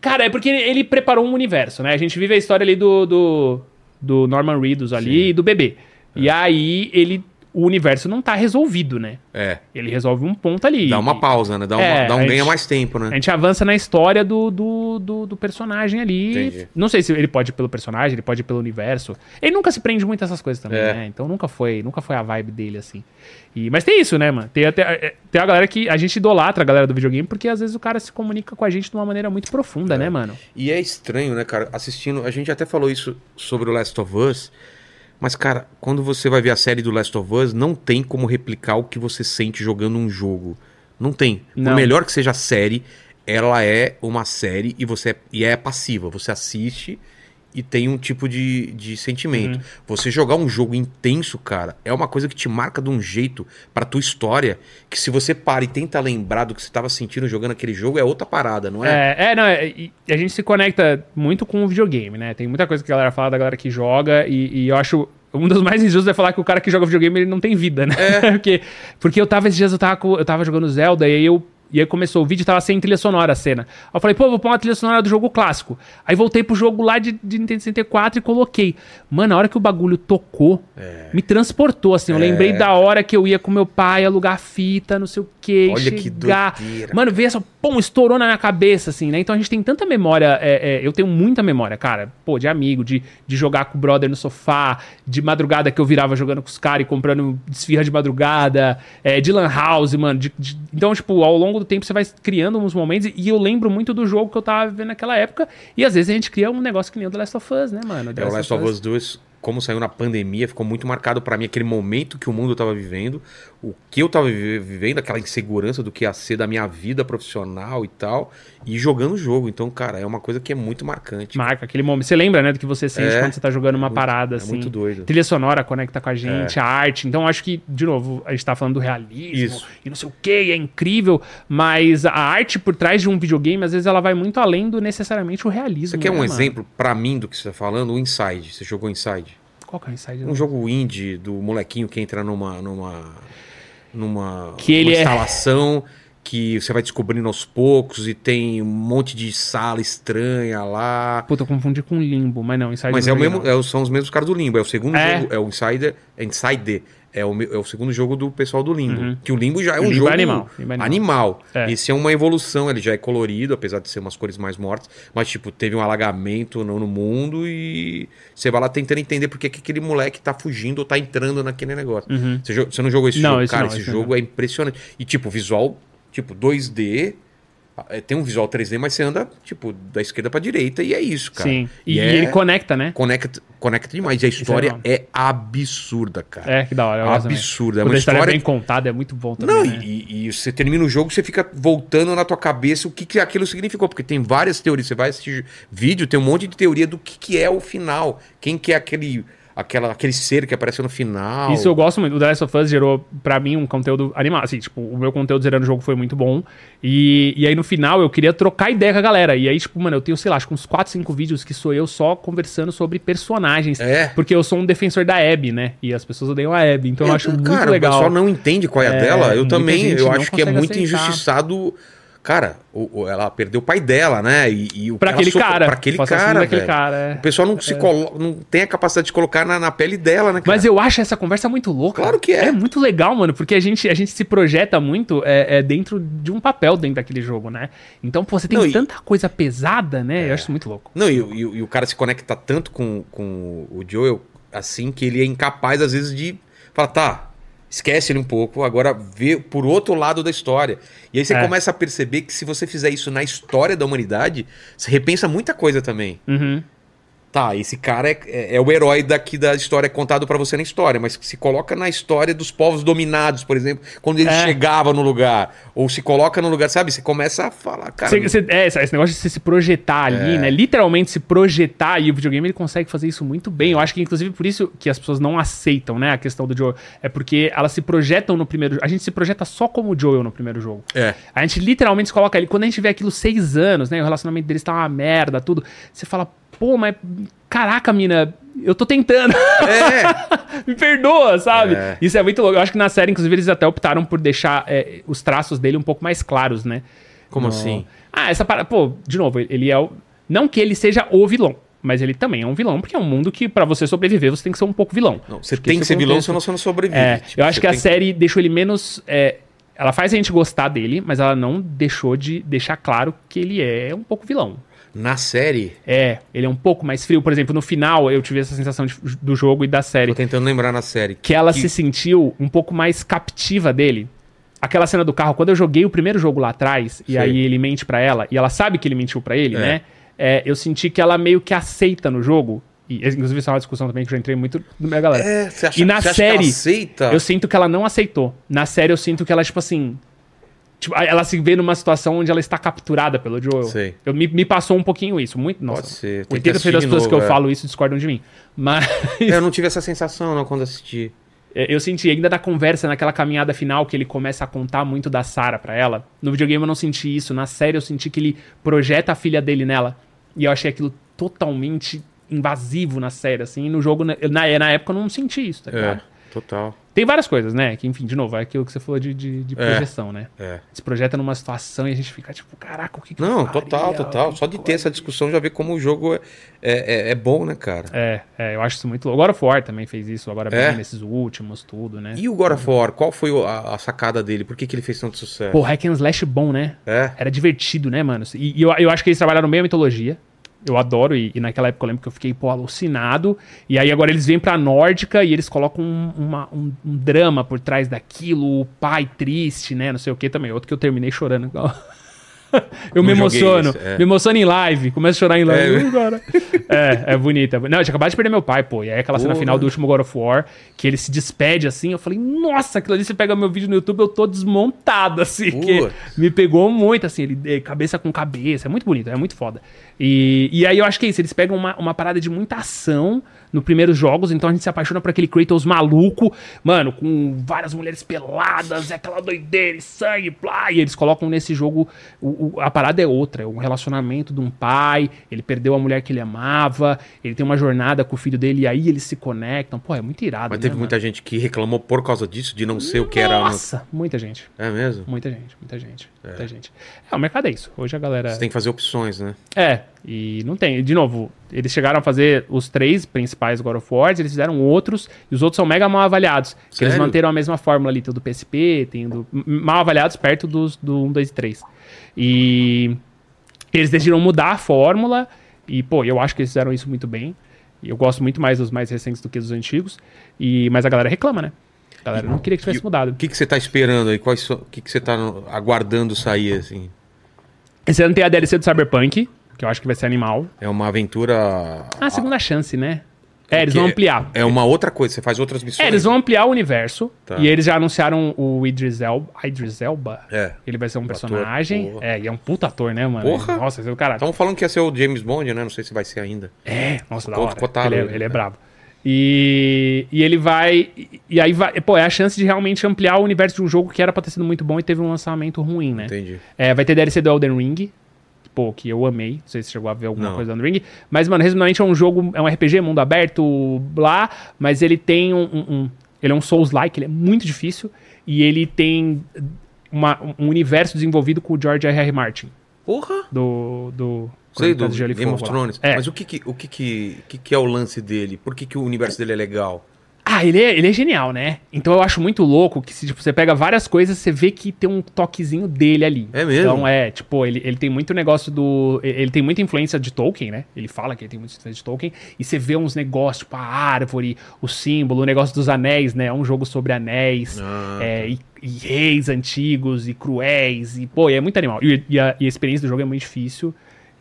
Cara, é porque ele, ele preparou um universo, né? A gente vive a história ali do, do, do Norman Reedus ali e do bebê. E aí ele. O universo não tá resolvido, né? É, Ele resolve um ponto ali. dá uma E- pausa, né? Dá, uma- É, dá um a ganha gente- mais tempo, A né? gente avança na história do, do, do, do personagem ali. Entendi. Não sei se ele pode ir pelo personagem, ele pode ir pelo universo. Ele nunca se prende muito a essas coisas também, É. né? Então nunca foi, nunca foi a vibe dele, assim. E, mas tem isso, né, mano? Tem, até, é, tem a galera que. A gente idolatra a galera do videogame, porque às vezes o cara se comunica com a gente de uma maneira muito profunda, né, mano? E é estranho, né, cara? Assistindo, a gente até falou isso sobre o Last of Us, mas, cara, quando você vai ver a série do Last of Us, não tem como replicar o que você sente jogando um jogo. Não tem. Não. Por melhor que seja a série, ela é uma série e você é, e é passiva. Você assiste e tem um tipo de, de sentimento. Você jogar um jogo intenso, cara, é uma coisa que te marca de um jeito pra tua história que se você para e tenta lembrar do que você tava sentindo jogando aquele jogo, é outra parada, não é? É, é, não, é, e a gente se conecta muito com o videogame, né? Tem muita coisa que a galera fala da galera que joga, e, e eu acho. Um dos mais injustos é falar que o cara que joga videogame ele não tem vida, né? É. porque, porque eu tava esses dias, eu tava, com- eu tava jogando Zelda e aí eu. E aí começou o vídeo, tava sem trilha sonora a cena. Aí eu falei, pô, vou pôr uma trilha sonora do jogo clássico. Aí voltei pro jogo lá de, de Nintendo 64 e coloquei. Mano, a hora que o bagulho tocou, É. me transportou, assim. Eu lembrei da hora que eu ia com meu pai alugar fita, não sei o quê. e Olha que chegar. doideira, Mano, veio essa. Pum, estourou na minha cabeça, assim, né? Então a gente tem tanta memória. é, é, eu tenho muita memória, cara. Pô, de amigo, de, de jogar com o brother no sofá, de madrugada que eu virava jogando com os caras e comprando desfirra de madrugada, é, de Lan House, mano. de- de- então, tipo, ao longo do tempo você vai criando uns momentos. E, e eu lembro muito do jogo que eu tava vivendo naquela época. E às vezes a gente cria um negócio que nem o The Last of Us, né, mano? The É, o Last of Us 2, como saiu na pandemia, ficou muito marcado pra mim aquele momento que o mundo tava vivendo, o que eu tava vive- vivendo, aquela insegurança do que ia ser da minha vida profissional e tal, e jogando o jogo. Então, cara, é uma coisa que é muito marcante. Marca aquele momento. Você lembra, né, do que você sente É. quando você tá jogando uma Muito- é parada, assim. muito doido. Trilha sonora conecta com a gente, É. a arte. Então, acho que, de novo, a gente tá falando do realismo Isso. e não sei o que, é incrível. Mas a arte por trás de um videogame, às vezes, ela vai muito além do necessariamente o realismo. Você quer né, um mano? exemplo, pra mim, do que você tá falando? O Inside. Você jogou Inside? Qual que é o insight? Um jogo indie do molequinho que entra numa numa numa, Que ele numa é- instalação que você vai descobrindo aos poucos e tem um monte de sala estranha lá. Puta, eu confundi com limbo, mas não, Inside Mas não é o joguei, mesmo, não. é o- são os mesmos caras do Limbo. É o segundo É. jogo, é o Insider, é Inside, é o, me- é o segundo jogo do pessoal do Limbo. Uhum. Que o Limbo já é O um Limbo é jogo animal, Limbo é animal. animal. É. Esse é uma evolução, ele já é colorido, apesar de ser umas cores mais mortas, mas tipo, teve um alagamento no, no mundo e você vai lá tentando entender porque que aquele moleque tá fugindo ou tá entrando naquele negócio. Uhum. Você, jo- você não jogou esse Não, jogo? esse Cara, não, esse esse jogo é impressionante. E tipo, visual, tipo, 2D... é, Tem um visual 3D, mas você anda, tipo, da esquerda pra direita e é isso, cara. Sim. E, é- e ele conecta, né? conecta, conecta demais. E a história legal. é, absurda, cara. É, que da hora. eu gosto também. absurda. É Quando uma a história é história. bem contada, é muito bom também. Não, né? e, e você termina o jogo, você fica voltando na tua cabeça o que, que aquilo significou. Porque tem várias teorias. Você vai assistir vídeo, tem um monte de teoria do que, que é o final. Quem que é aquele, aquela, aquele ser que apareceu no final. Isso eu gosto muito. O The Last of Us gerou pra mim um conteúdo animal. Assim, tipo, o meu conteúdo zerando o jogo foi muito bom. E, e aí no final eu queria trocar ideia com a galera. E aí, tipo, mano, eu tenho, sei lá, acho que uns 4, 5 vídeos que sou eu só conversando sobre personagens. É. Porque eu sou um defensor da Abby, né? E as pessoas odeiam a Abby. Então eu acho muito É, cara, o legal. pessoal não entende qual é a É, dela. Eu muita também, gente eu não acho que é consegue muito aceitar. injustiçado. Cara, o- o- ela perdeu o pai dela, né? E, e o Pra ela aquele sofreu- cara. Pra aquele Foi assassino cara, daquele velho. cara, é. O pessoal não, se colo- não tem a capacidade de colocar na, na pele dela, né, cara? Mas eu acho essa conversa muito louca. Claro que é. É muito legal, mano, porque a gente, a gente se projeta muito é, é, dentro de um papel dentro daquele jogo, né? Então, pô, você tem Não, e- É. tanta coisa pesada, né? Eu acho isso muito louco. Não, e, o- e o- e o cara se conecta tanto com, com o Joel, assim, que ele é incapaz, às vezes, de falar, tá, esquece ele um pouco, agora vê por outro lado da história. E aí você É. começa a perceber que se você fizer isso na história da humanidade, você repensa muita coisa também. Uhum. Tá, esse cara é, é- é o herói daqui da história, é contado pra você na história, mas se coloca na história dos povos dominados, por exemplo, quando ele É. chegava no lugar, ou se coloca no lugar, sabe? Você começa a falar, cara... É. Cê- cê- é, esse esse negócio de você se projetar ali, né? Literalmente se projetar, e o videogame ele consegue fazer isso muito É. bem. Eu acho que, inclusive, por isso que as pessoas não aceitam, né, a questão do Joel. É porque elas se projetam no primeiro A gente se projeta só como o Joel no primeiro jogo. É. A gente literalmente se coloca ali. Quando a gente vê aquilo seis anos, né? O relacionamento deles tá uma merda, tudo. Você fala, pô, mas. Caraca, mina, eu tô tentando. É, Me perdoa, sabe? É. Isso é muito louco. Eu acho que na série, inclusive, eles até optaram por deixar é, os traços dele um pouco mais claros, né? Como No- assim? Ah, essa parada. Pô, de novo, ele é o. Não que ele seja o vilão, mas ele também é um vilão, porque é um mundo que, pra você sobreviver, você tem que ser um pouco vilão. Não, você Porque tem que esse ser é o vilão, contexto. senão você não sobrevive. É, Tipo, eu acho você que a tem série deixou ele menos. é, ela faz a gente gostar dele, mas ela não deixou de deixar claro que ele é um pouco vilão. Na série, É, ele é um pouco mais frio. Por exemplo, no final eu tive essa sensação de- do jogo e da série. tô tentando lembrar na série. Que ela Que- se sentiu um pouco mais captiva dele. Aquela cena do carro, quando eu joguei o primeiro jogo lá atrás, e Sei. aí ele mente pra ela, e ela sabe que ele mentiu pra ele, É. né? É, eu senti que ela meio que aceita no jogo. E, inclusive, isso é uma discussão também que eu já entrei muito na minha galera. É, você acha, E na você acha que série, ela aceita? Eu sinto que ela não aceitou. Na série, eu sinto que ela, tipo assim. tipo, ela se vê numa situação onde ela está capturada pelo Joel. Sei. Eu, me, me passou um pouquinho isso. Muito, nossa, Pode ser, tem que 80% das assistir pessoas de que eu novo, é. falo isso discordam de mim. Mas É, Eu não tive essa sensação não, quando assisti. é, eu senti ainda da conversa, naquela caminhada final que ele começa a contar muito da Sarah pra ela. No videogame eu não senti isso. Na série eu senti que ele projeta a filha dele nela. E eu achei aquilo totalmente invasivo na série, assim. E no jogo, na, na, na época eu não senti isso, tá ligado? É, total. Tem várias coisas, né? Que, enfim, de novo, é aquilo que você falou de, de, de projeção, né? É. Se projeta numa situação e a gente fica tipo, caraca, o que que eu Não, faria? total, total. Só de ter essa discussão já vê como o jogo é, é, é- é bom, né, cara? É, é, eu acho isso muito louco. Agora o War também fez isso, agora É? bem nesses últimos, tudo, né? E o God of War, qual foi o- a, a sacada dele? Por que, que ele fez tanto sucesso? Pô, hack and slash bom, né? É, Era divertido, né, mano? E, e eu, eu acho que eles trabalharam bem a mitologia. Eu adoro, e, e naquela época eu lembro que eu fiquei, pô, alucinado. E aí agora eles vêm pra Nórdica e eles colocam um, uma- um- um drama por trás daquilo, o pai triste, né? Não sei o que também. Outro que eu terminei chorando. igual. eu me Não joguei emociono. esse, é. Me emociono em live. Começo a chorar em live. É. Uh, cara. É, é bonita. Não, eu tinha acabado de perder meu pai, pô. E aí aquela cena Porra. final do último God of War, que ele se despede assim, eu falei, nossa, aquilo ali você pega meu vídeo no YouTube, eu tô desmontado, assim. Que Putz. me pegou muito, assim, ele eh, cabeça com cabeça. É muito bonito, é muito foda. E, e aí eu acho que é isso, eles pegam uma, uma parada de muita ação no primeiros jogos, então a gente se apaixona por aquele Kratos maluco, mano, com várias mulheres peladas, é aquela doideira, e sangue, blá, e eles colocam nesse jogo, o- o- a parada é outra, é o relacionamento de um pai, ele perdeu a mulher que ele amava, ele tem uma jornada com o filho dele, e aí eles se conectam, pô, é muito irado, mas né, teve mano? muita gente que reclamou por causa disso, de não ser o que era... antes. Nossa, muita gente. É mesmo? Muita gente, muita gente, muita gente. É, o mercado é isso. Hoje a galera. Você tem que fazer opções, né? É, e não tem. De novo, eles chegaram a fazer os três principais God of Wars, eles fizeram outros, e os outros são mega mal avaliados. Porque eles Sério? manteram a mesma fórmula ali, tem o do PSP, tem o do. m- mal avaliados perto dos do 1, 2 e 3. E eles decidiram mudar a fórmula, e, pô, eu acho que eles fizeram isso muito bem. E eu gosto muito mais dos mais recentes do que dos antigos. E, mas a galera reclama, né? A galera não queria que tivesse e- mudado. O que, que você tá esperando aí? Quais so- O que, que você tá no- aguardando sair, assim? Esse ano tem a DLC do Cyberpunk, que eu acho que vai ser animal. É uma aventura. Ah, segunda chance, né? É, eles que vão ampliar. É uma outra coisa, você faz outras missões. É, eles vão ampliar o universo. Tá. E eles já anunciaram o Idris Elba. Idris Elba? É. Ele vai ser um ator, personagem. porra. é, e é um puta ator, né, mano? Porra. Então, Nossa, esse é o cara. Estão falando que ia ser o James Bond, né? Não sei se vai ser ainda. É, nossa, da Conto hora. cotado, ele, né? é, ele é brabo. E, e ele vai. e- E aí vai. Pô, é a chance de realmente ampliar o universo de um jogo que era pra ter sido muito bom e teve um lançamento ruim, né? Entendi. É, vai ter DLC do Elden Ring. Pô, que eu amei. Não sei se você chegou a ver alguma Não. coisa do Elden Ring. Mas, mano, resumidamente é um jogo, é um RPG, mundo aberto, blá. Mas ele tem um. um- um- ele é um Souls-like, ele é muito difícil. E ele tem uma- um universo desenvolvido com o George R.R. Martin, Porra! do... do Sei do Crônicas tá de Gelo e Game of Fogo lá. Thrones. É. Mas o que que, o que, que, que que é o lance dele? Por que, que o universo dele é legal? Ah, ele é, ele é genial, né? Então eu acho muito louco que se tipo, você pega várias coisas, você vê que tem um toquezinho dele ali. É mesmo? Então é, tipo, ele, ele tem muito negócio do. Ele ele tem muita influência de Tolkien, né? Ele fala que ele tem muita influência de Tolkien. E você vê uns negócios, tipo, a árvore, o símbolo, o negócio dos anéis, né? É um jogo sobre anéis. Ah, é, e, e reis antigos e cruéis. E, pô, é muito animal. E, e a, e a experiência do jogo é muito difícil.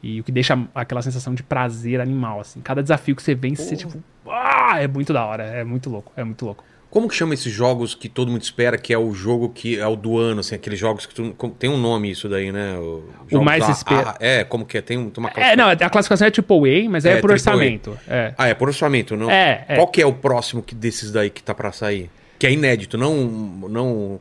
E o que deixa aquela sensação de prazer animal, assim. Cada desafio que você vence, você, tipo. Ah, é muito da hora. É muito louco. É muito louco. Como que chama esses jogos que todo mundo espera que é o jogo que é o do ano, assim, aqueles jogos que tu, com- tem um nome isso daí, né? O, jogos mais A- espera- A- é, como que é? Tem, um- tem uma É, não, a classificação é AAA, mas é, É, por AAA. orçamento. É. Ah, é por orçamento, não? É, é. Qual que é o próximo que desses daí que tá pra sair? Que é inédito, não não um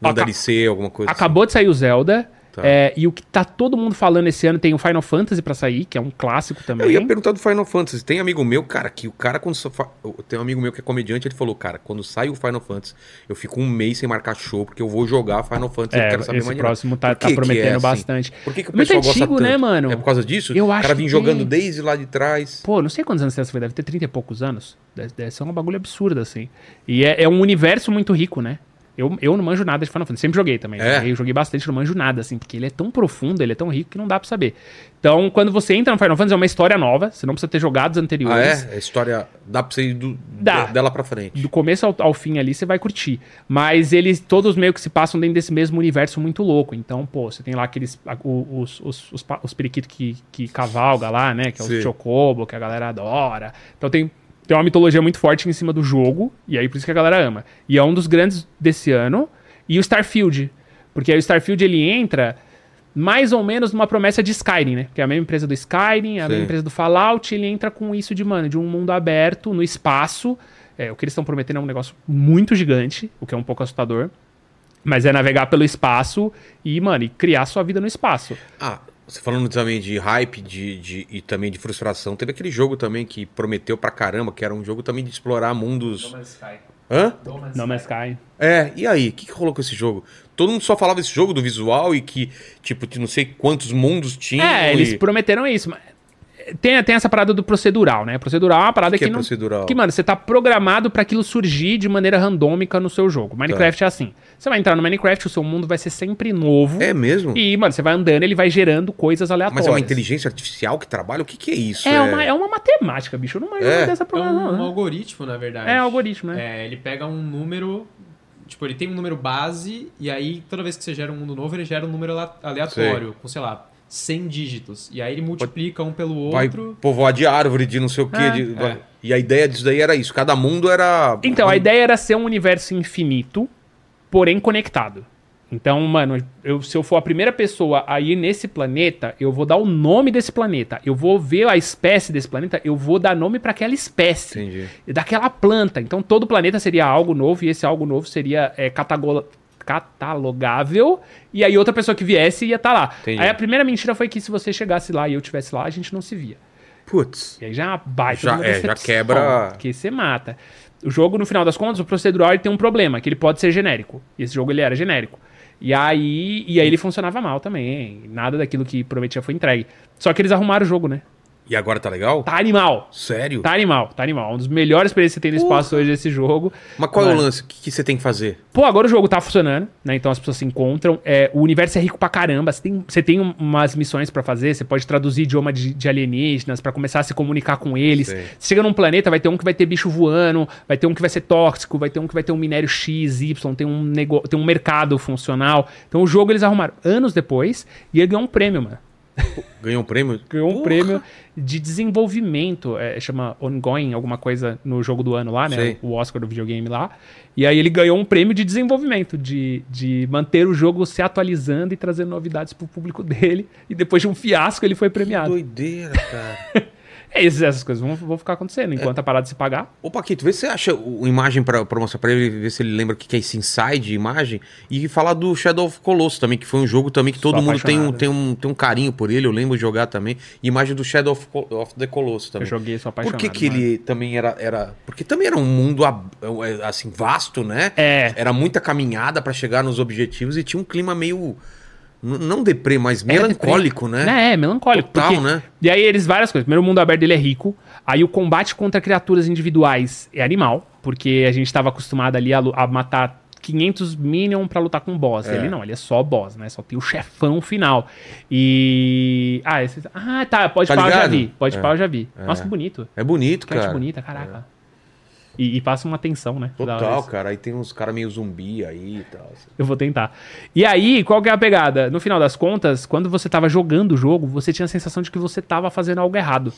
não Aca- DLC, alguma coisa. assim. Acabou de sair o Zelda. Tá. é, e o que tá todo mundo falando esse ano tem o Final Fantasy pra sair, que é um clássico assim. também. Eu ia perguntar do Final Fantasy. Tem amigo meu, cara, que o cara quando só fa- eu- tem um amigo meu que é comediante, ele falou, cara, quando sai o Final Fantasy, eu fico um mês sem marcar show porque eu vou jogar Final Fantasy. eu É, quero saber esse mais de nada. próximo tá, Por tá que que é prometendo assim? bastante. Por que, que o Muito pessoal gosta antigo, tanto? né, mano? É por causa disso? Eu o acho cara que vem jogando tem. desde lá de trás. Pô, não sei quantos anos essa foi, deve ter 30 e poucos anos. Deve, deve ser um bagulho absurdo, assim. E é, é um universo muito rico, né? Eu, eu não manjo nada de Final Fantasy. Sempre joguei também. É? né? Eu joguei bastante, não manjo nada, assim, porque ele é tão profundo, ele é tão rico que não dá pra saber. Então, quando você entra no Final Fantasy, é uma história nova, você não precisa ter jogado os Ah, anteriores. é? A história dá pra você ir do, Dá. de- dela pra frente. Do começo ao, ao fim ali, você vai curtir. Mas eles todos meio que se passam dentro desse mesmo universo muito louco. Então, pô, você tem lá aqueles. a- o- Os, os, os, pa- os periquitos que, que cavalga lá, né? Que é Sim. os chocobo, que a galera adora. Então tem, tem uma mitologia muito forte em cima do jogo. E aí por isso que a galera ama. E é um dos grandes desse ano. E o Starfield. Porque aí o Starfield ele entra mais ou menos numa promessa de Skyrim, né? Que é a mesma empresa do Skyrim, é a Sim. mesma empresa do Fallout, ele entra com isso de, mano, de um mundo aberto, no espaço. É, o que eles estão prometendo é um negócio muito gigante, o que é um pouco assustador. Mas é navegar pelo espaço e, mano, e criar sua vida no espaço. Ah, você falando também de hype de, de- e também de frustração, teve aquele jogo também que prometeu pra caramba, que era um jogo também de explorar mundos. Hã? No Man's Sky. É, e aí? O que, que rolou com esse jogo? Todo mundo só falava desse jogo, do visual e que, tipo, de não sei quantos mundos tinha. É, eles e... prometeram isso. mas Tem, tem essa parada do procedural, né? Procedural é uma parada que que, é não, procedural? Que, mano, você tá programado pra aquilo surgir de maneira randômica no seu jogo. Minecraft Tá. é assim. Você vai entrar no Minecraft, o seu mundo vai ser sempre novo. É mesmo? E, mano, você vai andando, ele vai gerando coisas Mas aleatórias. é uma inteligência artificial que trabalha? O que, que é isso? É uma, é uma matemática, bicho. Eu não manjo É. muito dessa É um, programação. né? algoritmo, na verdade. É algoritmo, né? É, ele pega um número. Tipo, ele tem um número base, e aí toda vez que você gera um mundo novo, ele gera um número ala- aleatório, com, sei lá, 100 dígitos. E aí ele multiplica um pelo Vai outro. povoar de árvore, de não sei o quê. de- é. E a ideia disso daí era isso. Cada mundo era. Então, a ideia era ser um universo infinito, porém conectado. Então, mano, eu- se eu for a primeira pessoa a ir nesse planeta, eu vou dar o nome desse planeta. Eu vou ver a espécie desse planeta, eu vou dar nome pra aquela espécie. Entendi. daquela planta. Então todo planeta seria algo novo e esse algo novo seria é, catagola- catalogável e aí outra pessoa que viesse ia estar lá. Entendi. Aí a primeira mentira foi que se você chegasse lá e eu estivesse lá, a gente não se via. Putz. E aí já baita Já- de uma é, já decepção, quebra- Porque você mata. O jogo, no final das contas, o procedural ele tem um problema, que ele pode ser genérico. E esse jogo ele era genérico. E aí, e aí ele funcionava mal também. Nada daquilo que prometia foi entregue. Só que eles arrumaram o jogo, né? E agora tá legal? Tá animal. Sério? Tá animal, tá animal. Um dos melhores experiências que tem no espaço hoje esse jogo. Mas qual é o Mano. lance? O que, que você tem que fazer? Pô, agora o jogo tá funcionando, né? Então as pessoas se encontram. É, o universo é rico pra caramba. Você tem, você tem um- umas missões pra fazer, você pode traduzir idioma de, de alienígenas pra começar a se comunicar com eles. Sei. Você chega num planeta, vai ter um que vai ter bicho voando, vai ter um que vai ser tóxico, vai ter um que vai ter um minério X, Y, tem um, nego... tem um mercado funcional. Então o jogo eles arrumaram anos depois e ele ganhou um prêmio, mano Ganhou um prêmio? ganhou um Porra! prêmio de desenvolvimento, é, chama Ongoing, alguma coisa no jogo do ano lá, né? Sei. O Oscar do videogame lá. E aí ele ganhou um prêmio de desenvolvimento, de, de manter o jogo se atualizando e trazendo novidades pro público dele. E depois de um fiasco, ele foi premiado. Doideira, cara. É, esses- essas coisas vão, vão ficar acontecendo. Enquanto É. a parada se pagar, Ô Paquito, vê se você acha o- imagem pra, pra mostrar pra ele, ver se ele lembra o que que é esse inside imagem. E falar do Shadow of Colossus também, que foi um jogo também que Sou todo mundo tem um, apaixonado. tem, um, tem um carinho por ele, eu lembro de jogar também. E imagem do Shadow of, Col- of the Colossus eu também. joguei sou Tá Por apaixonado. que, que mano. ele também era, era. Porque também era um mundo ab- assim, vasto, né? É. Era muita caminhada pra chegar nos objetivos e tinha um clima meio. n- Não deprê, mas Era melancólico, né? É, é melancólico. Total, porque- né? E aí eles, várias coisas. Primeiro, o mundo aberto dele é rico. Aí o combate contra criaturas individuais é animal, porque a gente tava acostumado ali a, lu- a matar 500 minion pra lutar com boss. É. Ele não, ele é só boss, né? Só tem o chefão final. E... Ah, esse... ah tá, pode Tá pau eu já ligado? vi. Pode É. pau eu já vi. Nossa, que bonito. É bonito, Que arte cara. é. bonita, caraca. E, e passa uma tensão, né? Da hora Total, isso. cara. Aí tem uns caras meio zumbi aí e tal. assim. Eu vou tentar. E aí, qual que é a pegada? No final das contas, quando você tava jogando o jogo, você tinha a sensação de que você tava fazendo algo errado.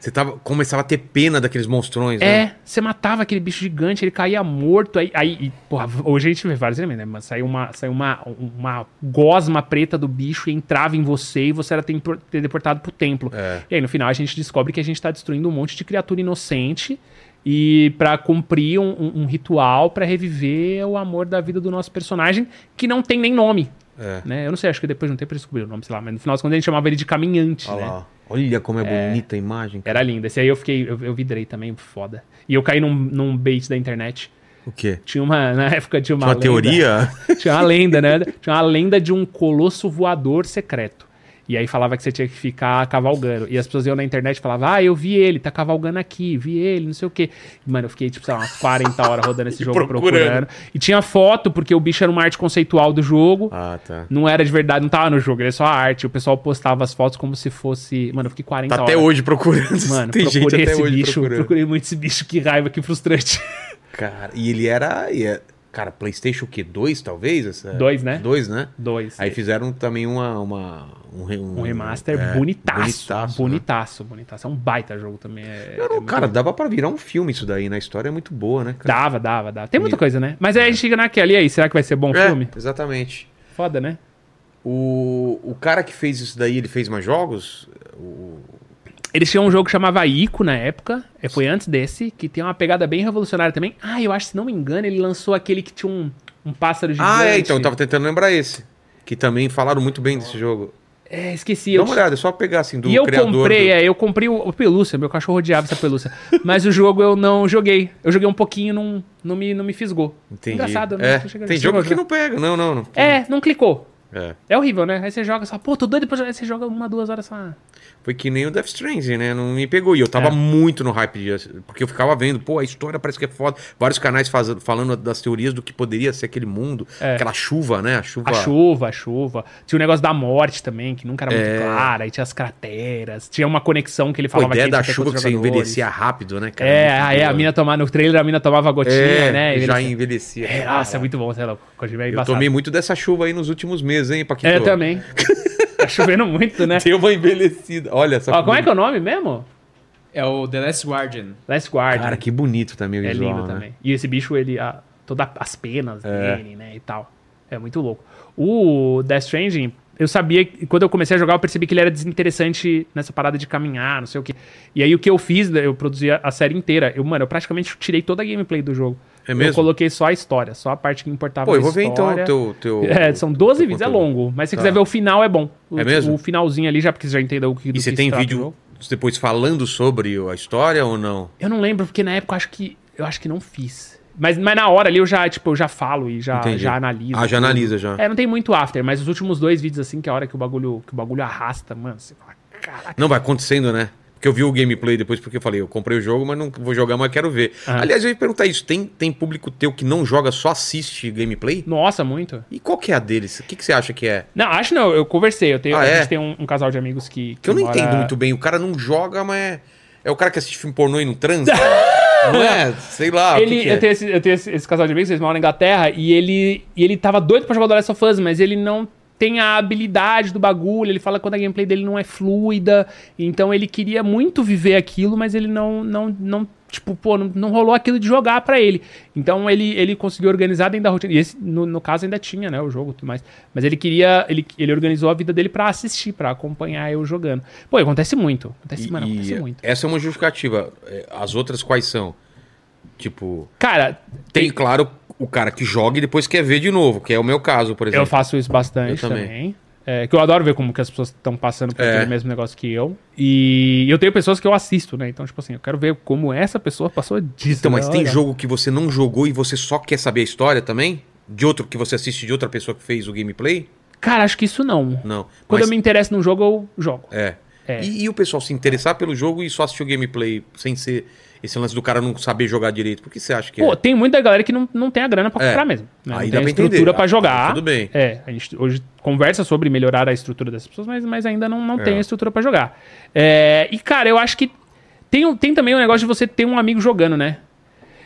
Você tava, começava a ter pena daqueles monstrões, né? É, você matava aquele bicho gigante, ele caía morto. Aí, aí e, porra, hoje a gente vê vários elementos, né? Mas saiu, uma, saiu uma, uma gosma preta do bicho e entrava em você e você era tempor- teleportado pro templo. É. E aí no final a gente descobre que a gente tá destruindo um monte de criatura inocente e pra cumprir um, um- um ritual pra reviver o amor da vida do nosso personagem, que não tem nem nome. É. Né? Eu não sei, acho que depois de um tempo eles descobriram o nome, sei lá, mas no final das contas a gente chamava ele de caminhante, Olha né? lá. Olha como é, bonita a imagem. cara. Era lindo. Esse aí eu fiquei, eu, eu vidrei também, foda. E eu caí num, num bait da internet. O quê? Tinha uma, na época tinha uma, Uma lenda- teoria? Tinha uma lenda, né? Tinha uma lenda de um colosso voador secreto. E aí falava que você tinha que ficar cavalgando. E as pessoas iam na internet e falavam, ah, eu vi ele, tá cavalgando aqui, vi ele, não sei o quê. E, mano, eu fiquei, tipo, sei lá, umas 40 horas rodando esse jogo Procurando. procurando. E tinha foto, porque o bicho era uma arte conceitual do jogo. Ah, tá. Não era de verdade, não tava no jogo, era só a arte. O pessoal postava as fotos como se fosse. Mano, eu fiquei 40 Tá horas. até hoje procurando. Então, Mano, tem gente procurei até esse hoje bicho, procurando. procurei muito esse bicho, que raiva, que frustrante. Cara, e ele era. e é- Cara, PlayStation o quê? Dois, talvez? Essa... Dois, né? Dois, né? Dois. Aí fizeram também uma. uma um, re- um remaster é, bonitaço. bonitaço, né? Bonitaço, bonitaço, É um baita jogo também. é- Eu é não- muito cara, dava pra virar um filme isso daí, né? A história é muito boa, né, cara? Dava, dava, dava. Tem muita coisa, né? Mas aí a gente chega naquela, e aí, será que vai ser bom o É, Um filme? Exatamente. Foda, né? O, o cara que fez isso daí, ele fez mais jogos? O- Eles tinham um jogo que chamava Ico na época, é, foi antes desse, que tem uma pegada bem revolucionária também. Ah, eu acho, se não me engano, ele lançou aquele que tinha um, um pássaro gigante. Ah, é, então, eu tava tentando lembrar esse. Que também falaram muito bem desse jogo. É, esqueci. Dá eu uma olhada, é só pegar assim do e eu criador. comprei, do... é, eu comprei o, o pelúcia, meu cachorro odiava essa pelúcia. mas o jogo eu não joguei. Eu joguei um pouquinho, não, não, me, não me fisgou. Entendi. Engraçado, né? é. Tô chegando- Tem chegou jogo a que jogar. não pega, não, não, não. É, não clicou. É. É horrível, né? Aí você joga só, pô, tô doido pra jogar. Aí você "Ah, joga uma, duas horas só. Foi que nem o Death Stranding, né? Não me pegou. E eu tava É. muito no hype, de- porque eu ficava vendo, pô, a história parece que é foda. Vários canais faz- falando das teorias do que poderia ser aquele mundo, É. aquela chuva, né? A chuva. A chuva, a chuva. Tinha o negócio da morte também, que nunca era muito É. clara. Aí tinha as crateras. Tinha uma conexão que ele Pô, a falava ideia que da tinha chuva que outros você jogadores. envelhecia rápido, né, cara? É, Muito aí a boa. mina tomava, no trailer a mina tomava gotinha, é, né? E já envelhecia. envelhecia. É, nossa, é muito bom, sei lá. Kojima é Eu embaçado. tomei muito dessa chuva aí nos últimos meses, hein, Paquito? É, também. tá chovendo muito, né? Deu uma envelhecida. Olha essa Ó, como é que é o nome mesmo? É o The Last Guardian. Last Guard. Cara, que bonito também o É visual, lindo né? também. E esse bicho, ele. A, todas as penas É. dele, né? E tal. É muito louco. O Death Stranding, eu sabia. que- Quando eu comecei a jogar, eu percebi que ele era desinteressante nessa parada de caminhar, não sei o quê. E aí o que eu fiz, né, eu produzi a, a série inteira. Eu, mano, eu praticamente tirei toda a gameplay do jogo. É mesmo? Eu coloquei só a história, só a parte que importava. Pô, eu da vou ver então o história. teu, teu. É, são 12 teu vídeos, é conteúdo. longo. Mas se Tá. quiser ver o final, é bom. O, É mesmo? O finalzinho ali, já porque você já entendeu o que do E que você se tem trata o vídeo jogo. depois falando sobre a história ou não? Eu não lembro, porque na época eu acho que eu acho que não fiz. Mas, mas na hora ali eu já, tipo, eu já falo e já, Entendi. já analiso. Ah, já tudo. analisa já. É, não tem muito after, mas os últimos dois vídeos, assim, que é a hora que o bagulho, que o bagulho arrasta, mano, você fala, caraca. Não, vai acontecendo, né? Porque eu vi o gameplay depois, porque eu falei, eu comprei o jogo, mas não vou jogar, mas quero ver. Ah. Aliás, eu ia perguntar isso: tem, tem público teu que não joga, só assiste gameplay? Nossa, muito. E qual que é a deles? O que, que você acha que é? Não, acho não, eu conversei. Eu tenho, Ah, a é? gente tem um, um casal de amigos que. Que eu não mora- entendo muito bem. O cara não joga, mas é. É o cara que assiste filme pornô e não transa? não é? Sei lá. o que Ele, que eu é? tenho, esse, eu tenho esse, esse casal de amigos, eles moram na Inglaterra, e ele, e ele tava doido pra jogar The Last of Us, mas ele não tem a habilidade do bagulho, ele fala quando a gameplay dele não é fluida, então ele queria muito viver aquilo, mas ele não, não, não tipo, pô, não, não rolou aquilo de jogar pra ele. Então ele, ele conseguiu organizar dentro da rotina. E esse, no, no caso, ainda tinha, né, o jogo e tudo mais. Mas ele queria, ele, ele organizou a vida dele pra assistir, pra acompanhar eu jogando. Pô, acontece muito. Acontece, E- mano, e acontece muito. Essa é uma justificativa. É, As outras quais são? Tipo, Cara, tem, claro, o cara que joga e depois quer ver de novo, que é o meu caso, por exemplo. eu faço isso bastante Eu também. também. É, que eu adoro ver como que as pessoas estão passando por É. aquele mesmo negócio que eu. E eu tenho pessoas que eu assisto, né? Então, tipo assim, eu quero ver como essa pessoa passou disso. Então, mas né? tem Olha. jogo que você não jogou e você só quer saber a história também? De outro que você assiste de outra pessoa que fez o gameplay? Cara, acho que isso não. Não. Quando mas- eu me interesso num jogo, eu jogo. É. É. E, e o pessoal se interessar pelo jogo e só assistir o gameplay, sem ser esse lance do cara não saber jogar direito. Por que você acha que Pô, é? tem muita galera que não, não tem a grana pra É. comprar mesmo. Né? Aí dá não tem a pra entender. estrutura Ah, pra jogar. tudo bem. É, a gente hoje conversa sobre melhorar a estrutura das pessoas, mas, mas ainda não, É. não tem a estrutura pra jogar. É, e, cara, eu acho que tem, um- tem também o negócio de você ter um amigo jogando, né?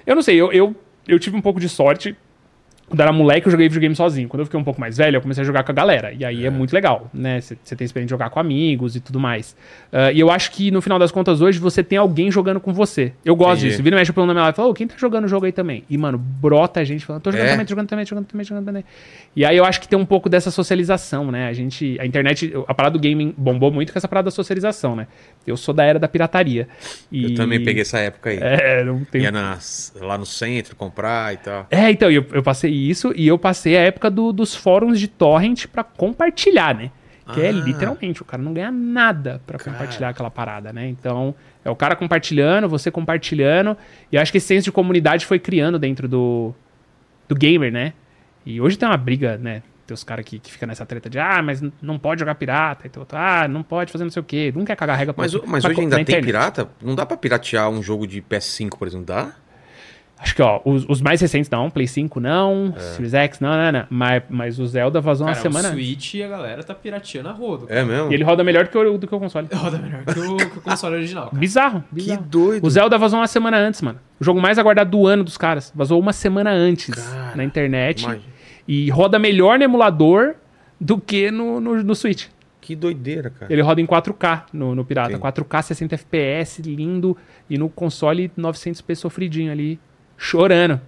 Eu não sei, eu, eu, eu tive um pouco de sorte. Quando eu era moleque, eu joguei videogame sozinho. Quando eu fiquei um pouco mais velho, eu comecei a jogar com a galera. E aí é, muito legal, né? Você tem experiência de jogar com amigos e tudo mais. Ah, e eu acho que, no final das contas, hoje você tem alguém jogando com você. Eu gosto Entendi. disso. Vira e mexe pelo nome lá e fala, ô, quem tá jogando o jogo aí também? E, mano, brota a gente falando, tô jogando É? também, tô jogando também, tô jogando também, tô jogando também. E aí eu acho que tem um pouco dessa socialização, né? A gente. A internet, a parada do gaming bombou muito com essa parada da socialização, né? Eu sou da era da pirataria. E... Eu também peguei essa época aí. É, não tem Ia nas- lá no centro comprar e tal. é, então, eu, eu passei isso e eu passei a época do- dos fóruns de torrent pra compartilhar, né? Que Ah. é literalmente, o cara não ganha nada pra compartilhar aquela parada, né? Então, é o cara compartilhando, você compartilhando, e eu acho que esse senso de comunidade foi criando dentro do, do gamer, né? E hoje tem uma briga, né? Tem os caras que, que ficam nessa treta de, ah, mas n- não pode jogar pirata, e tem outro, ah, não pode fazer não sei o quê, não quer cagar regra pra Mas, outro. mas Pra- hoje na ainda tem internet. pirata? Não dá pra piratear um jogo de PS5, por exemplo, dá? Acho que, ó, os, os mais recentes não. Play 5 É. não, Series X não, não, não. Mas, mas o Zelda vazou Cara, uma o semana. antes. Switch a galera tá pirateando a rodo. É mesmo? E ele roda melhor do que o, do que o console. Roda melhor que o, que o console original. cara. Bizarro, Que bizarro. doido. O Zelda vazou uma semana antes, mano. O jogo mais aguardado do ano dos caras. Vazou uma semana antes Cara, na internet. imagina. E roda melhor no emulador do que no, no, no Switch. Que doideira, cara. Ele roda em 4K no, no Pirata. É. Sim. 4K, 60 FPS, lindo. E no console, 900p sofridinho ali, chorando.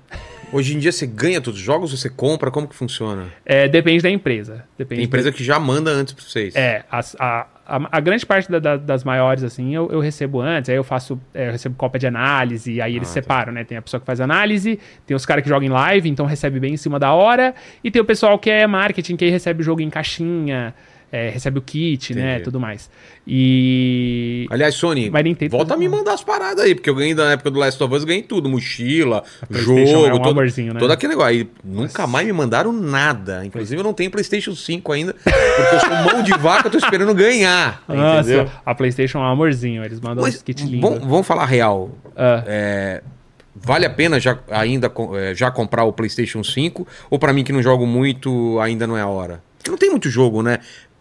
Hoje em dia você ganha todos os jogos, você compra, como que funciona? É, depende da empresa. Depende Tem empresa que já manda antes pra vocês. É, as- a, a, a grande parte da- da- das maiores, assim, eu, eu recebo antes, aí eu faço, é, eu recebo cópia de análise, aí Ah, tá. eles separam, né? Tem a pessoa que faz análise, tem os caras que jogam em live, então recebe bem em cima da hora, e tem o pessoal que é marketing, que aí recebe o jogo em caixinha, é, recebe o kit, né? Entendi. Tudo mais. E. Aliás, Sony, Mas nem tem volta a tudo, né? me não. mandar as paradas aí, porque eu ganhei na época do Last of Us, eu ganhei tudo. Mochila, PlayStation jogo, é um todo, amorzinho, né? é. todo aquele negócio. Aí, nunca mais me mandaram nada. Inclusive, eu não tenho Playstation 5 ainda, porque eu sou um mão de vaca, eu tô esperando ganhar. entendeu? Nossa, a PlayStation é um amorzinho, eles mandam Mas, uns né? kits vamos, lindos. vamos falar real. Ah. É, vale a pena já, ainda co- é, já comprar o PlayStation 5? Ou pra mim que não jogo muito, ainda não é a hora? Porque não tem muito jogo, né?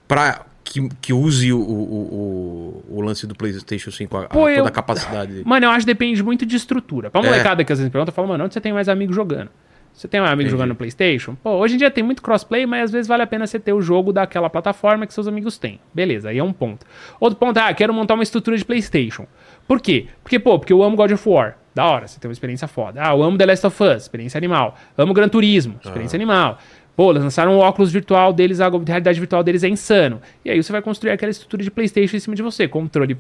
Pra que, que use o, o- o- o lance do PlayStation 5, a, a Pô, toda eu- a capacidade. Mano, eu acho que depende muito de estrutura. Pra É. molecada que às vezes pergunta, fala, mano, onde você tem mais amigo jogando? Você tem mais amigo Entendi. jogando no PlayStation? Pô, hoje em dia tem muito crossplay, mas às vezes vale a pena você ter o jogo daquela plataforma que seus amigos têm. Beleza, aí é um ponto. Outro ponto é, ah, quero montar uma estrutura de PlayStation. Por quê? Porque, pô, porque eu amo God of War. Da hora, você tem uma experiência foda. Ah, eu amo The Last of Us, experiência animal. Amo Gran Turismo, Ah. experiência animal. Pô, eles lançaram o óculos virtual deles, a realidade virtual deles é insano. E aí você vai construir aquela estrutura de PlayStation em cima de você, controle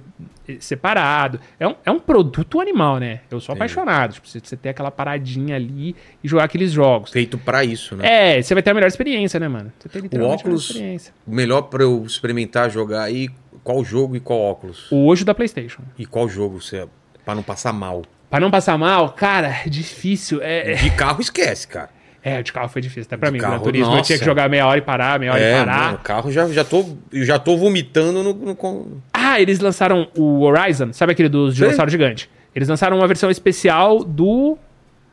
eh, separado. É um, é um produto animal, né? Eu sou apaixonado. Tipo, você- você ter aquela paradinha ali e jogar aqueles jogos. Feito pra isso, né? É, você vai ter a melhor experiência, né, mano? Você tem literalmente a melhor óculos- experiência. Melhor pra eu experimentar jogar aí qual jogo e qual óculos? O hoje da PlayStation. E qual jogo você. é, Pra não passar mal. Pra não passar mal, cara, difícil. É, De carro esquece, cara. é, o de carro foi difícil, até pra De mim. carro, Gran Turismo, eu tinha nossa. que jogar meia hora e parar, meia hora e É, parar. mano, o carro já, já, tô, eu já tô vomitando no- no con- Ah, eles lançaram o Horizon, sabe aquele dos dinossauros gigante? Eles lançaram uma versão especial do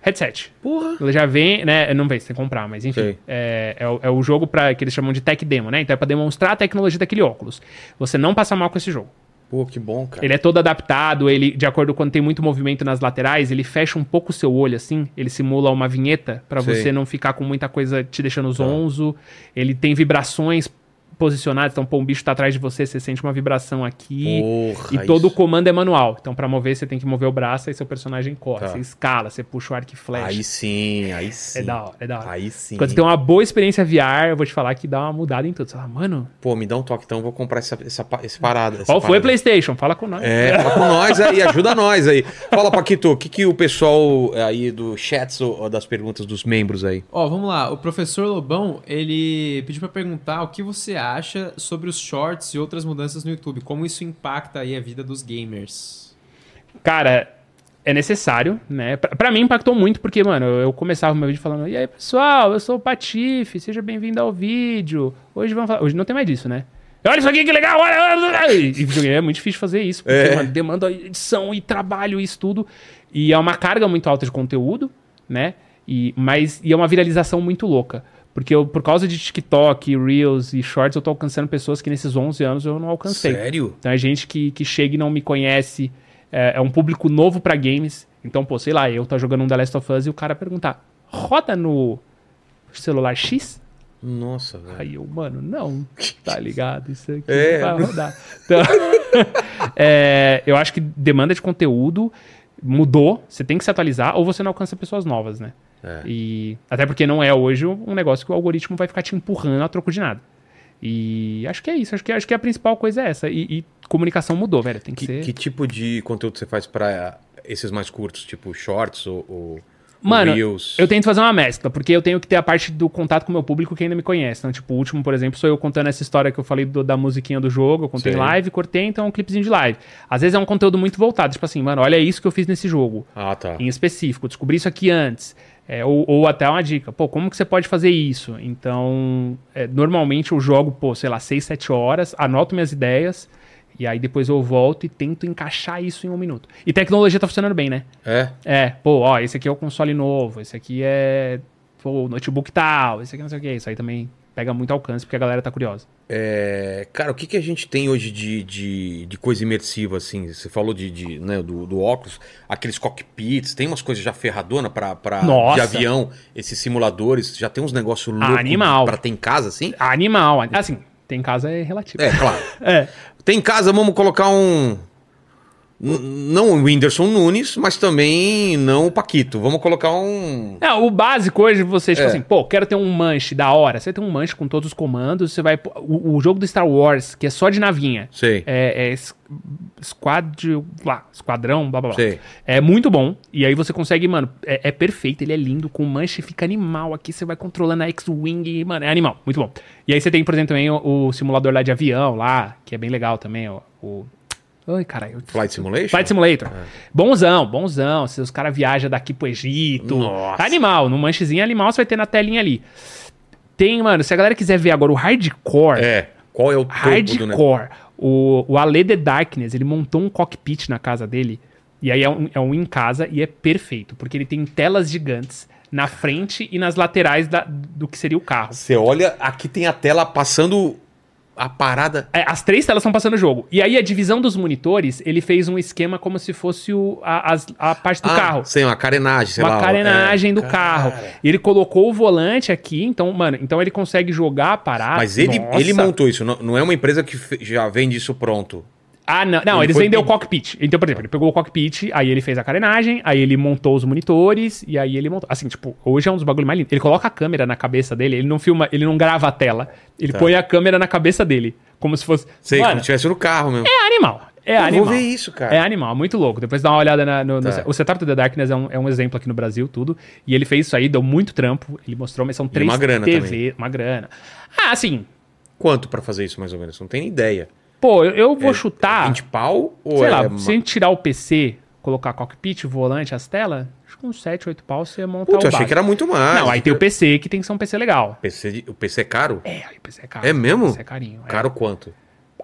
headset. Porra! Ele já vem, né? Não vem, você tem que comprar, mas enfim. Sei. É, é, o, é o jogo pra, que eles chamam de tech demo, né? Então é pra demonstrar a tecnologia daquele óculos. Você não passa mal com esse jogo. Pô, que bom, cara. Ele é todo adaptado, ele, de acordo com quando tem muito movimento nas laterais, ele fecha um pouco o seu olho, assim. Ele simula uma vinheta pra Sei. Tá. você não ficar com muita coisa te deixando zonzo. Ele tem vibrações posicionados. Então, pô, um bicho tá atrás de você, você sente uma vibração aqui. Porra, é e todo o isso. comando é manual. Então, pra mover, você tem que mover o braço, aí seu personagem corre. Tá. Você escala, você puxa o arco e flecha. Aí sim, aí sim. É da hora, é da hora. Aí sim. Quando você tem uma boa experiência VR, eu vou te falar que dá uma mudada em tudo. Você fala, mano, Pô, me dá um toque então, eu vou comprar essa, essa, pa- essa parada. essa qual foi parada. a PlayStation? Fala com nós. É, fala com nós aí, ajuda nós aí. Fala, Paquito, o que, que o pessoal eh, aí do chat ou das perguntas dos membros aí? Ó, vamos lá. O professor Lobão, ele pediu pra perguntar o que você acha sobre os shorts e outras mudanças no YouTube. Como isso impacta aí a vida dos gamers? Cara, é necessário, né? Pra, pra mim impactou muito, porque, mano, eu começava o meu vídeo falando: E aí, pessoal, eu sou o Patife, seja bem-vindo ao vídeo. Hoje vamos falar. Hoje não tem mais disso, né? Olha isso aqui que legal! Olha, olha, olha. E videogame é muito difícil fazer isso, porque, É. mano, demanda edição e trabalho e isso tudo. E é uma carga muito alta de conteúdo, né? E, mas, e é uma viralização muito louca. Porque eu, por causa de TikTok, Reels e Shorts, eu tô alcançando pessoas que nesses 11 anos eu não alcancei. Sério? Então é gente que, que chega e não me conhece. É, é um público novo pra games. Então, pô, sei lá, eu tá jogando um The Last of Us e o cara perguntar: roda no celular X? Nossa, velho. Aí eu, mano, não, tá ligado? Isso aqui É. não vai rodar. Então, é, eu acho que demanda de conteúdo mudou, você tem que se atualizar ou você não alcança pessoas novas, né? É. E até porque não é hoje um negócio que o algoritmo vai ficar te empurrando a troco de nada. E acho que é isso, acho que, acho que a principal coisa é essa. E, e comunicação mudou, velho, tem que, Que, ser... que tipo de conteúdo você faz pra eh, esses mais curtos, tipo shorts ou, ou Mano, reels? Eu tento fazer uma mescla, porque eu tenho que ter a parte do contato com o meu público que ainda me conhece. Então, tipo, o último, por exemplo, sou eu contando essa história que eu falei do- da musiquinha do jogo, eu contei em Sei. live, cortei, então é um clipezinho de live. Às vezes é um conteúdo muito voltado, tipo assim, mano, olha isso que eu fiz nesse jogo, Ah, tá. em específico, descobri isso aqui antes. É, ou, ou até uma dica, pô, como que você pode fazer isso? Então, é, normalmente eu jogo, pô, sei lá, 6, 7 horas, anoto minhas ideias, e aí depois eu volto e tento encaixar isso em um minuto. E tecnologia tá funcionando bem, né? É? É, pô, ó, esse aqui é o console novo, esse aqui é pô, o notebook tal, esse aqui não sei o que. Isso aí também pega muito alcance porque a galera tá curiosa. É, Cara, o que, que a gente tem hoje de, de, de coisa imersiva, assim? Você falou de, de, né, do, do óculos, aqueles cockpits, tem umas coisas já ferradona pra, pra, de Nossa. avião, esses simuladores, já tem uns negócios loucos Animal. pra ter em casa, assim? Animal, an- assim, tem casa é relativo. É, claro. É. Tem em casa, vamos colocar um. n- Não o Whindersson Nunes, mas também não o Paquito. Vamos colocar um. É, o básico hoje, você, tipo É. assim, pô, quero ter um manche da hora. Você tem um manche com todos os comandos, você vai. pô, O, o jogo do Star Wars, que é só de navinha, Sei. é, é es- esquadro, lá, esquadrão, blá blá blá. Sei. É muito bom. E aí você consegue, mano, é, é perfeito, ele é lindo, com manche fica animal. Aqui você vai controlando a X-Wing, mano, é animal, muito bom. E aí você tem, por exemplo, também o, o simulador lá de avião, lá, que é bem legal também, ó. O... Ai, caralho. Flight Simulation? Flight Simulator. É. Bonzão, bonzão. Se os caras viajam daqui pro Egito. Nossa. Tá animal. No manchezinho animal você vai ter na telinha ali. Tem, mano, se a galera quiser ver agora o hardcore, É. Qual é o topo do negócio? hardcore. O, o Ale The Darkness, ele montou um cockpit na casa dele. E aí é um, é um em casa e é perfeito, porque ele tem telas gigantes na frente e nas laterais da- do que seria o carro. Você olha, aqui tem a tela passando a parada. É, as três telas estão passando o jogo. E aí a divisão dos monitores, ele fez um esquema como se fosse o- a, as- a parte do Ah, carro. Sei, uma carenagem, sei uma lá. carenagem é. do carro. E ele colocou o volante aqui, então, mano, então ele consegue jogar a parada. Mas ele, Ah, Nossa. ele montou isso, não, não é uma empresa que fe- já vende isso pronto. Ah, não. Não, Ele eles foi vendeu o bem- cockpit. Então, por exemplo, ele pegou o cockpit, aí ele fez a carenagem, aí ele montou os monitores, e aí ele montou. Assim, tipo, hoje é um dos bagulhos mais lindos. Ele coloca a câmera na cabeça dele, ele não filma, ele não grava a tela. Ele põe a câmera na cabeça dele. Como se fosse. Tá. Sei, Mano, como tivesse no carro mesmo. é animal. É Eu animal. vou ver isso, cara. É animal, muito louco. Depois dá uma olhada na, no, no- Tá. O Setup to the Darkness é um, é um exemplo aqui no Brasil, tudo. E ele fez isso aí, deu muito trampo. Ele mostrou, mas são três uma grana TV, também. uma grana. Ah, assim, Quanto pra fazer isso, mais ou menos? Não tem ideia. pô, eu, eu É, vou chutar. 20 pau? Ou sei é lá, ma- se a gente tirar o PC, colocar cockpit, volante, as telas, acho que uns 7, 8 pau você Putz, monta o eu achei básico. que era muito mais. Não, aí tem o PC que tem que ser um PC legal. PC. de- O PC é caro? É, aí o PC é caro. É mesmo? O PC é carinho. é. Caro quanto?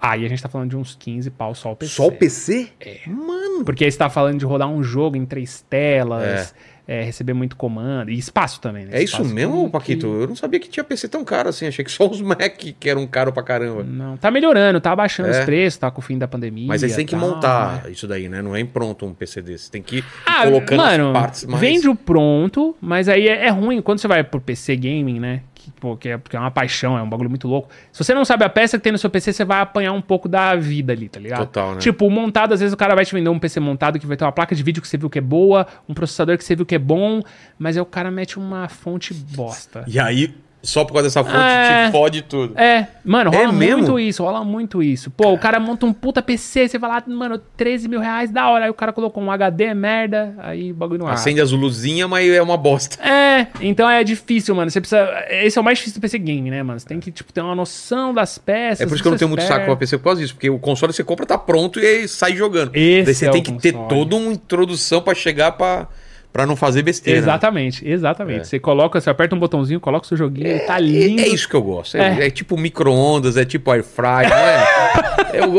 Aí a gente tá falando de uns 15 pau só o PC. Só o PC? É. Mano. Porque aí você tá falando de rodar um jogo em três telas, é, receber muito comando e espaço também, né? É isso Espaço mesmo, que- Paquito? Eu não sabia que tinha PC tão caro assim. Achei que só os Mac que eram caro pra caramba. Não, tá melhorando, tá abaixando É. os preços, tá com o fim da pandemia. Mas aí você tem que tal, né? montar isso daí, né? Não é pronto um PC desse. Tem que ir Ah, colocando mano, um as partes mais. vende o pronto, mas aí é, é ruim. Quando você vai pro PC Gaming, né? Que que, pô, que é, porque é uma paixão, é um bagulho muito louco. Se você não sabe a peça que tem no seu PC, você vai apanhar um pouco da vida ali, tá ligado? Total, né? Tipo, montado, às vezes o cara vai te vender um PC montado que vai ter uma placa de vídeo que você viu que é boa, um processador que você viu que é bom, mas aí o cara mete uma fonte bosta. E aí, só por causa dessa fonte, É. te fode tudo. É, mano, rola É mesmo? muito isso, rola muito isso. Pô, o cara monta um puta PC, você fala, ah, mano, 13 mil reais, da hora. Aí o cara colocou um HD, merda, aí o bagulho não abre. Acende as luzinhas, mas é uma bosta. É, então é difícil, mano. Você precisa. Esse é o mais difícil do PC Game, né, mano? Você tem que, tipo, ter uma noção das peças. É por isso que eu não tenho muito saco pra PC por causa disso, porque o console você compra, tá pronto e aí sai jogando. Esse Daí você é tem o que ter console. toda uma introdução pra chegar pra, pra não fazer besteira. né? Exatamente, exatamente. É. Você coloca, você aperta um botãozinho, coloca o seu joguinho, ele tá É, lindo. é isso que eu gosto. É, é tipo micro-ondas, é tipo air fry, não é?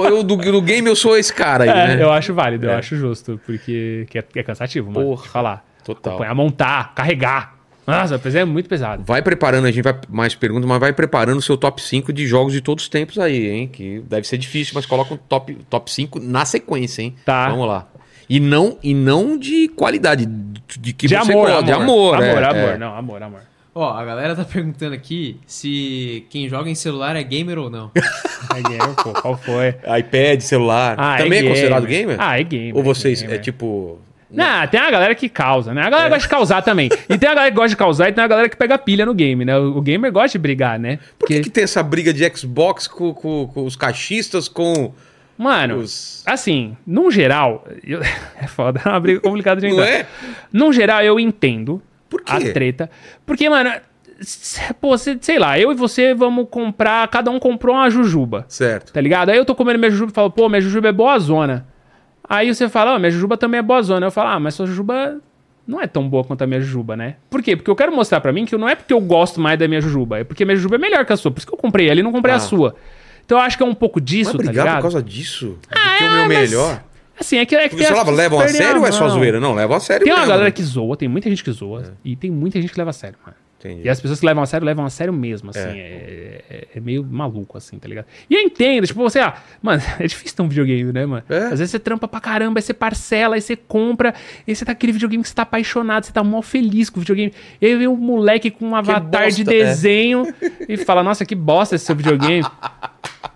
eu, eu- do, do game eu sou esse cara aí, É, né? eu acho válido, eu É. acho justo, porque que é, que é cansativo, mano. Porra. Porra. Falar. Total. Acompanhar, montar, carregar. Nossa, o PC é muito pesado. Vai preparando, a gente vai mais perguntas, mas vai preparando o seu top 5 de jogos de todos os tempos aí, hein? Que deve ser difícil, mas coloca um top, top 5 na sequência, hein? Tá. Vamos lá. E não, e não de qualidade, de, de que de, você amor, gosta, amor, de amor, amor, é, amor, é. não, amor, amor. Ó, a galera tá perguntando aqui se quem joga em celular é gamer ou não. É gamer, pô, qual foi? é. iPad, celular. Ah, Também é, considerado gamer? Ah, é gamer. Ou vocês, gamer. é tipo. Não, tem a galera que causa, né? A É. galera gosta de causar também. E tem a galera que gosta de causar e tem a galera que pega pilha no game, né? O o gamer gosta de brigar, né? Por que, que tem essa briga de Xbox com, com- com os caixistas, com Mano, os. assim, num geral... eu- É foda, é uma briga complicada de Não entrar. é? Num geral, eu entendo Por quê? a treta. Porque, mano... s- Pô, cê- sei lá, eu e você vamos comprar... Cada um comprou uma jujuba. Certo. Tá ligado? Aí eu tô comendo minha jujuba e falo, pô, minha jujuba é boa zona. Aí você fala, ó, minha jujuba também é boa zona. Eu falo, ah, mas sua jujuba não é tão boa quanto a minha jujuba, né? Por quê? Porque eu quero mostrar pra mim que não é porque eu gosto mais da minha jujuba, é porque minha jujuba é melhor que a sua. Por isso que eu comprei ela e não comprei Ah. a sua. Então eu acho que é um pouco disso, Vai tá brigar por ligado? causa disso? do que o meu Ah, mas- melhor? Assim, é que, é que Porque você as leva, pessoas levam a perdem sério ou é só mão. zoeira? Não, levam a sério Tem uma mesmo, galera né? É. que zoa, tem muita gente que zoa, e tem muita gente que leva a sério, mano. Entendi. E as pessoas que levam a sério, levam a sério mesmo, assim. É, é- é meio maluco, assim, tá ligado? E eu entendo, tipo, você, ah, mano, é difícil ter um videogame, né, mano? É. Às vezes você trampa pra caramba, aí você parcela, aí você compra, aí você tá aquele videogame que você tá apaixonado, você tá mó feliz com o videogame. E aí vem um moleque com um avatar bosta, de é. desenho e fala, nossa, que bosta esse seu videogame.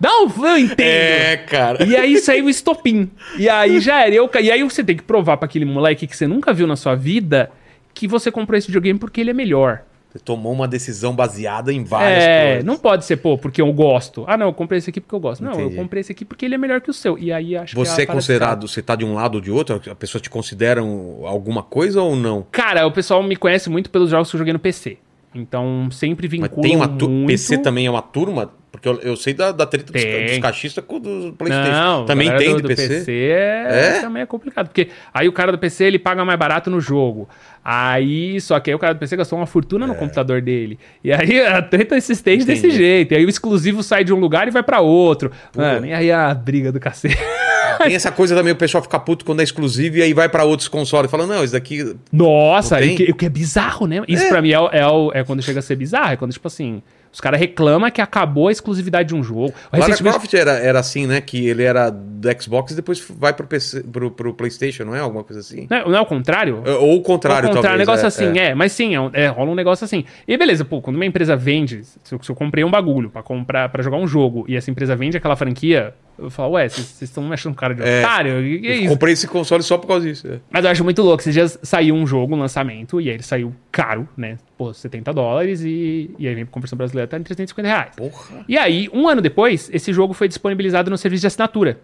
Não, eu entendo. É, cara. E aí saiu o estopim. E aí já era. Eu, ca- e aí você tem que provar pra aquele moleque que você nunca viu na sua vida que você comprou esse videogame porque ele é melhor. Você tomou uma decisão baseada em várias É, coisas. não pode ser, pô, porque eu gosto. Ah, não, eu comprei esse aqui porque eu gosto. Não, Entendi. eu comprei esse aqui porque ele é melhor que o seu. E aí acho que Você é a parada considerado, você tá de um lado ou de outro? A pessoa te considera um- alguma coisa ou não? fica- Cara, o pessoal me conhece muito pelos jogos que eu joguei no PC. Então sempre Mas vinculam tem uma tu- muito. PC também é uma turma? Porque eu, eu sei da, da treta dos, Tem. dos caixistas com o do Playstation. Não, também a galera tem do, de do PC? é, É? também é complicado, porque aí o cara do PC ele paga mais barato no jogo. Aí, só que aí o cara do PC gastou uma fortuna no computador dele. E aí a treta insistente É. Entendi. desse jeito. E aí o exclusivo sai de um lugar e vai pra outro. Mano, e aí a briga do cacete. Tem essa coisa também, o pessoal fica puto quando é exclusivo e aí vai pra outros consoles. Fala, não, isso daqui. Nossa, Não e tem? o que, o que é bizarro, né? Isso pra mim é, o- é, o- é quando chega a ser bizarro. É quando, tipo assim, os caras reclamam que acabou a exclusividade de um jogo. Lara Recentemente- Croft era, era assim, né? Que ele era do Xbox e depois vai pro, PC, pro, pro PlayStation, não é? Alguma coisa assim? Não é, não é o contrário? Ou o contrário, Ao contrário, talvez. um negócio assim, é. mas sim, é, um- é, rola um negócio assim. E beleza, pô, quando uma empresa vende, se eu, se eu comprei um bagulho pra comprar para jogar um jogo e essa empresa vende aquela franquia, eu falo, ué, vocês vocês estão mexendo com um cara de É. otário? Que, que é Eu isso? Comprei esse console só por causa disso. é. Mas eu acho muito louco, esses dias saiu um jogo, um lançamento, e aí ele saiu caro, né? Pô, 70 dólares e, e aí vem pra conversão brasileira, tá em 350 reais. Porra. E aí, um ano depois, esse jogo foi disponibilizado no serviço de assinatura.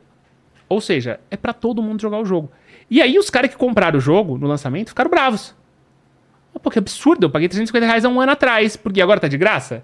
Ou seja, é pra todo mundo jogar o jogo. E aí, os caras que compraram o jogo no lançamento ficaram bravos. Mas, Pô, que absurdo, eu paguei 350 reais há um ano atrás, porque agora tá de graça?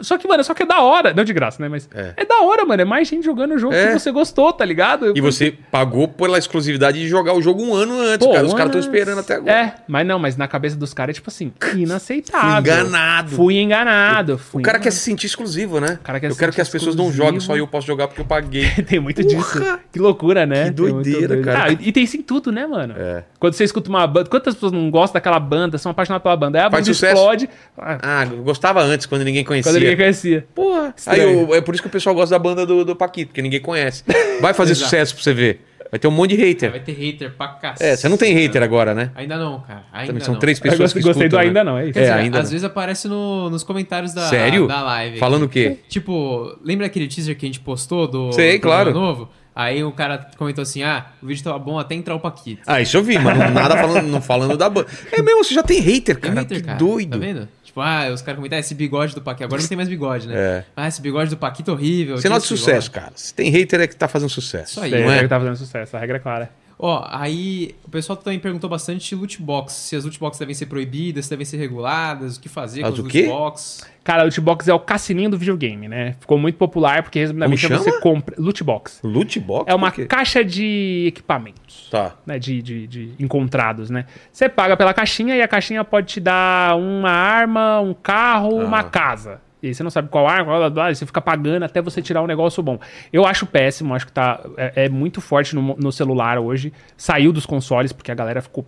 Só que, mano, só que é da hora. Não de graça, né? Mas É. é, da hora, mano. É mais gente jogando o jogo É. que você gostou, tá ligado? E você pagou pela exclusividade de jogar o jogo um ano antes, cara. Os um caras estão ano- esperando até agora. É, mas não, mas na cabeça dos caras é tipo assim, inaceitável. Enganado. Fui enganado. fui O cara quer enganado. se sentir exclusivo, né? um cara quer eu se quero sentir que as pessoas não exclusivo. joguem, só eu posso jogar porque eu paguei. Tem muito Porra! disso. Que loucura, né? Que Tem muito doideira, doido. cara. Ah, e e tem isso em tudo, né, mano? É. Quando você escuta uma banda. Quantas pessoas não gostam daquela banda, são apaixonadas pela banda? Aí a Faz banda sucesso. explode. Ah, Ah, eu gostava antes, quando ninguém conhecia. quando ninguém conhecia. Porra. Aí estranho. eu- é por isso que o pessoal gosta da banda do, do Paquito, porque ninguém conhece. Vai fazer Exato. sucesso pra você ver. Vai ter um monte de hater. Vai ter hater pra cacete. É, você não tem hater agora, né? ainda não, cara. Ainda Também são não. três Eu pessoas gostei, que escutam, do né? ainda não, é isso. Quer É, dizer, ainda às não. vezes aparece no- nos comentários da, Sério? da live. Falando o quê? Tipo, lembra aquele teaser que a gente postou do Sei, do programa claro. novo? Aí o cara comentou assim: ah, o vídeo tava bom até entrar o Paquito. Ah, isso eu vi, mas não- nada falando, não falando da banda. É mesmo, você já tem hater, Tem cara. hater, que cara, Tá doido. vendo? Tipo, ah, os caras comentaram, "Ah, esse bigode do Paquito. Agora não tem mais bigode, né? É. Ah, esse bigode do Paquito horrível. Você tinha nota de esse sucesso, bigode." cara. Se tem hater é que tá fazendo sucesso. Isso aí. Não É, é? que tá fazendo sucesso, a regra é clara. Ó, aí o pessoal também perguntou bastante de loot box. Se as loot box devem ser proibidas, se devem ser reguladas, o que fazer As com as o loot Ah, quê? box. Cara, loot box é o cassininho do videogame, né? Ficou muito popular porque resumidamente Como é você chama? compra loot box. Loot box? É uma Por quê? caixa de equipamentos. Tá. né, de, de, de encontrados, né? Você paga pela caixinha e a caixinha pode te dar uma arma, um Ah. carro, uma casa. E você não sabe qual arma, blá, blá, blá, e você fica pagando até você tirar um negócio bom. Eu acho péssimo, acho que tá, é, é muito forte no, mo- no celular hoje. Saiu dos consoles porque a galera ficou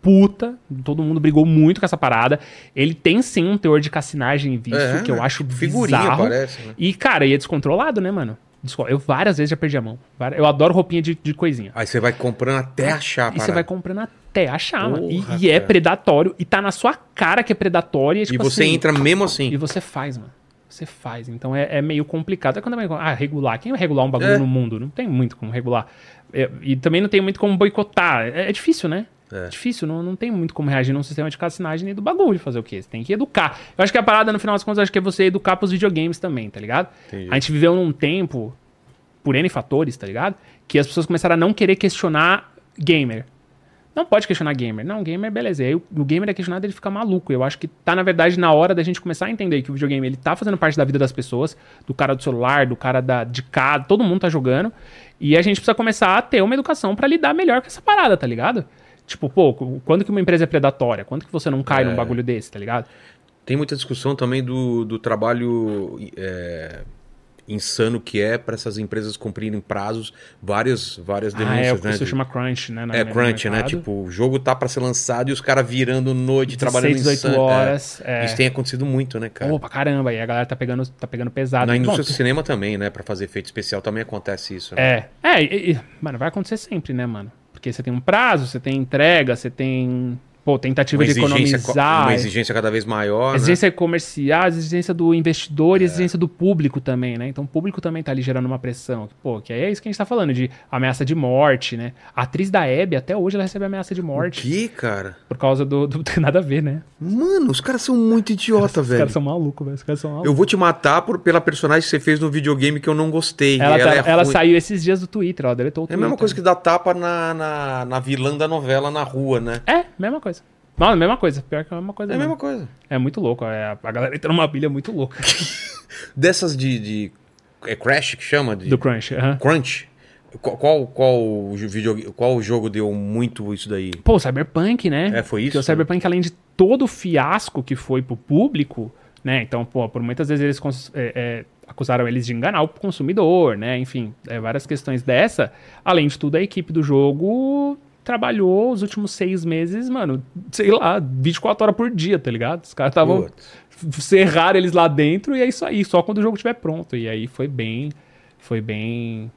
puta, todo mundo brigou muito com essa parada. Ele tem sim um teor de cassinagem e vício, É, que eu né? acho Figurinha bizarro. parece, né? E, cara, e é descontrolado, né, mano? Descon- Eu várias vezes já perdi a mão. Várias- Eu adoro roupinha de- de coisinha. Aí você vai comprando até achar, E você vai comprando até achar, mano. E, Porra, e é cara. predatório. E tá na sua cara que é predatório. E, é E tipo você assim, entra mesmo E assim. você faz, mano. Você faz. Então é, é meio complicado. É quando eu ah, regular. Quem vai regular um bagulho É. no mundo? Não tem muito como regular. É, e também não tem muito como boicotar. É, é difícil, né? É. Difícil, não, não tem muito como reagir num sistema de cassinagem nem do bagulho fazer o quê? Você tem que educar. Eu acho que a parada, no final das contas, eu acho que é você educar pros videogames também, tá ligado? Entendi. A gente viveu num tempo por N fatores, tá ligado? Que as pessoas começaram a não querer questionar gamer. Não pode questionar gamer. Não, gamer, beleza. E aí o, o gamer é questionado, ele fica maluco. Eu acho que tá, na verdade, na hora da gente começar a entender que o videogame, ele tá fazendo parte da vida das pessoas, do cara do celular, do cara da, de casa, todo mundo tá jogando. E a gente precisa começar a ter uma educação pra lidar melhor com essa parada, tá ligado? Tipo, pô, cu- quando que uma empresa é predatória? Quando que você não cai É. num bagulho desse, tá ligado? Tem muita discussão também do, do trabalho é, insano que é para essas empresas cumprirem prazos, várias, várias Ah, é o denúncias, que né? se chama crunch, né? na- É no crunch, né? mercado. Tipo, o jogo tá pra ser lançado e os caras virando noite, 16, trabalhando 18 insano. horas, É. é. Isso tem acontecido muito, né, cara? Pô, pra caramba, e a galera tá pegando, tá pegando pesado. Na Bom, indústria do cinema também, né? Pra fazer efeito especial também acontece isso. Né? É. É, e- e- mano, vai acontecer sempre, né, mano? Porque você tem um prazo, você tem entrega, você tem. Pô, tentativa Uma tipo de exigência, co- economizar. é. uma exigência cada vez maior. a Né? É. exigência comercial, a exigência do investidor e a exigência do público também, né? Então o público também tá ali gerando uma pressão. Pô, que é isso que a gente tá falando, de ameaça de morte, né? A atriz da Hebe, até hoje, ela recebe ameaça de morte. Que, cara? Por causa do, do. Tem nada a ver, né? Mano, os caras são muito idiota, Os velho. caras são malucos, velho. Os caras são malucos. Eu vou te matar por, pela personagem que você fez no videogame que eu não gostei. Ela, tá- é ela ruim. saiu esses dias do Twitter, ela É deletou o a Twitter. mesma coisa que dá tapa na, na, na vilã da novela na rua, né? É, mesma coisa. Não, mesma coisa. Pior que é a mesma coisa. É a mesmo. mesma coisa. É muito louco. é, a galera entra numa bilha muito louca. Dessas de. de é Crash que chama? De, Do Crunch. aham. Crunch? Qual, qual, qual, o jo- video, qual o jogo deu muito isso daí? Pô, o Cyberpunk, né? É, foi isso, Porque o né? Cyberpunk, além de todo o fiasco que foi pro público, né? Então, pô, por muitas vezes eles cons- é, é, acusaram eles de enganar o consumidor, né? Enfim, é, várias questões dessa. Além de tudo, a equipe do jogo trabalhou os últimos seis meses, mano, sei lá, 24 horas por dia, tá ligado? Os caras estavam Putz. cerrar eles lá dentro e é isso aí, só quando o jogo estiver pronto. E aí foi bem, foi bem,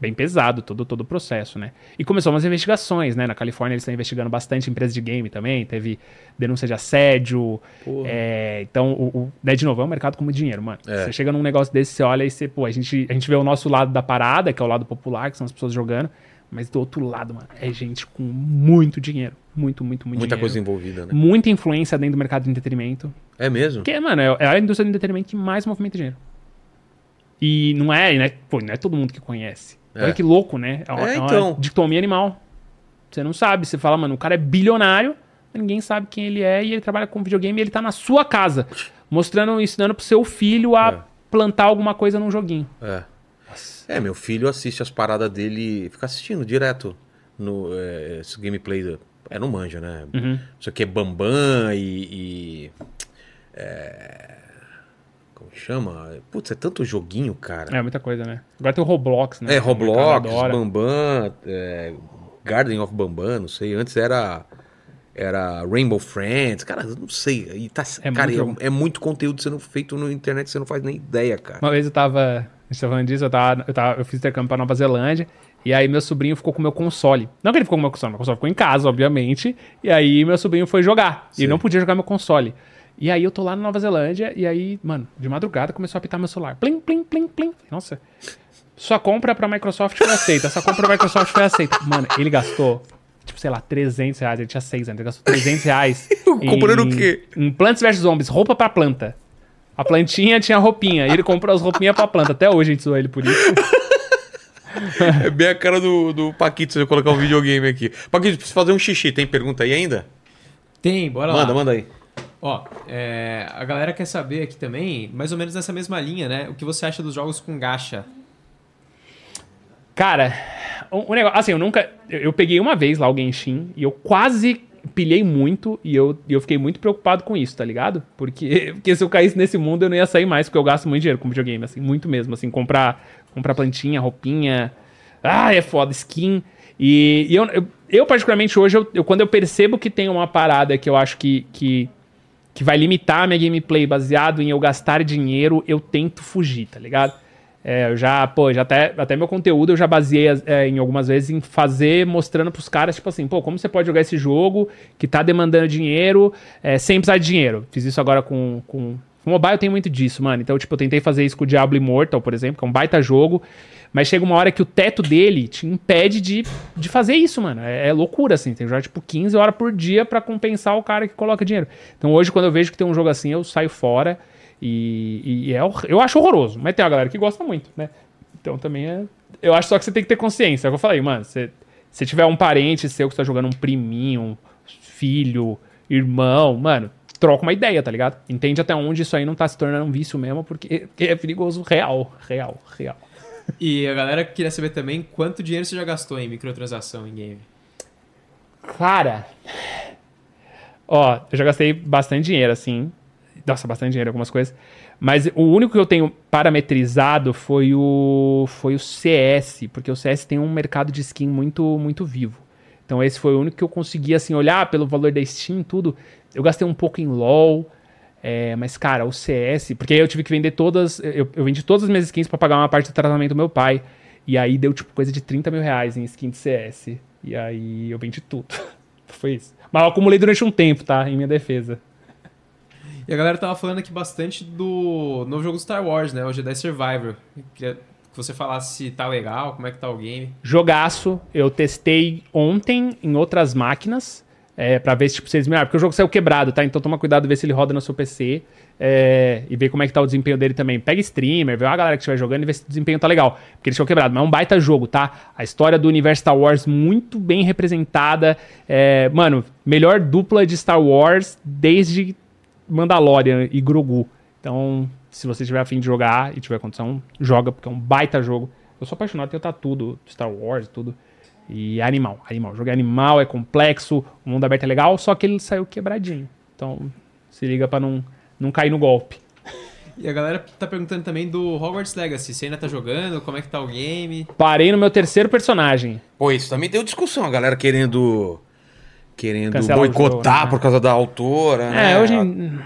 bem pesado todo, todo o processo, né? E começou umas investigações, né? Na Califórnia eles estão investigando bastante empresas de game também, teve denúncia de assédio. Porra. é, então, o, o, né, de novo, é um mercado com muito dinheiro, mano. É. Você chega num negócio desse, você olha e você, pô, a gente, a gente vê o nosso lado da parada, que é o lado popular, que são as pessoas jogando, mas do outro lado, mano, é gente com muito dinheiro. Muito, muito, muito Muita dinheiro. coisa envolvida, né? Muita influência dentro do mercado de entretenimento. É mesmo? Porque, mano, é é a indústria do entretenimento que mais movimenta dinheiro. E não é, né? Pô, não é todo mundo que conhece. É. Olha que louco, né? É uma, É, é uma então. dicotomia animal. Você não sabe. Você fala, mano, o cara é bilionário, mas ninguém sabe quem ele é e ele trabalha com videogame e ele tá na sua casa, mostrando, ensinando pro seu filho a É. plantar alguma coisa num joguinho. É. É, meu filho assiste as paradas dele, fica assistindo direto no é, esse gameplay. do- É, não manja, né? Uhum. Isso aqui é Bambam e. e, é, como que chama? Putz, é tanto joguinho, cara. É muita coisa, né? Agora tem o Roblox, né? É, Que o mercado Roblox, adora. Bambam, é, Garden of Bambam, não sei. Antes era era Rainbow Friends, cara, eu não sei. E tá, É cara, muito jogo. é, é muito conteúdo sendo feito na internet, você não faz nem ideia, cara. Uma vez eu tava A gente tá falando disso, eu, tava, eu, tava, eu fiz intercâmbio pra Nova Zelândia. E aí meu sobrinho ficou com o meu console. Não que ele ficou com o meu console, meu console ficou em casa, obviamente. E aí meu sobrinho foi jogar. E Sim. ele não podia jogar meu console. E aí eu tô lá na Nova Zelândia, e aí, mano, de madrugada começou a apitar meu celular. Plim, plim, plim, plim. Nossa. Sua compra pra Microsoft foi aceita. Sua compra pra Microsoft foi aceita. Mano, ele gastou, tipo, sei lá, 300 reais. Ele tinha 6 anos, ele gastou 300 reais. Comprando o quê? Em Plants vs Zombies, roupa pra planta. A plantinha tinha roupinha. E ele comprou as roupinhas pra planta. Até hoje a gente zoa ele por isso. É bem a cara do, do Paquito se eu colocar um videogame aqui. Paquito, preciso fazer um xixi. Tem pergunta aí ainda? Tem, bora lá. manda, manda aí. Ó, é, a galera quer saber aqui também, mais ou menos nessa mesma linha, né? O que você acha dos jogos com gacha? Cara, um, um negócio. Assim, eu nunca. Eu, eu peguei uma vez lá o Genshin e eu quase pilhei muito e eu, e eu fiquei muito preocupado com isso, tá ligado? Porque, porque se eu caísse nesse mundo eu não ia sair mais, porque eu gasto muito dinheiro com videogame, assim, muito mesmo. Assim, comprar, comprar plantinha, roupinha. Ah, é foda, skin. E, e eu, eu, eu, particularmente, hoje, eu, eu- quando eu percebo que tem uma parada que eu acho que. que que vai limitar a minha gameplay baseado em eu gastar dinheiro, eu tento fugir, tá ligado? É, eu já, pô, já até, até meu conteúdo eu já baseei é, em algumas vezes em fazer, mostrando pros caras, tipo assim, pô, como você pode jogar esse jogo que tá demandando dinheiro é, sem precisar de dinheiro. Fiz isso agora com, com... com mobile tem muito disso, mano. Então, tipo, eu tentei fazer isso com o Diablo Immortal, por exemplo, que é um baita jogo, mas chega uma hora que o teto dele te impede de, de fazer isso, mano. É, é loucura, assim. Tem que jogar, tipo, 15 horas por dia pra compensar o cara que coloca dinheiro. Então, hoje, quando eu vejo que tem um jogo assim, eu saio fora. E, e é, hor- eu acho horroroso, mas tem a galera que gosta muito, né? Então também é. Eu acho só que você tem que ter consciência. É o que eu falei, mano. Se se tiver um parente seu que tá jogando um priminho, um filho, irmão, mano, troca uma ideia, tá ligado? Entende até onde isso aí não tá se tornando um vício mesmo, porque, porque é perigoso real, real, real. E a galera queria saber também quanto dinheiro você já gastou em microtransação em game. Cara. Ó, eu já gastei bastante dinheiro, assim. Nossa, bastante dinheiro, em algumas coisas. Mas o único que eu tenho parametrizado foi o, foi o CS, porque o CS tem um mercado de skin muito, muito vivo. Então esse foi o único que eu consegui, assim, olhar pelo valor da Steam e tudo. Eu gastei um pouco em LoL, é, mas, cara, o CS... Porque aí eu tive que vender todas... Eu, eu vendi todas as minhas skins pra pagar uma parte do tratamento do meu pai. E aí deu, tipo, coisa de 30 mil reais em skin de CS. E aí eu vendi tudo. Foi isso. Mas eu acumulei durante um tempo, tá? Em minha defesa. E a galera tava falando aqui bastante do novo jogo do Star Wars, né? O Jedi Survivor. Queria que você falasse se tá legal, como é que tá o game. Jogaço. Eu testei ontem em outras máquinas. É, pra ver se tipo, vocês melhoram. Porque o jogo saiu quebrado, tá? Então toma cuidado, ver se ele roda no seu PC. é, e ver como é que tá o desempenho dele também. Pega streamer, vê a galera que estiver jogando e vê se o desempenho tá legal. Porque ele saiu quebrado. Mas é um baita jogo, tá? A história do universo Star Wars muito bem representada. É, mano, melhor dupla de Star Wars desde Mandalorian e Grogu. Então, se você tiver afim de jogar e tiver condição, joga, porque é um baita jogo. Eu sou apaixonado, tenho tatu do Star Wars, tudo. E é animal, animal. O jogo é animal, é complexo, o mundo aberto é legal, só que ele saiu quebradinho. Então, se liga pra não, não cair no golpe. E a galera tá perguntando também do Hogwarts Legacy. Você ainda tá jogando? Como é que tá o game? Parei no meu terceiro personagem. Pô, isso também deu discussão. A galera querendo... Querendo Cancelar o boicotar jogo, né? por causa da autora, É, né? hoje em-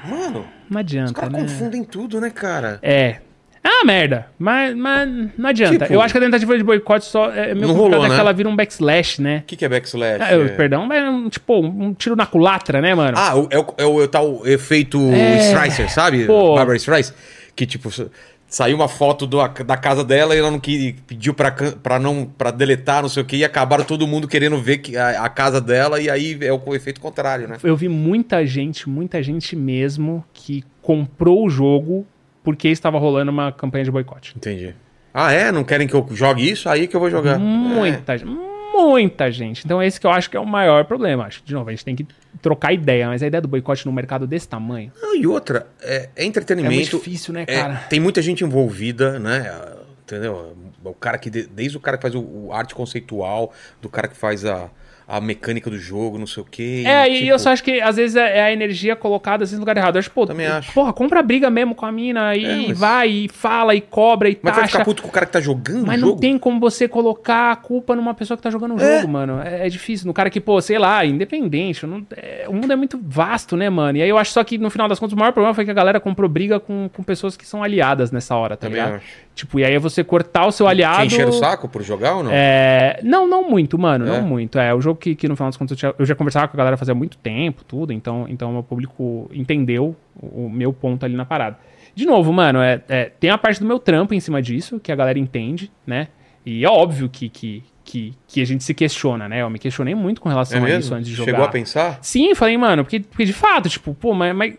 Mano, não os adianta, caras né? confundem tudo, né, cara? É. É uma merda, mas, mas não adianta. Tipo- eu acho que a tentativa de boicote só é meio Não complicada rolou, né? que ela vira um backslash, né? O que, que é backslash? Ah, eu- Perdão, mas é um, tipo um tiro na culatra, né, mano? Ah, o- é o, é o, é o tal efeito É. Streiser, sabe? Pô. Barbara Streisand. Que, tipo, s- saiu uma foto do- da casa dela e ela não que, pediu pra, can- pra, não, pra deletar, não sei o quê, e acabaram todo mundo querendo ver que a, a casa dela, e aí é o, co- efeito contrário, né? Eu vi muita gente, muita gente mesmo que comprou o jogo porque estava rolando uma campanha de boicote. Entendi. Ah, é? Não querem que eu jogue isso? Aí que eu vou jogar. Uhum. Muita gente. Muita gente. Então, é esse que eu acho que é o maior problema. Acho que, de novo, a gente tem que trocar ideia, mas a ideia do boicote num mercado desse tamanho Ah, e outra, é, é é muito entretenimento. difícil, né, É, cara? tem muita gente envolvida, né? Ah, Entendeu? O cara que de- desde o cara que faz o, o arte conceitual, do cara que faz a, a mecânica do jogo, não sei o quê. É, tipo, e eu só acho que às vezes é é a energia colocada assim, no lugar errado. Eu acho, pô, Também acho. porra, compra briga mesmo com a mina e É, mas- vai e fala e cobra e Mas vai taxa. ficar puto com o cara que tá jogando Mas o não jogo? tem como você colocar a culpa numa pessoa que tá jogando um jogo, mano. É, é difícil. No cara que, pô, sei lá, independente. não- é, o mundo é muito vasto, né, mano? E aí eu acho só que, no final das contas, o maior problema foi que a galera comprou briga com, com pessoas que são aliadas nessa hora, tá Também ligado? acho. Tipo, e aí é você cortar o seu Você aliado. encheram o saco por jogar ou não? É, não, não muito, mano, É? não muito. É, o jogo que, que no final das contas eu, tinha- eu já conversava com a galera fazia muito tempo, tudo, então, então o público entendeu o, o meu ponto ali na parada. De novo, mano, é, é, tem a parte do meu trampo em cima disso, que a galera entende, né? E é óbvio que, que, que, que a gente se questiona, né? Eu me questionei muito com relação É a mesmo? isso antes de jogar. Chegou a pensar? Sim, falei, mano, porque, porque de fato, tipo, pô, mas, mas.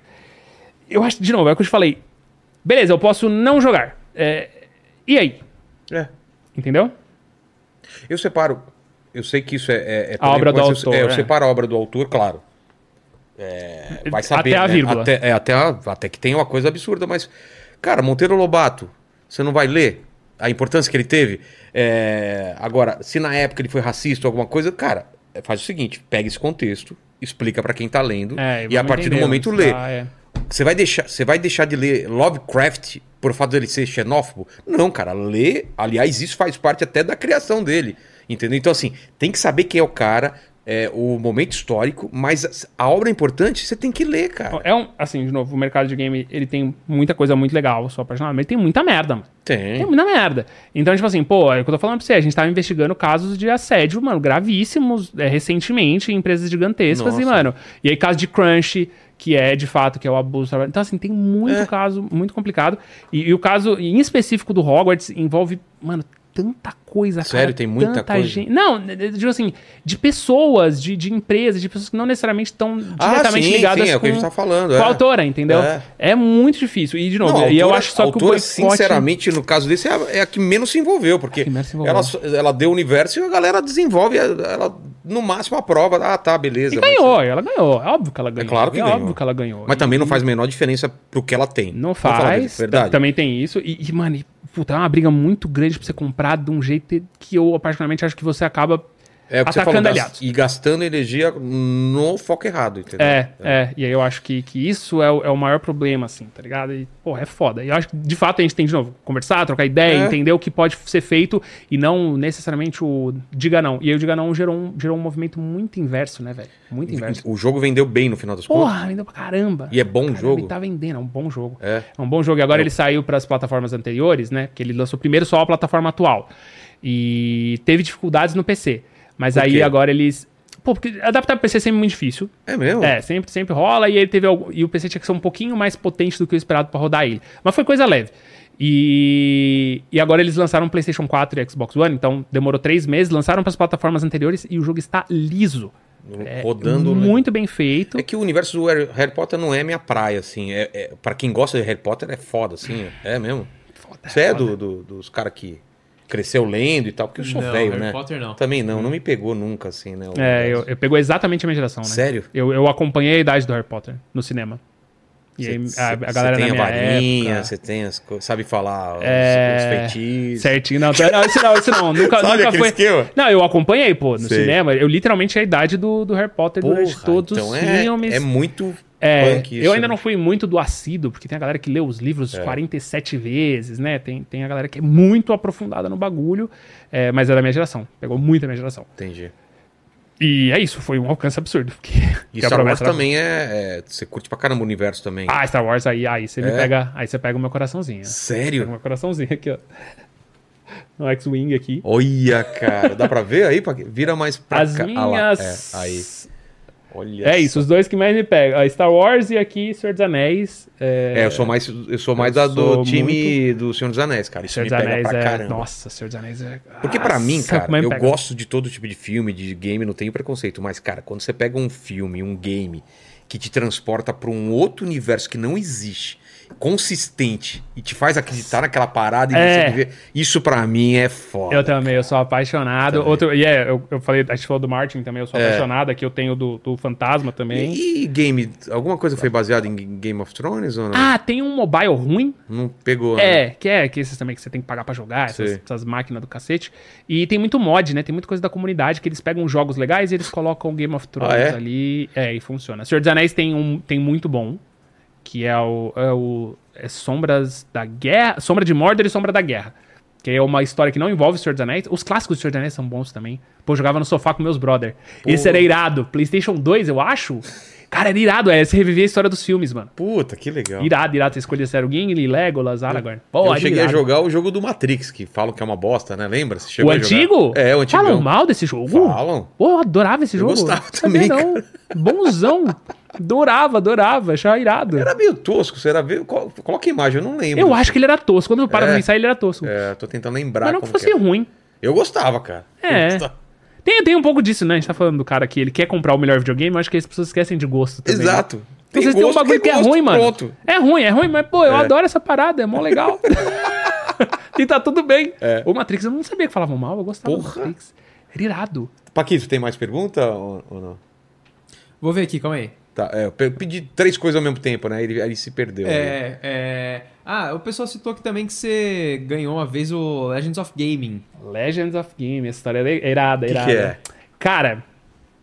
Eu acho, de novo, é o que eu te falei. Beleza, eu posso não jogar. É, e aí? É. Entendeu? Eu separo. Eu sei que isso é. é, é A polêmico, obra do mas eu- autor, é, eu é. separo a obra do autor, claro. É, vai saber. Até a né? vírgula. Até, é, até, a- até que tem uma coisa absurda, mas. Cara, Monteiro Lobato, você não vai ler a importância que ele teve? É, agora, se na época ele foi racista ou alguma coisa, cara, é, faz o seguinte: pega esse contexto, explica pra quem tá lendo, É, e a vamos partir do entender momento onde lê. tá, é. Você vai deixar, você vai deixar de ler Lovecraft por fato dele ser xenófobo? Não, cara, lê, aliás, isso faz parte até da criação dele, entendeu? Então assim, tem que saber quem é o cara, é, o momento histórico, mas a, a obra é importante, você tem que ler, cara. É um, assim, de novo, o mercado de game, ele tem muita coisa muito legal, eu sou apaixonado, mas ele tem muita merda, mano. Tem Tem. muita merda. Então, tipo assim, pô, é o que eu tô falando pra você, a gente tava investigando casos de assédio, mano, gravíssimos, é, recentemente, em empresas gigantescas, e, Nossa. mano, e aí caso de crunch, que é, de fato, que é o abuso. do trabalho. Então, assim, tem É. muito caso, muito complicado. E, e o caso, em específico do Hogwarts, envolve, mano, tanta coisa, Sério? cara, Tem muita tanta coisa? Gente... Não, eu digo assim, de pessoas, de, de empresas, de pessoas que não necessariamente estão diretamente sim, ligadas sim, é o que a gente com- tá falando, com é. a autora, entendeu? É. É. muito difícil. E, de novo, Não, a e eu autora- acho só a que o autora, boicote... sinceramente, no caso desse, é a, é a que menos se envolveu, porque É que menos se envolveu. ela, só- ela deu o universo e a galera desenvolve, ela, no máximo, a prova. Ah, tá, beleza. E mas- ganhou, ela ganhou. É óbvio que ela ganhou. claro que é ganhou. óbvio que ela ganhou. Mas E também não faz a menor diferença pro que ela tem. Não Vamos falar a faz. Verdade. Também tem isso. E, e, mano, e, puta, é uma briga muito grande pra você comprar de um jeito que eu, particularmente, acho que você acaba. É o que Atacando você falou, aliados. gas- e gastando energia no foco errado, entendeu? É, é. E aí eu acho que, que isso é o, é o maior problema, assim, tá ligado? E, porra, é foda. E eu acho que, de fato, a gente tem, de novo, conversar, trocar ideia, É. entender o que pode ser feito e não necessariamente o diga não. E aí o diga não gerou um, gerou um movimento muito inverso, né, velho? Muito inverso. O jogo vendeu bem no final das contas. Porra, vendeu pra caramba. E é bom o Caramba, jogo? E tá vendendo, é um bom jogo. É. É um bom jogo. E agora ele saiu para as plataformas anteriores, né? Porque ele lançou primeiro só a plataforma atual. E teve dificuldades no PC. Mas Por aí quê? agora eles. Pô, porque adaptar pro PC é sempre muito difícil. É mesmo? É, sempre, sempre rola. E ele teve algum... E o PC tinha que ser um pouquinho mais potente do que o esperado para rodar ele. Mas foi coisa leve. E... e agora eles lançaram o PlayStation 4 e Xbox One, então demorou três meses, lançaram para as plataformas anteriores e o jogo está liso. Rodando. né? é Muito bem feito. É que o universo do Harry Harry Potter não é minha praia, assim. É, é, pra quem gosta de Harry Potter, é foda, assim. É mesmo. Você é do, do- dos caras que cresceu lendo e tal, porque eu sou Não, velho, Harry né? Potter não. Também não, não me pegou nunca, assim, né? o É, eu, universo. eu pegou exatamente a minha geração, né? Sério? Eu, eu acompanhei a idade do Harry Potter no cinema. E aí, Cê- a, a cê- galera cê da tem minha a varinha, época... você tem as coisas, sabe falar os- É, os feitiços. Certinho, não, não, isso não, isso não, nunca, Sabe nunca aquele foi. esquema? Não, eu acompanhei, pô, no Sei. cinema. Eu literalmente tinha a idade do, do Harry Potter durante Porra, todos então os é, filmes. É muito É, punk isso. eu ainda né? É. não fui muito do assíduo, porque tem a galera que lê os livros 47 vezes, né? Tem, tem a galera que é muito aprofundada no bagulho, é, mas é da minha geração. Pegou muito a minha geração. Entendi. E é isso, foi um alcance absurdo. Porque E que a Star Wars promessa era- também é, é- Você curte pra caramba o universo também. Ah, Star Wars, aí, aí você me É? pega. Aí você pega o meu coraçãozinho. Pega o Sério? meu coraçãozinho aqui, ó. No X-Wing aqui. Olha, cara. Dá pra ver aí? pra- Vira mais pra As cá. Ah lá, minhas. é, aí. Olha É isso, os dois que mais me pegam. ó, Star Wars e aqui Senhor dos Anéis. É, É, eu sou mais, eu sou mais Eu da do sou time do Senhor dos Anéis, cara. Isso Senhor me dos pega Anéis pra é. caramba. Nossa, Senhor dos Anéis é. Porque pra mim, Nossa, cara, como é me eu pega. gosto de todo tipo de filme, de game, não tenho preconceito. Mas, cara, quando você pega um filme, um game, que te transporta pra um outro universo que não existe consistente e te faz acreditar naquela parada e É. você viver. Isso pra mim é foda. Eu também, eu sou apaixonado. Também. Outro, e é, eu, eu falei, a gente falou do Martin também, eu sou É. apaixonado. Aqui eu tenho do, do Fantasma também. E, e game, alguma coisa foi baseada em Game of Thrones ou não? Ah, tem um mobile ruim. Não pegou, né? É, que é que esses também que você tem que pagar pra jogar, essas, Sei. essas máquinas do cacete. E tem muito mod, né? Tem muita coisa da comunidade que eles pegam jogos legais e eles colocam Game of Thrones Ah, é? ali. É, e funciona. Senhor dos Anéis tem um tem muito bom, que é o, é o- é Sombras da Guerra, Sombra de Mordor e Sombra da Guerra. Que é uma história que não envolve Senhor dos Anéis. Os clássicos do Senhor dos Anéis são bons também. Pô, eu jogava no sofá com meus brother. Esse era irado. PlayStation 2, eu acho. Cara, era irado. É, você revivia a história dos filmes, mano. Puta, que legal. Irado, irado. Você escolhia se era o Gimli, Legolas, Aragorn. Pô, Então. eu era cheguei irado. a jogar o jogo do Matrix, que falam que é uma bosta, né? Lembra? Você O chegou a jogar? antigo? É, o antigo. Falam mal desse jogo? Falam. Pô, eu adorava esse Eu jogo. gostava Não sabia também, não. Bonzão. Adorava, adorava. Achava irado. Era meio tosco, será? Vê- co- Coloca a imagem, eu não lembro. Eu acho que ele era tosco. Quando eu paro É. pra pensar, ele era tosco. É, tô tentando lembrar Mas não que como fosse que era. ruim. Eu gostava, cara. É. Eu gostava. Tem, tem um pouco disso, né? A gente tá falando do cara que ele quer comprar o melhor videogame, eu acho que as pessoas esquecem de gosto também. né? Exato. Então, Vocês têm um gosto, bagulho que é gosto, ruim, mano. Pronto. É ruim, é ruim, mas, pô, eu adoro essa parada, é mó legal. e tá tudo bem. É. O Matrix, eu não sabia que falavam mal, eu gostava do Porra. Matrix. Era irado. Paquito, tem mais pergunta ou, ou não? Vou ver aqui, calma aí. Tá, é, eu pe- pedi três coisas ao mesmo tempo, né? Ele, aí ele se perdeu. né? É, é... Ah, o pessoal citou aqui também que você ganhou uma vez o Legends of Gaming. Legends of Game, essa história é irada, Que irada. que é? Cara,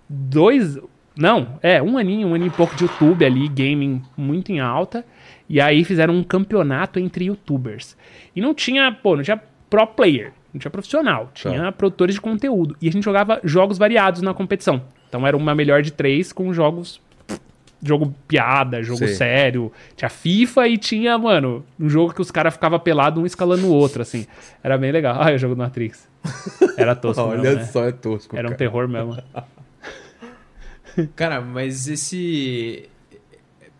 dois. Não, é, um aninho, um aninho e pouco de YouTube ali, gaming muito em alta. E aí fizeram um campeonato entre youtubers. E não tinha, pô, não tinha pro player, não tinha profissional, Tá. tinha produtores de conteúdo. E a gente jogava jogos variados na competição. Então era uma melhor de três com jogos. Jogo piada, jogo Sei. sério. Tinha FIFA e tinha, mano, um jogo que os caras ficavam pelado um escalando o outro, assim. Era bem legal. Ah, o jogo do Matrix. Era tosco. Olha mesmo, né? só, é tosco. Era um cara. Ah. terror mesmo. Cara, mas esse...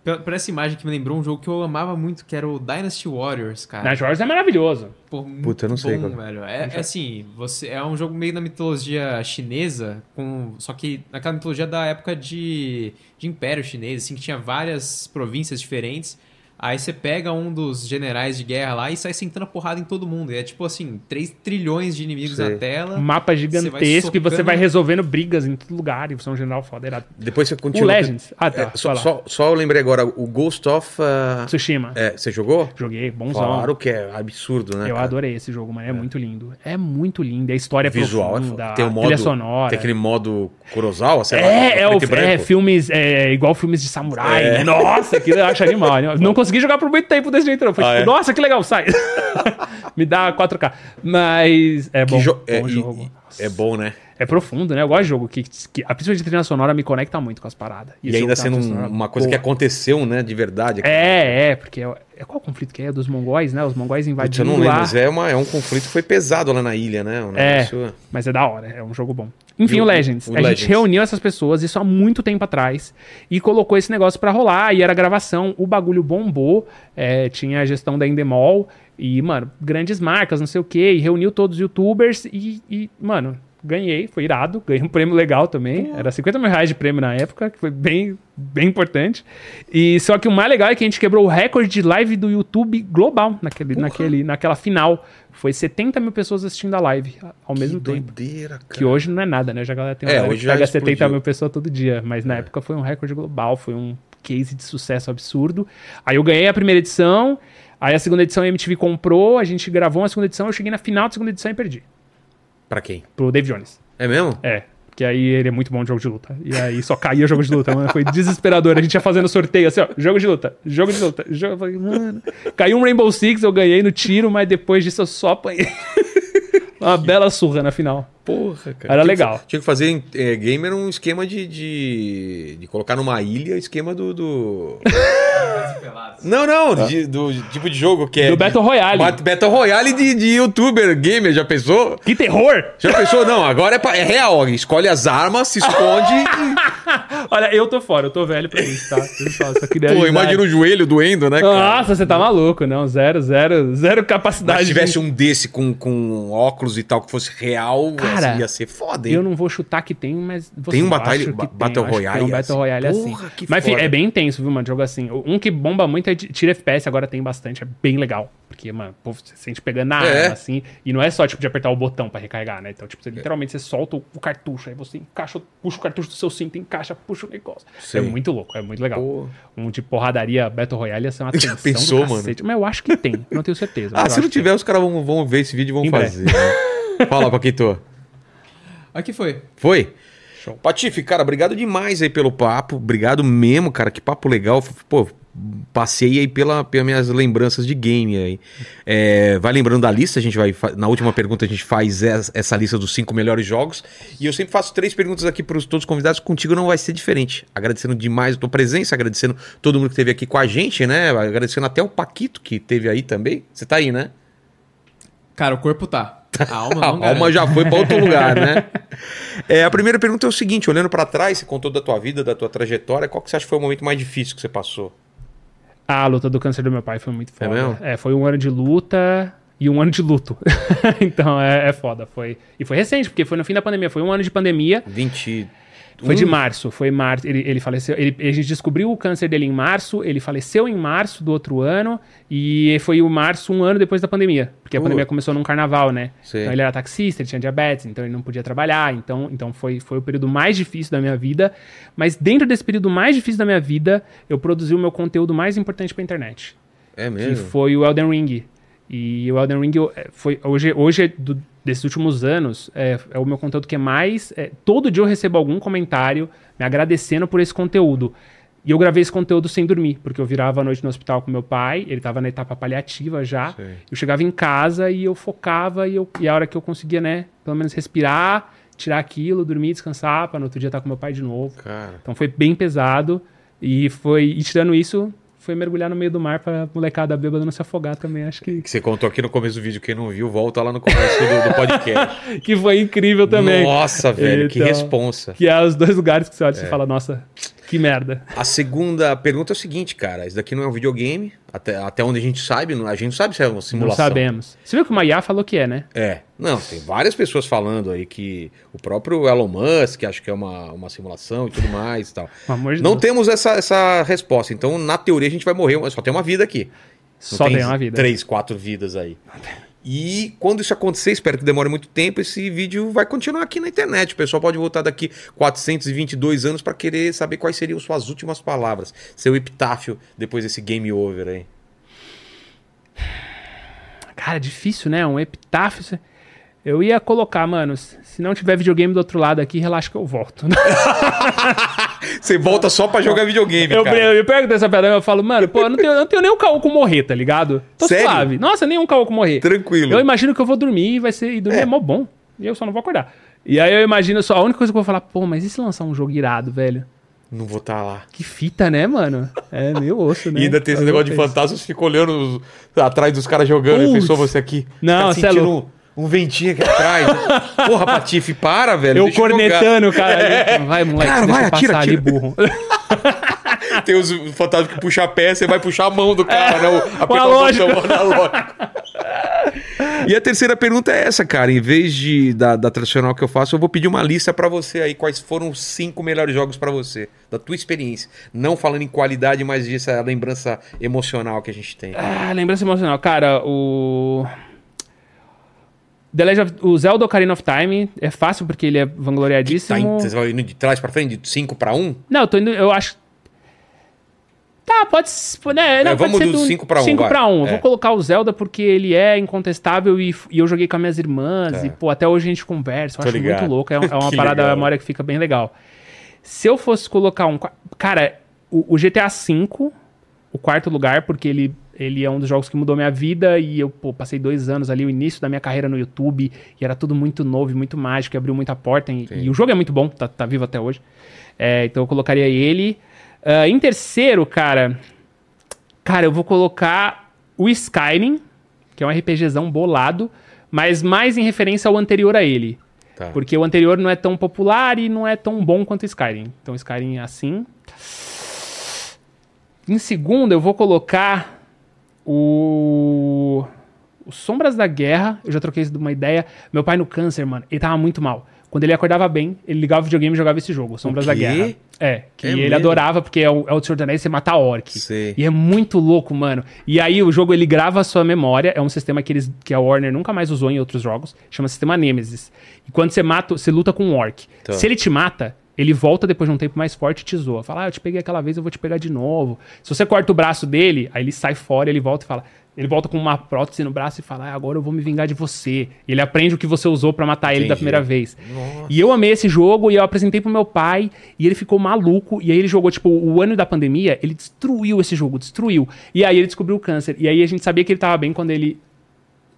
Pra pra essa imagem que me lembrou um jogo que eu amava muito, que era o Dynasty Warriors, cara. Na Jorge é maravilhoso. Pô, muito Puta, eu não sei bom, qual velho. É, é assim, você é um jogo meio da mitologia chinesa, com só que naquela mitologia da época de, de Império Chinês, assim, que tinha várias províncias diferentes. Aí você pega um dos generais de guerra lá e sai sentando a porrada em todo mundo. E é tipo assim, 3 trilhões de inimigos Sei. na tela. Um mapa gigantesco e você socando- vai resolvendo brigas em todo lugar. E você é um general foda. Era... Depois você O continua. Legends. Ah, tá. É, só, vai lá. só, só eu lembrei agora, o Ghost of. ah, Tsushima. é, você jogou? Joguei, bonzão. Claro que é absurdo, né? Eu cara? adorei esse jogo, mano. É, muito lindo. É muito lindo. A história é Visual, é profunda, foda. tem o a modo, trilha sonora. Tem aquele modo Kurosawa, sei lá. É, é, o, preto e branco. É. é, filmes, é igual filmes de samurai. né? Nossa, aquilo eu acho animal. animal. Não consegui jogar por muito tempo desse jeito, não. Foi Ah, tipo, é? nossa, que legal, sai. Me dá 4K. Mas é Que bom, jo- bom é, e- jogo. e- é bom, né? É profundo, né? Eu gosto de jogo que, que a principalmente a trilha sonora me conecta muito com as paradas. E, esse ainda jogo tem sendo trilha um- sonora uma coisa que né? boa. aconteceu, né, de verdade. É, é, porque é, é qual o conflito que é? Dos mongóis, né? Os mongóis Putz, eu invadiram não lembro, lá. mas é, uma, é um conflito que foi pesado lá na ilha, né? Um É, negócio- mas é da hora, é um jogo bom. Enfim, E o, o- Legends. o a Legends. gente reuniu essas pessoas, isso há muito tempo atrás, e colocou esse negócio pra rolar, e era gravação, o bagulho bombou, é, tinha a gestão da Endemol, e, mano, grandes marcas, não sei o quê, e reuniu todos os youtubers, e, e, mano, ganhei, foi irado, ganhei um prêmio legal também, era 50 mil reais de prêmio na época, que foi bem, bem importante, e só que o mais legal é que a gente quebrou o recorde de live do YouTube global, naquele, naquele, naquela final, foi 70 mil pessoas assistindo a live ao mesmo que tempo. doideira, cara. Que hoje não é nada, né? Já a galera tem uma É, galera hoje que já pega explodiu. É. 70 mil pessoas todo dia. Mas na época foi um recorde global, foi um case de sucesso absurdo. Aí eu ganhei a primeira edição, aí a segunda edição a MTV comprou, a gente gravou uma segunda edição, eu cheguei na final da segunda edição e perdi. Pra quem? Pro Dave Jones. É mesmo? É. Porque aí ele é muito bom de jogo de luta. E aí só caía jogo de luta, mano. Foi desesperador. A gente ia fazendo sorteio assim, ó. Jogo de luta, jogo de luta. Jogo... Eu falei, mano. Caiu um Rainbow Six, eu ganhei no tiro, mas depois disso eu só apanhei. Uma bela surra na final. Porra, cara. Tinha Era que legal. fa- tinha que fazer em eh, gamer um esquema de, de, de colocar numa ilha o esquema do. do- não, não, de- do tipo de jogo que é. Do Battle Royale. Bat- Battle Royale de, de youtuber gamer, já pensou? Que terror! Já pensou? Não, agora é, pa- é real. ó, Escolhe as armas, se esconde. e- Olha, eu tô fora, eu tô velho pra isso, tá? Pessoal, só queria Pô, avisar. imagina o joelho doendo, né, cara? Nossa, você tá maluco, não. Zero, zero, zero Mas capacidade. se tivesse de- um desse com, com óculos e tal, que fosse real, Cara, assim, ia ser foda, hein? Eu não vou chutar que tem, mas. Tem um eu acho batalha- que ba- tem, Battle eu acho que Royale Tem um Battle assim. Royale assim. Porra, que mas enfim, foda. é bem intenso, viu, mano? Jogo assim. Um que bomba muito é de tira FPS, agora tem bastante, é bem legal. Porque, mano, o povo se sente pegando na É. arma, assim. E não é só, tipo, de apertar o botão pra recarregar, né? Então, tipo, você, literalmente você solta o, o cartucho, aí você encaixa, puxa o cartucho do seu cinto, encaixa, puxa o negócio. Sei. É muito louco, é muito legal. Pô. Um de porradaria Battle Royale ia ser uma Já tensão pensou, do mano? cacete. Mas eu acho que tem, não tenho certeza. mas Ah, eu se acho não que tem. tiver, os caras vão, vão ver esse vídeo e vão Em fazer. né? Fala, Paquito. Aqui foi. Foi? Patife, cara, obrigado demais aí pelo papo. Obrigado mesmo, cara. Que papo legal. F- Pô, passei aí pela, pelas minhas lembranças de game aí. É, vai lembrando da lista, a gente vai. fa- Na última pergunta, a gente faz es- essa lista dos cinco melhores jogos. E eu sempre faço três perguntas aqui para todos os convidados. Contigo não vai ser diferente. Agradecendo demais a tua presença, agradecendo todo mundo que esteve aqui com a gente, né? Agradecendo até o Paquito que teve aí também. Você tá aí, né? Cara, o corpo tá. A alma não A Ah, alma garante. já foi para outro lugar, né? É, a primeira pergunta é o seguinte: olhando para trás, você contou da tua vida, da tua trajetória, qual que você acha que foi o momento mais difícil que você passou? A luta do câncer do meu pai foi muito foda. mesmo? foi um ano de luta e um ano de luto. então é, é foda. Foi, e foi recente, porque foi no fim da pandemia. Foi um ano de pandemia. 20. Foi de março. Foi março. Ele, ele faleceu. ele- a gente descobriu o câncer dele em março. Ele faleceu em março do outro ano. E foi o março, um ano depois da pandemia. Porque a Pô. pandemia começou num carnaval, né? Sei. Então ele era taxista, ele tinha diabetes, então ele não podia trabalhar. Então, então foi, foi o período mais difícil da minha vida. Mas dentro desse período mais difícil da minha vida, eu produzi o meu conteúdo mais importante pra internet É que mesmo? foi o Elden Ring. E o Elden Ring eu- eh, foi hoje, hoje do- desses últimos anos, é, é o meu conteúdo que é mais. é, todo dia eu recebo algum comentário me agradecendo por esse conteúdo. E eu gravei esse conteúdo sem dormir, porque eu virava a noite no hospital com meu pai, ele tava na etapa paliativa já. Sei. Eu chegava em casa e eu focava e, eu, e a hora que eu conseguia, né, pelo menos respirar, tirar aquilo, dormir, descansar, pra no outro dia estar com meu pai de novo. Cara. Então foi bem pesado e foi e tirando isso, foi mergulhar no meio do mar para molecada bêbada não se afogar também, acho que Que você contou aqui no começo do vídeo, quem não viu, volta lá no começo do, do podcast. que foi incrível também. Nossa, velho, que Então- responsa. Que é os dois lugares que você olha e você fala, nossa, que merda. A segunda pergunta é o seguinte, cara: isso daqui não é um videogame, até, até onde a gente sabe, não- a gente não sabe se é uma Não simulação. sabemos. Você viu que o Maia falou que é, né? É, não, tem várias pessoas falando aí que o próprio Elon Musk acho que é uma, uma simulação e tudo mais e tal. Pelo amor de Não Deus. temos essa, essa resposta, então na teoria a gente vai morrer, mas só tem uma vida aqui. Não Só tem uma vida. Três, quatro vidas aí. E quando isso acontecer, espero que demore muito tempo, esse vídeo vai continuar aqui na internet. O pessoal pode voltar daqui 422 anos para querer saber quais seriam suas últimas palavras, seu epitáfio depois desse game over aí. Cara, difícil, né? Um epitáfio. você- Eu ia colocar, mano, se se não tiver videogame do outro lado aqui, relaxa que eu volto. Você volta só para jogar videogame, Eu, cara. eu, eu pego dessa pedra e eu falo, mano, pô, eu não tenho, eu não tenho nenhum caô com morrer, tá ligado? Tô Sério? suave. Nossa, nenhum caô com morrer. Tranquilo. Eu imagino que eu vou dormir e vai ser. E dormir é, mó bom. E eu só não vou acordar. E aí eu imagino só. A única coisa que eu vou falar, pô, mas e se lançar um jogo irado, velho? Não vou estar lá. Que fita, né, mano? É meio osso, né? E ainda tem esse Eu negócio de penso. fantasmas, fica olhando os- atrás dos caras jogando e Putz. pensou você aqui. Não, Fica cê é sentindo louco. um, um ventinho aqui atrás. Porra, Patife, para, velho. Eu deixa jogar. É. cornetando, cara. Vai, moleque, Cara, deixa vai, eu passar atira, ali, atira. burro. Tem os fantasmas que puxam a pé, você vai puxar a mão do cara, né? O, apertar o analógico. botão analógico. E a terceira pergunta é essa, cara. Em vez de, da, da tradicional que eu faço, eu vou pedir uma lista pra você aí. Quais foram os cinco melhores jogos pra você, da tua experiência. Não falando em qualidade, mas disso, a lembrança emocional que a gente tem. Ah, lembrança emocional. Cara, o. The Legend of... O Zelda Ocarina of Time é fácil porque ele é Tá, vangloriadíssimo. indo- você vai indo de trás pra frente, de 5 pra 1? Um? Não, eu tô indo. Eu acho. Tá, pode. s- Né, não, É, vamos pode ser do cinco pra um, 5 vai. pra 1. Eu É. vou colocar o Zelda porque ele é incontestável e, f- e eu joguei com as minhas irmãs. E, pô, até hoje a gente conversa. Eu É. Tô acho ligado. muito louco. É, um- é uma Que parada da legal. memória que fica bem legal. Se eu fosse colocar um. qua- Cara, o, o GTA V, o quarto lugar, porque ele. Ele é um dos jogos que mudou minha vida e eu pô, passei dois anos ali, o início da minha carreira no YouTube, e era tudo muito novo e muito mágico, e abriu muita porta. E, e o jogo é muito bom, tá, tá vivo até hoje. É, então eu colocaria ele. Ah, em terceiro, cara, Cara, eu vou colocar o Skyrim, que é um RPGzão bolado, mas mais em referência ao anterior a ele. Tá. Porque o anterior não é tão popular e não é tão bom quanto o Skyrim. Então o Skyrim é assim. Em segundo, eu vou colocar o... o Sombras da Guerra. Eu já troquei isso de uma ideia. Meu pai no câncer, mano, ele tava muito mal. Quando ele acordava bem, ele ligava o videogame e jogava esse jogo, Sombras da quê? Guerra. É, que É ele mesmo? adorava, porque é o, é o Senhor dos Anéis, você mata orc. Sei. E é muito louco, mano. E aí o jogo ele grava a sua memória, é um sistema que, eles, que a Warner nunca mais usou em outros jogos, chama sistema Nemesis. E quando você mata, você luta com um orc. Tá. Se ele te mata, ele volta depois de um tempo mais forte e te zoa. Fala, ah, eu te peguei aquela vez, eu vou te pegar de novo. Se você corta o braço dele, aí ele sai fora, ele volta e fala. Ele volta com uma prótese no braço e fala: ah, agora eu vou me vingar de você. E ele aprende o que você usou pra matar ele da Entendi. primeira vez. E eu amei esse jogo e eu apresentei pro meu pai e ele ficou maluco. E aí ele jogou, tipo, o ano da pandemia, ele destruiu esse jogo, destruiu. E aí ele descobriu o câncer. E aí a gente sabia que ele tava bem quando ele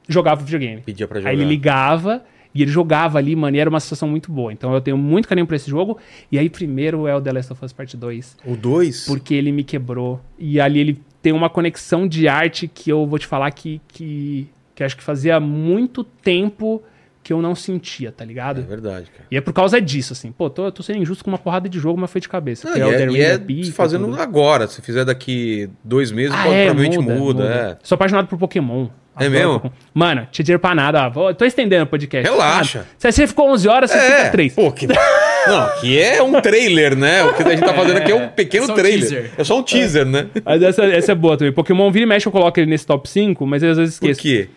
jogava videogame. Pedia pra jogar. Aí ele ligava e ele jogava ali, mano, e era uma situação muito boa. Então eu tenho muito carinho por esse jogo. E aí primeiro é o The Last of Us Part 2 O 2? porque ele me quebrou. E ali ele tem uma conexão de arte que eu vou te falar que, que, que acho que fazia muito tempo que eu não sentia, tá É ligado? verdade, cara. E é por causa disso, assim. Pô, tô, tô sendo injusto com uma porrada de jogo, mas foi de cabeça. Não, Porque e o The é, Ring e é da Pica, fazendo tudo. agora. Se fizer daqui dois meses, Ah, pode- é, provavelmente muda, muda. muda. Sou apaixonado por Pokémon. É Adoro mesmo? Pokémon. Mano, tinha dinheiro pra nada. Ah, vou- tô estendendo o podcast. Relaxa. Ah, se você ficou 11 horas, É. você fica 3. Pô, que... Não, que é um trailer, né? O que a gente tá fazendo aqui é um pequeno Só um trailer. teaser. É só um teaser, né? Mas essa, essa é boa também. Pokémon vira e mexe, eu coloco ele nesse top 5, mas eu às vezes Por esqueço. quê?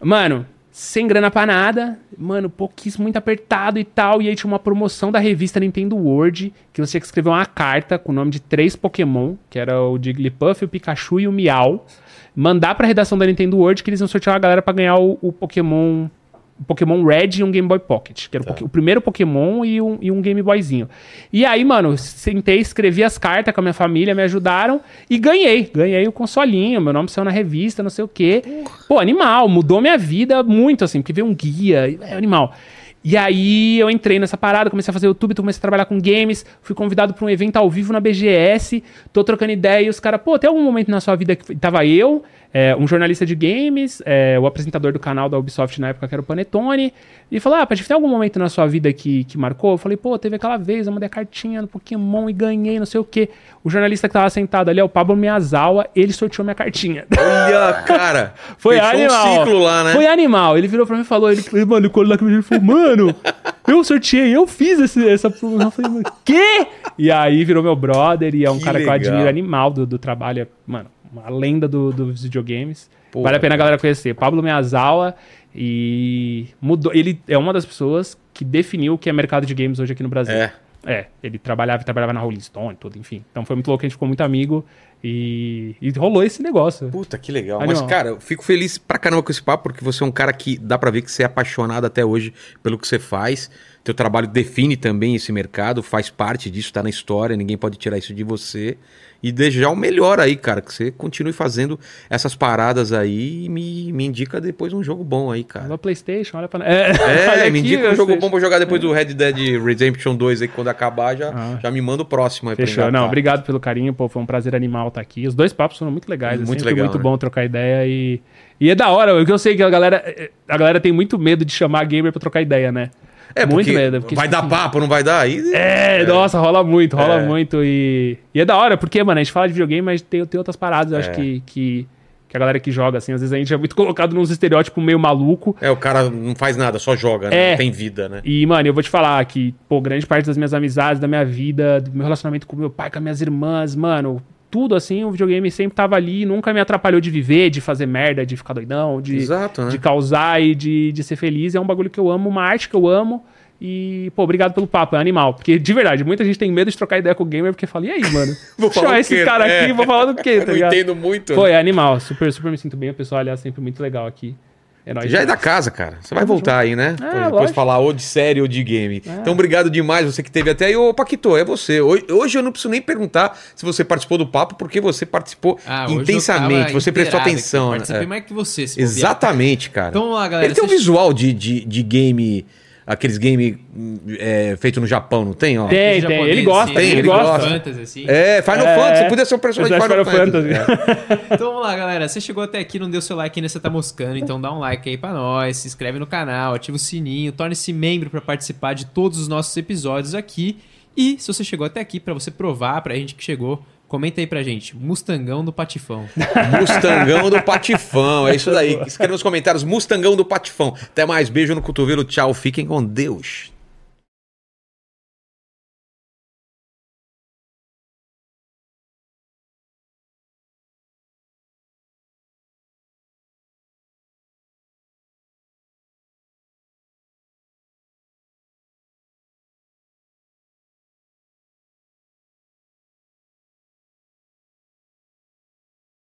Mano, sem grana pra nada, mano, pouquíssimo, muito apertado e tal. E aí tinha uma promoção da revista Nintendo World, que você tinha que escrever uma carta com o nome de três Pokémon, que era o Jigglypuff, o Pikachu e o Miau, mandar pra redação da Nintendo World que eles iam sortear uma galera pra ganhar o, o Pokémon. o Pokémon Red e um Game Boy Pocket, que era o Poké- o, primeiro Pokémon e um, e um Game Boyzinho. E aí, mano, sentei, escrevi as cartas com a minha família, me ajudaram e ganhei. Ganhei o consolinho, meu nome saiu na revista, não sei o quê. Pô, animal, mudou minha vida muito, assim, porque veio um guia, é animal. E aí eu entrei nessa parada, comecei a fazer YouTube, então comecei a trabalhar com games, fui convidado para um evento ao vivo na BGS, tô trocando ideia e os caras, pô, tem algum momento na sua vida que tava eu, é, um jornalista de games, é, o apresentador do canal da Ubisoft na época que era o Panetone, e falou, ah, Paty, tem algum momento na sua vida que, que marcou? Eu falei, pô, teve aquela vez, eu mandei a cartinha no Pokémon e ganhei, não sei o quê. O jornalista que tava sentado ali é o Pablo Miyazawa, ele sorteou minha cartinha. Olha, cara. Foi fechou animal. um ciclo lá, né? Foi animal. Ele virou pra mim e falou, ele, ele mano, quando lá que ele falou, mano, eu sorteei, eu fiz esse, essa promoção. Eu falei, mano, quê? E aí virou meu brother e é um Que cara que eu legal. admiro animal do, do trabalho. é, Mano, uma lenda do- dos videogames. Pô, vale a pena a galera conhecer. Pablo Meazawa e mudou. Ele é uma das pessoas que definiu o que é mercado de games hoje aqui no Brasil. É. É, ele trabalhava, trabalhava na Rolling Stone, tudo, enfim. Então foi muito louco, a gente ficou muito amigo e, e rolou esse negócio. Puta, que legal. Animal. Mas, cara, eu fico feliz pra caramba com esse papo, porque você é um cara que dá pra ver que você é apaixonado até hoje pelo que você faz. Teu trabalho define também esse mercado, faz parte disso, tá na história, ninguém pode tirar isso de você. E desejar o melhor aí, cara, que você continue fazendo essas paradas aí e me, me indica depois um jogo bom aí, cara. Olha o PlayStation, olha pra. É, É, olha aqui, me indica um jogo PlayStation. bom pra jogar depois do Red Dead Redemption 2 aí, que quando acabar, já, Ah. já me manda o próximo aí pra Fechou. engatar. Não, obrigado pelo carinho, pô. Foi um prazer animal estar aqui. Os dois papos foram muito legais. assim, Muito Muito legal. legal, muito né? bom trocar ideia e. E é da hora, porque eu sei que a galera, a galera tem muito medo de chamar gamer pra trocar ideia, né? É, muito porque medo. porque- vai dar papo, não vai dar? Aí... É, nossa, rola muito, rola É. muito. E, e é da hora, porque, mano, a gente fala de videogame, mas tem, tem outras paradas, eu acho É. que, que, que a galera que joga, assim, às vezes a gente é muito colocado nos estereótipos meio maluco. É, o cara não faz nada, só joga, né? É. Não tem vida, né? E, mano, eu vou te falar que, pô, grande parte das minhas amizades, da minha vida, do meu relacionamento com meu pai, com as minhas irmãs, mano, tudo assim, o videogame sempre tava ali, nunca me atrapalhou de viver, de fazer merda, de ficar doidão, de, Exato, né? de causar e de, de ser feliz. É um bagulho que eu amo, uma arte que eu amo. E, pô, obrigado pelo papo, é animal. Porque, de verdade, muita gente tem medo de trocar ideia com o gamer, porque fala, e aí, mano? Vou Deixa eu falar chamar o esse quê? cara aqui, É. vou falar do quê, Eu tá não ligado? entendo muito. né? Pô, é animal, super, super me sinto bem. O pessoal, aliás, sempre muito legal aqui. É nóis. Já é da casa, cara. Você vai voltar aí, né? Pô, depois É, lógico. É. falar ou de série ou de game. Então, obrigado demais você que teve até aí. Ô, Paquito, é você. Hoje, hoje eu não preciso nem perguntar se você participou do papo, porque você participou Ah, hoje eu intensamente. tava Você prestou inteirado aqui, atenção, né? Participei É. mais que você, se bobear. Exatamente, cara. um Então vamos lá, galera. Ele tem um Vocês- visual de, de, de game aqueles games é, feito no Japão, não tem? Ó? Tem, tem. japonês, Ele gosta, assim, tem, ele ele gosta. gosta. Fantasy, assim. É, Final É, Fantasy, você podia ser um personagem de Final, Fantasy. Então vamos lá, galera. Você chegou até aqui, não deu seu like ainda, você tá moscando. Então dá um like aí pra nós, se inscreve no canal, ativa o sininho, torne-se membro pra participar de todos os nossos episódios aqui. E se você chegou até aqui, pra você provar pra gente que chegou, comenta aí pra gente. Mustangão do Patifão. É. Mustangão do Patifão, é isso daí. Escreva nos comentários, Mustangão do Patifão. Até mais, beijo no cotovelo, tchau, fiquem com Deus.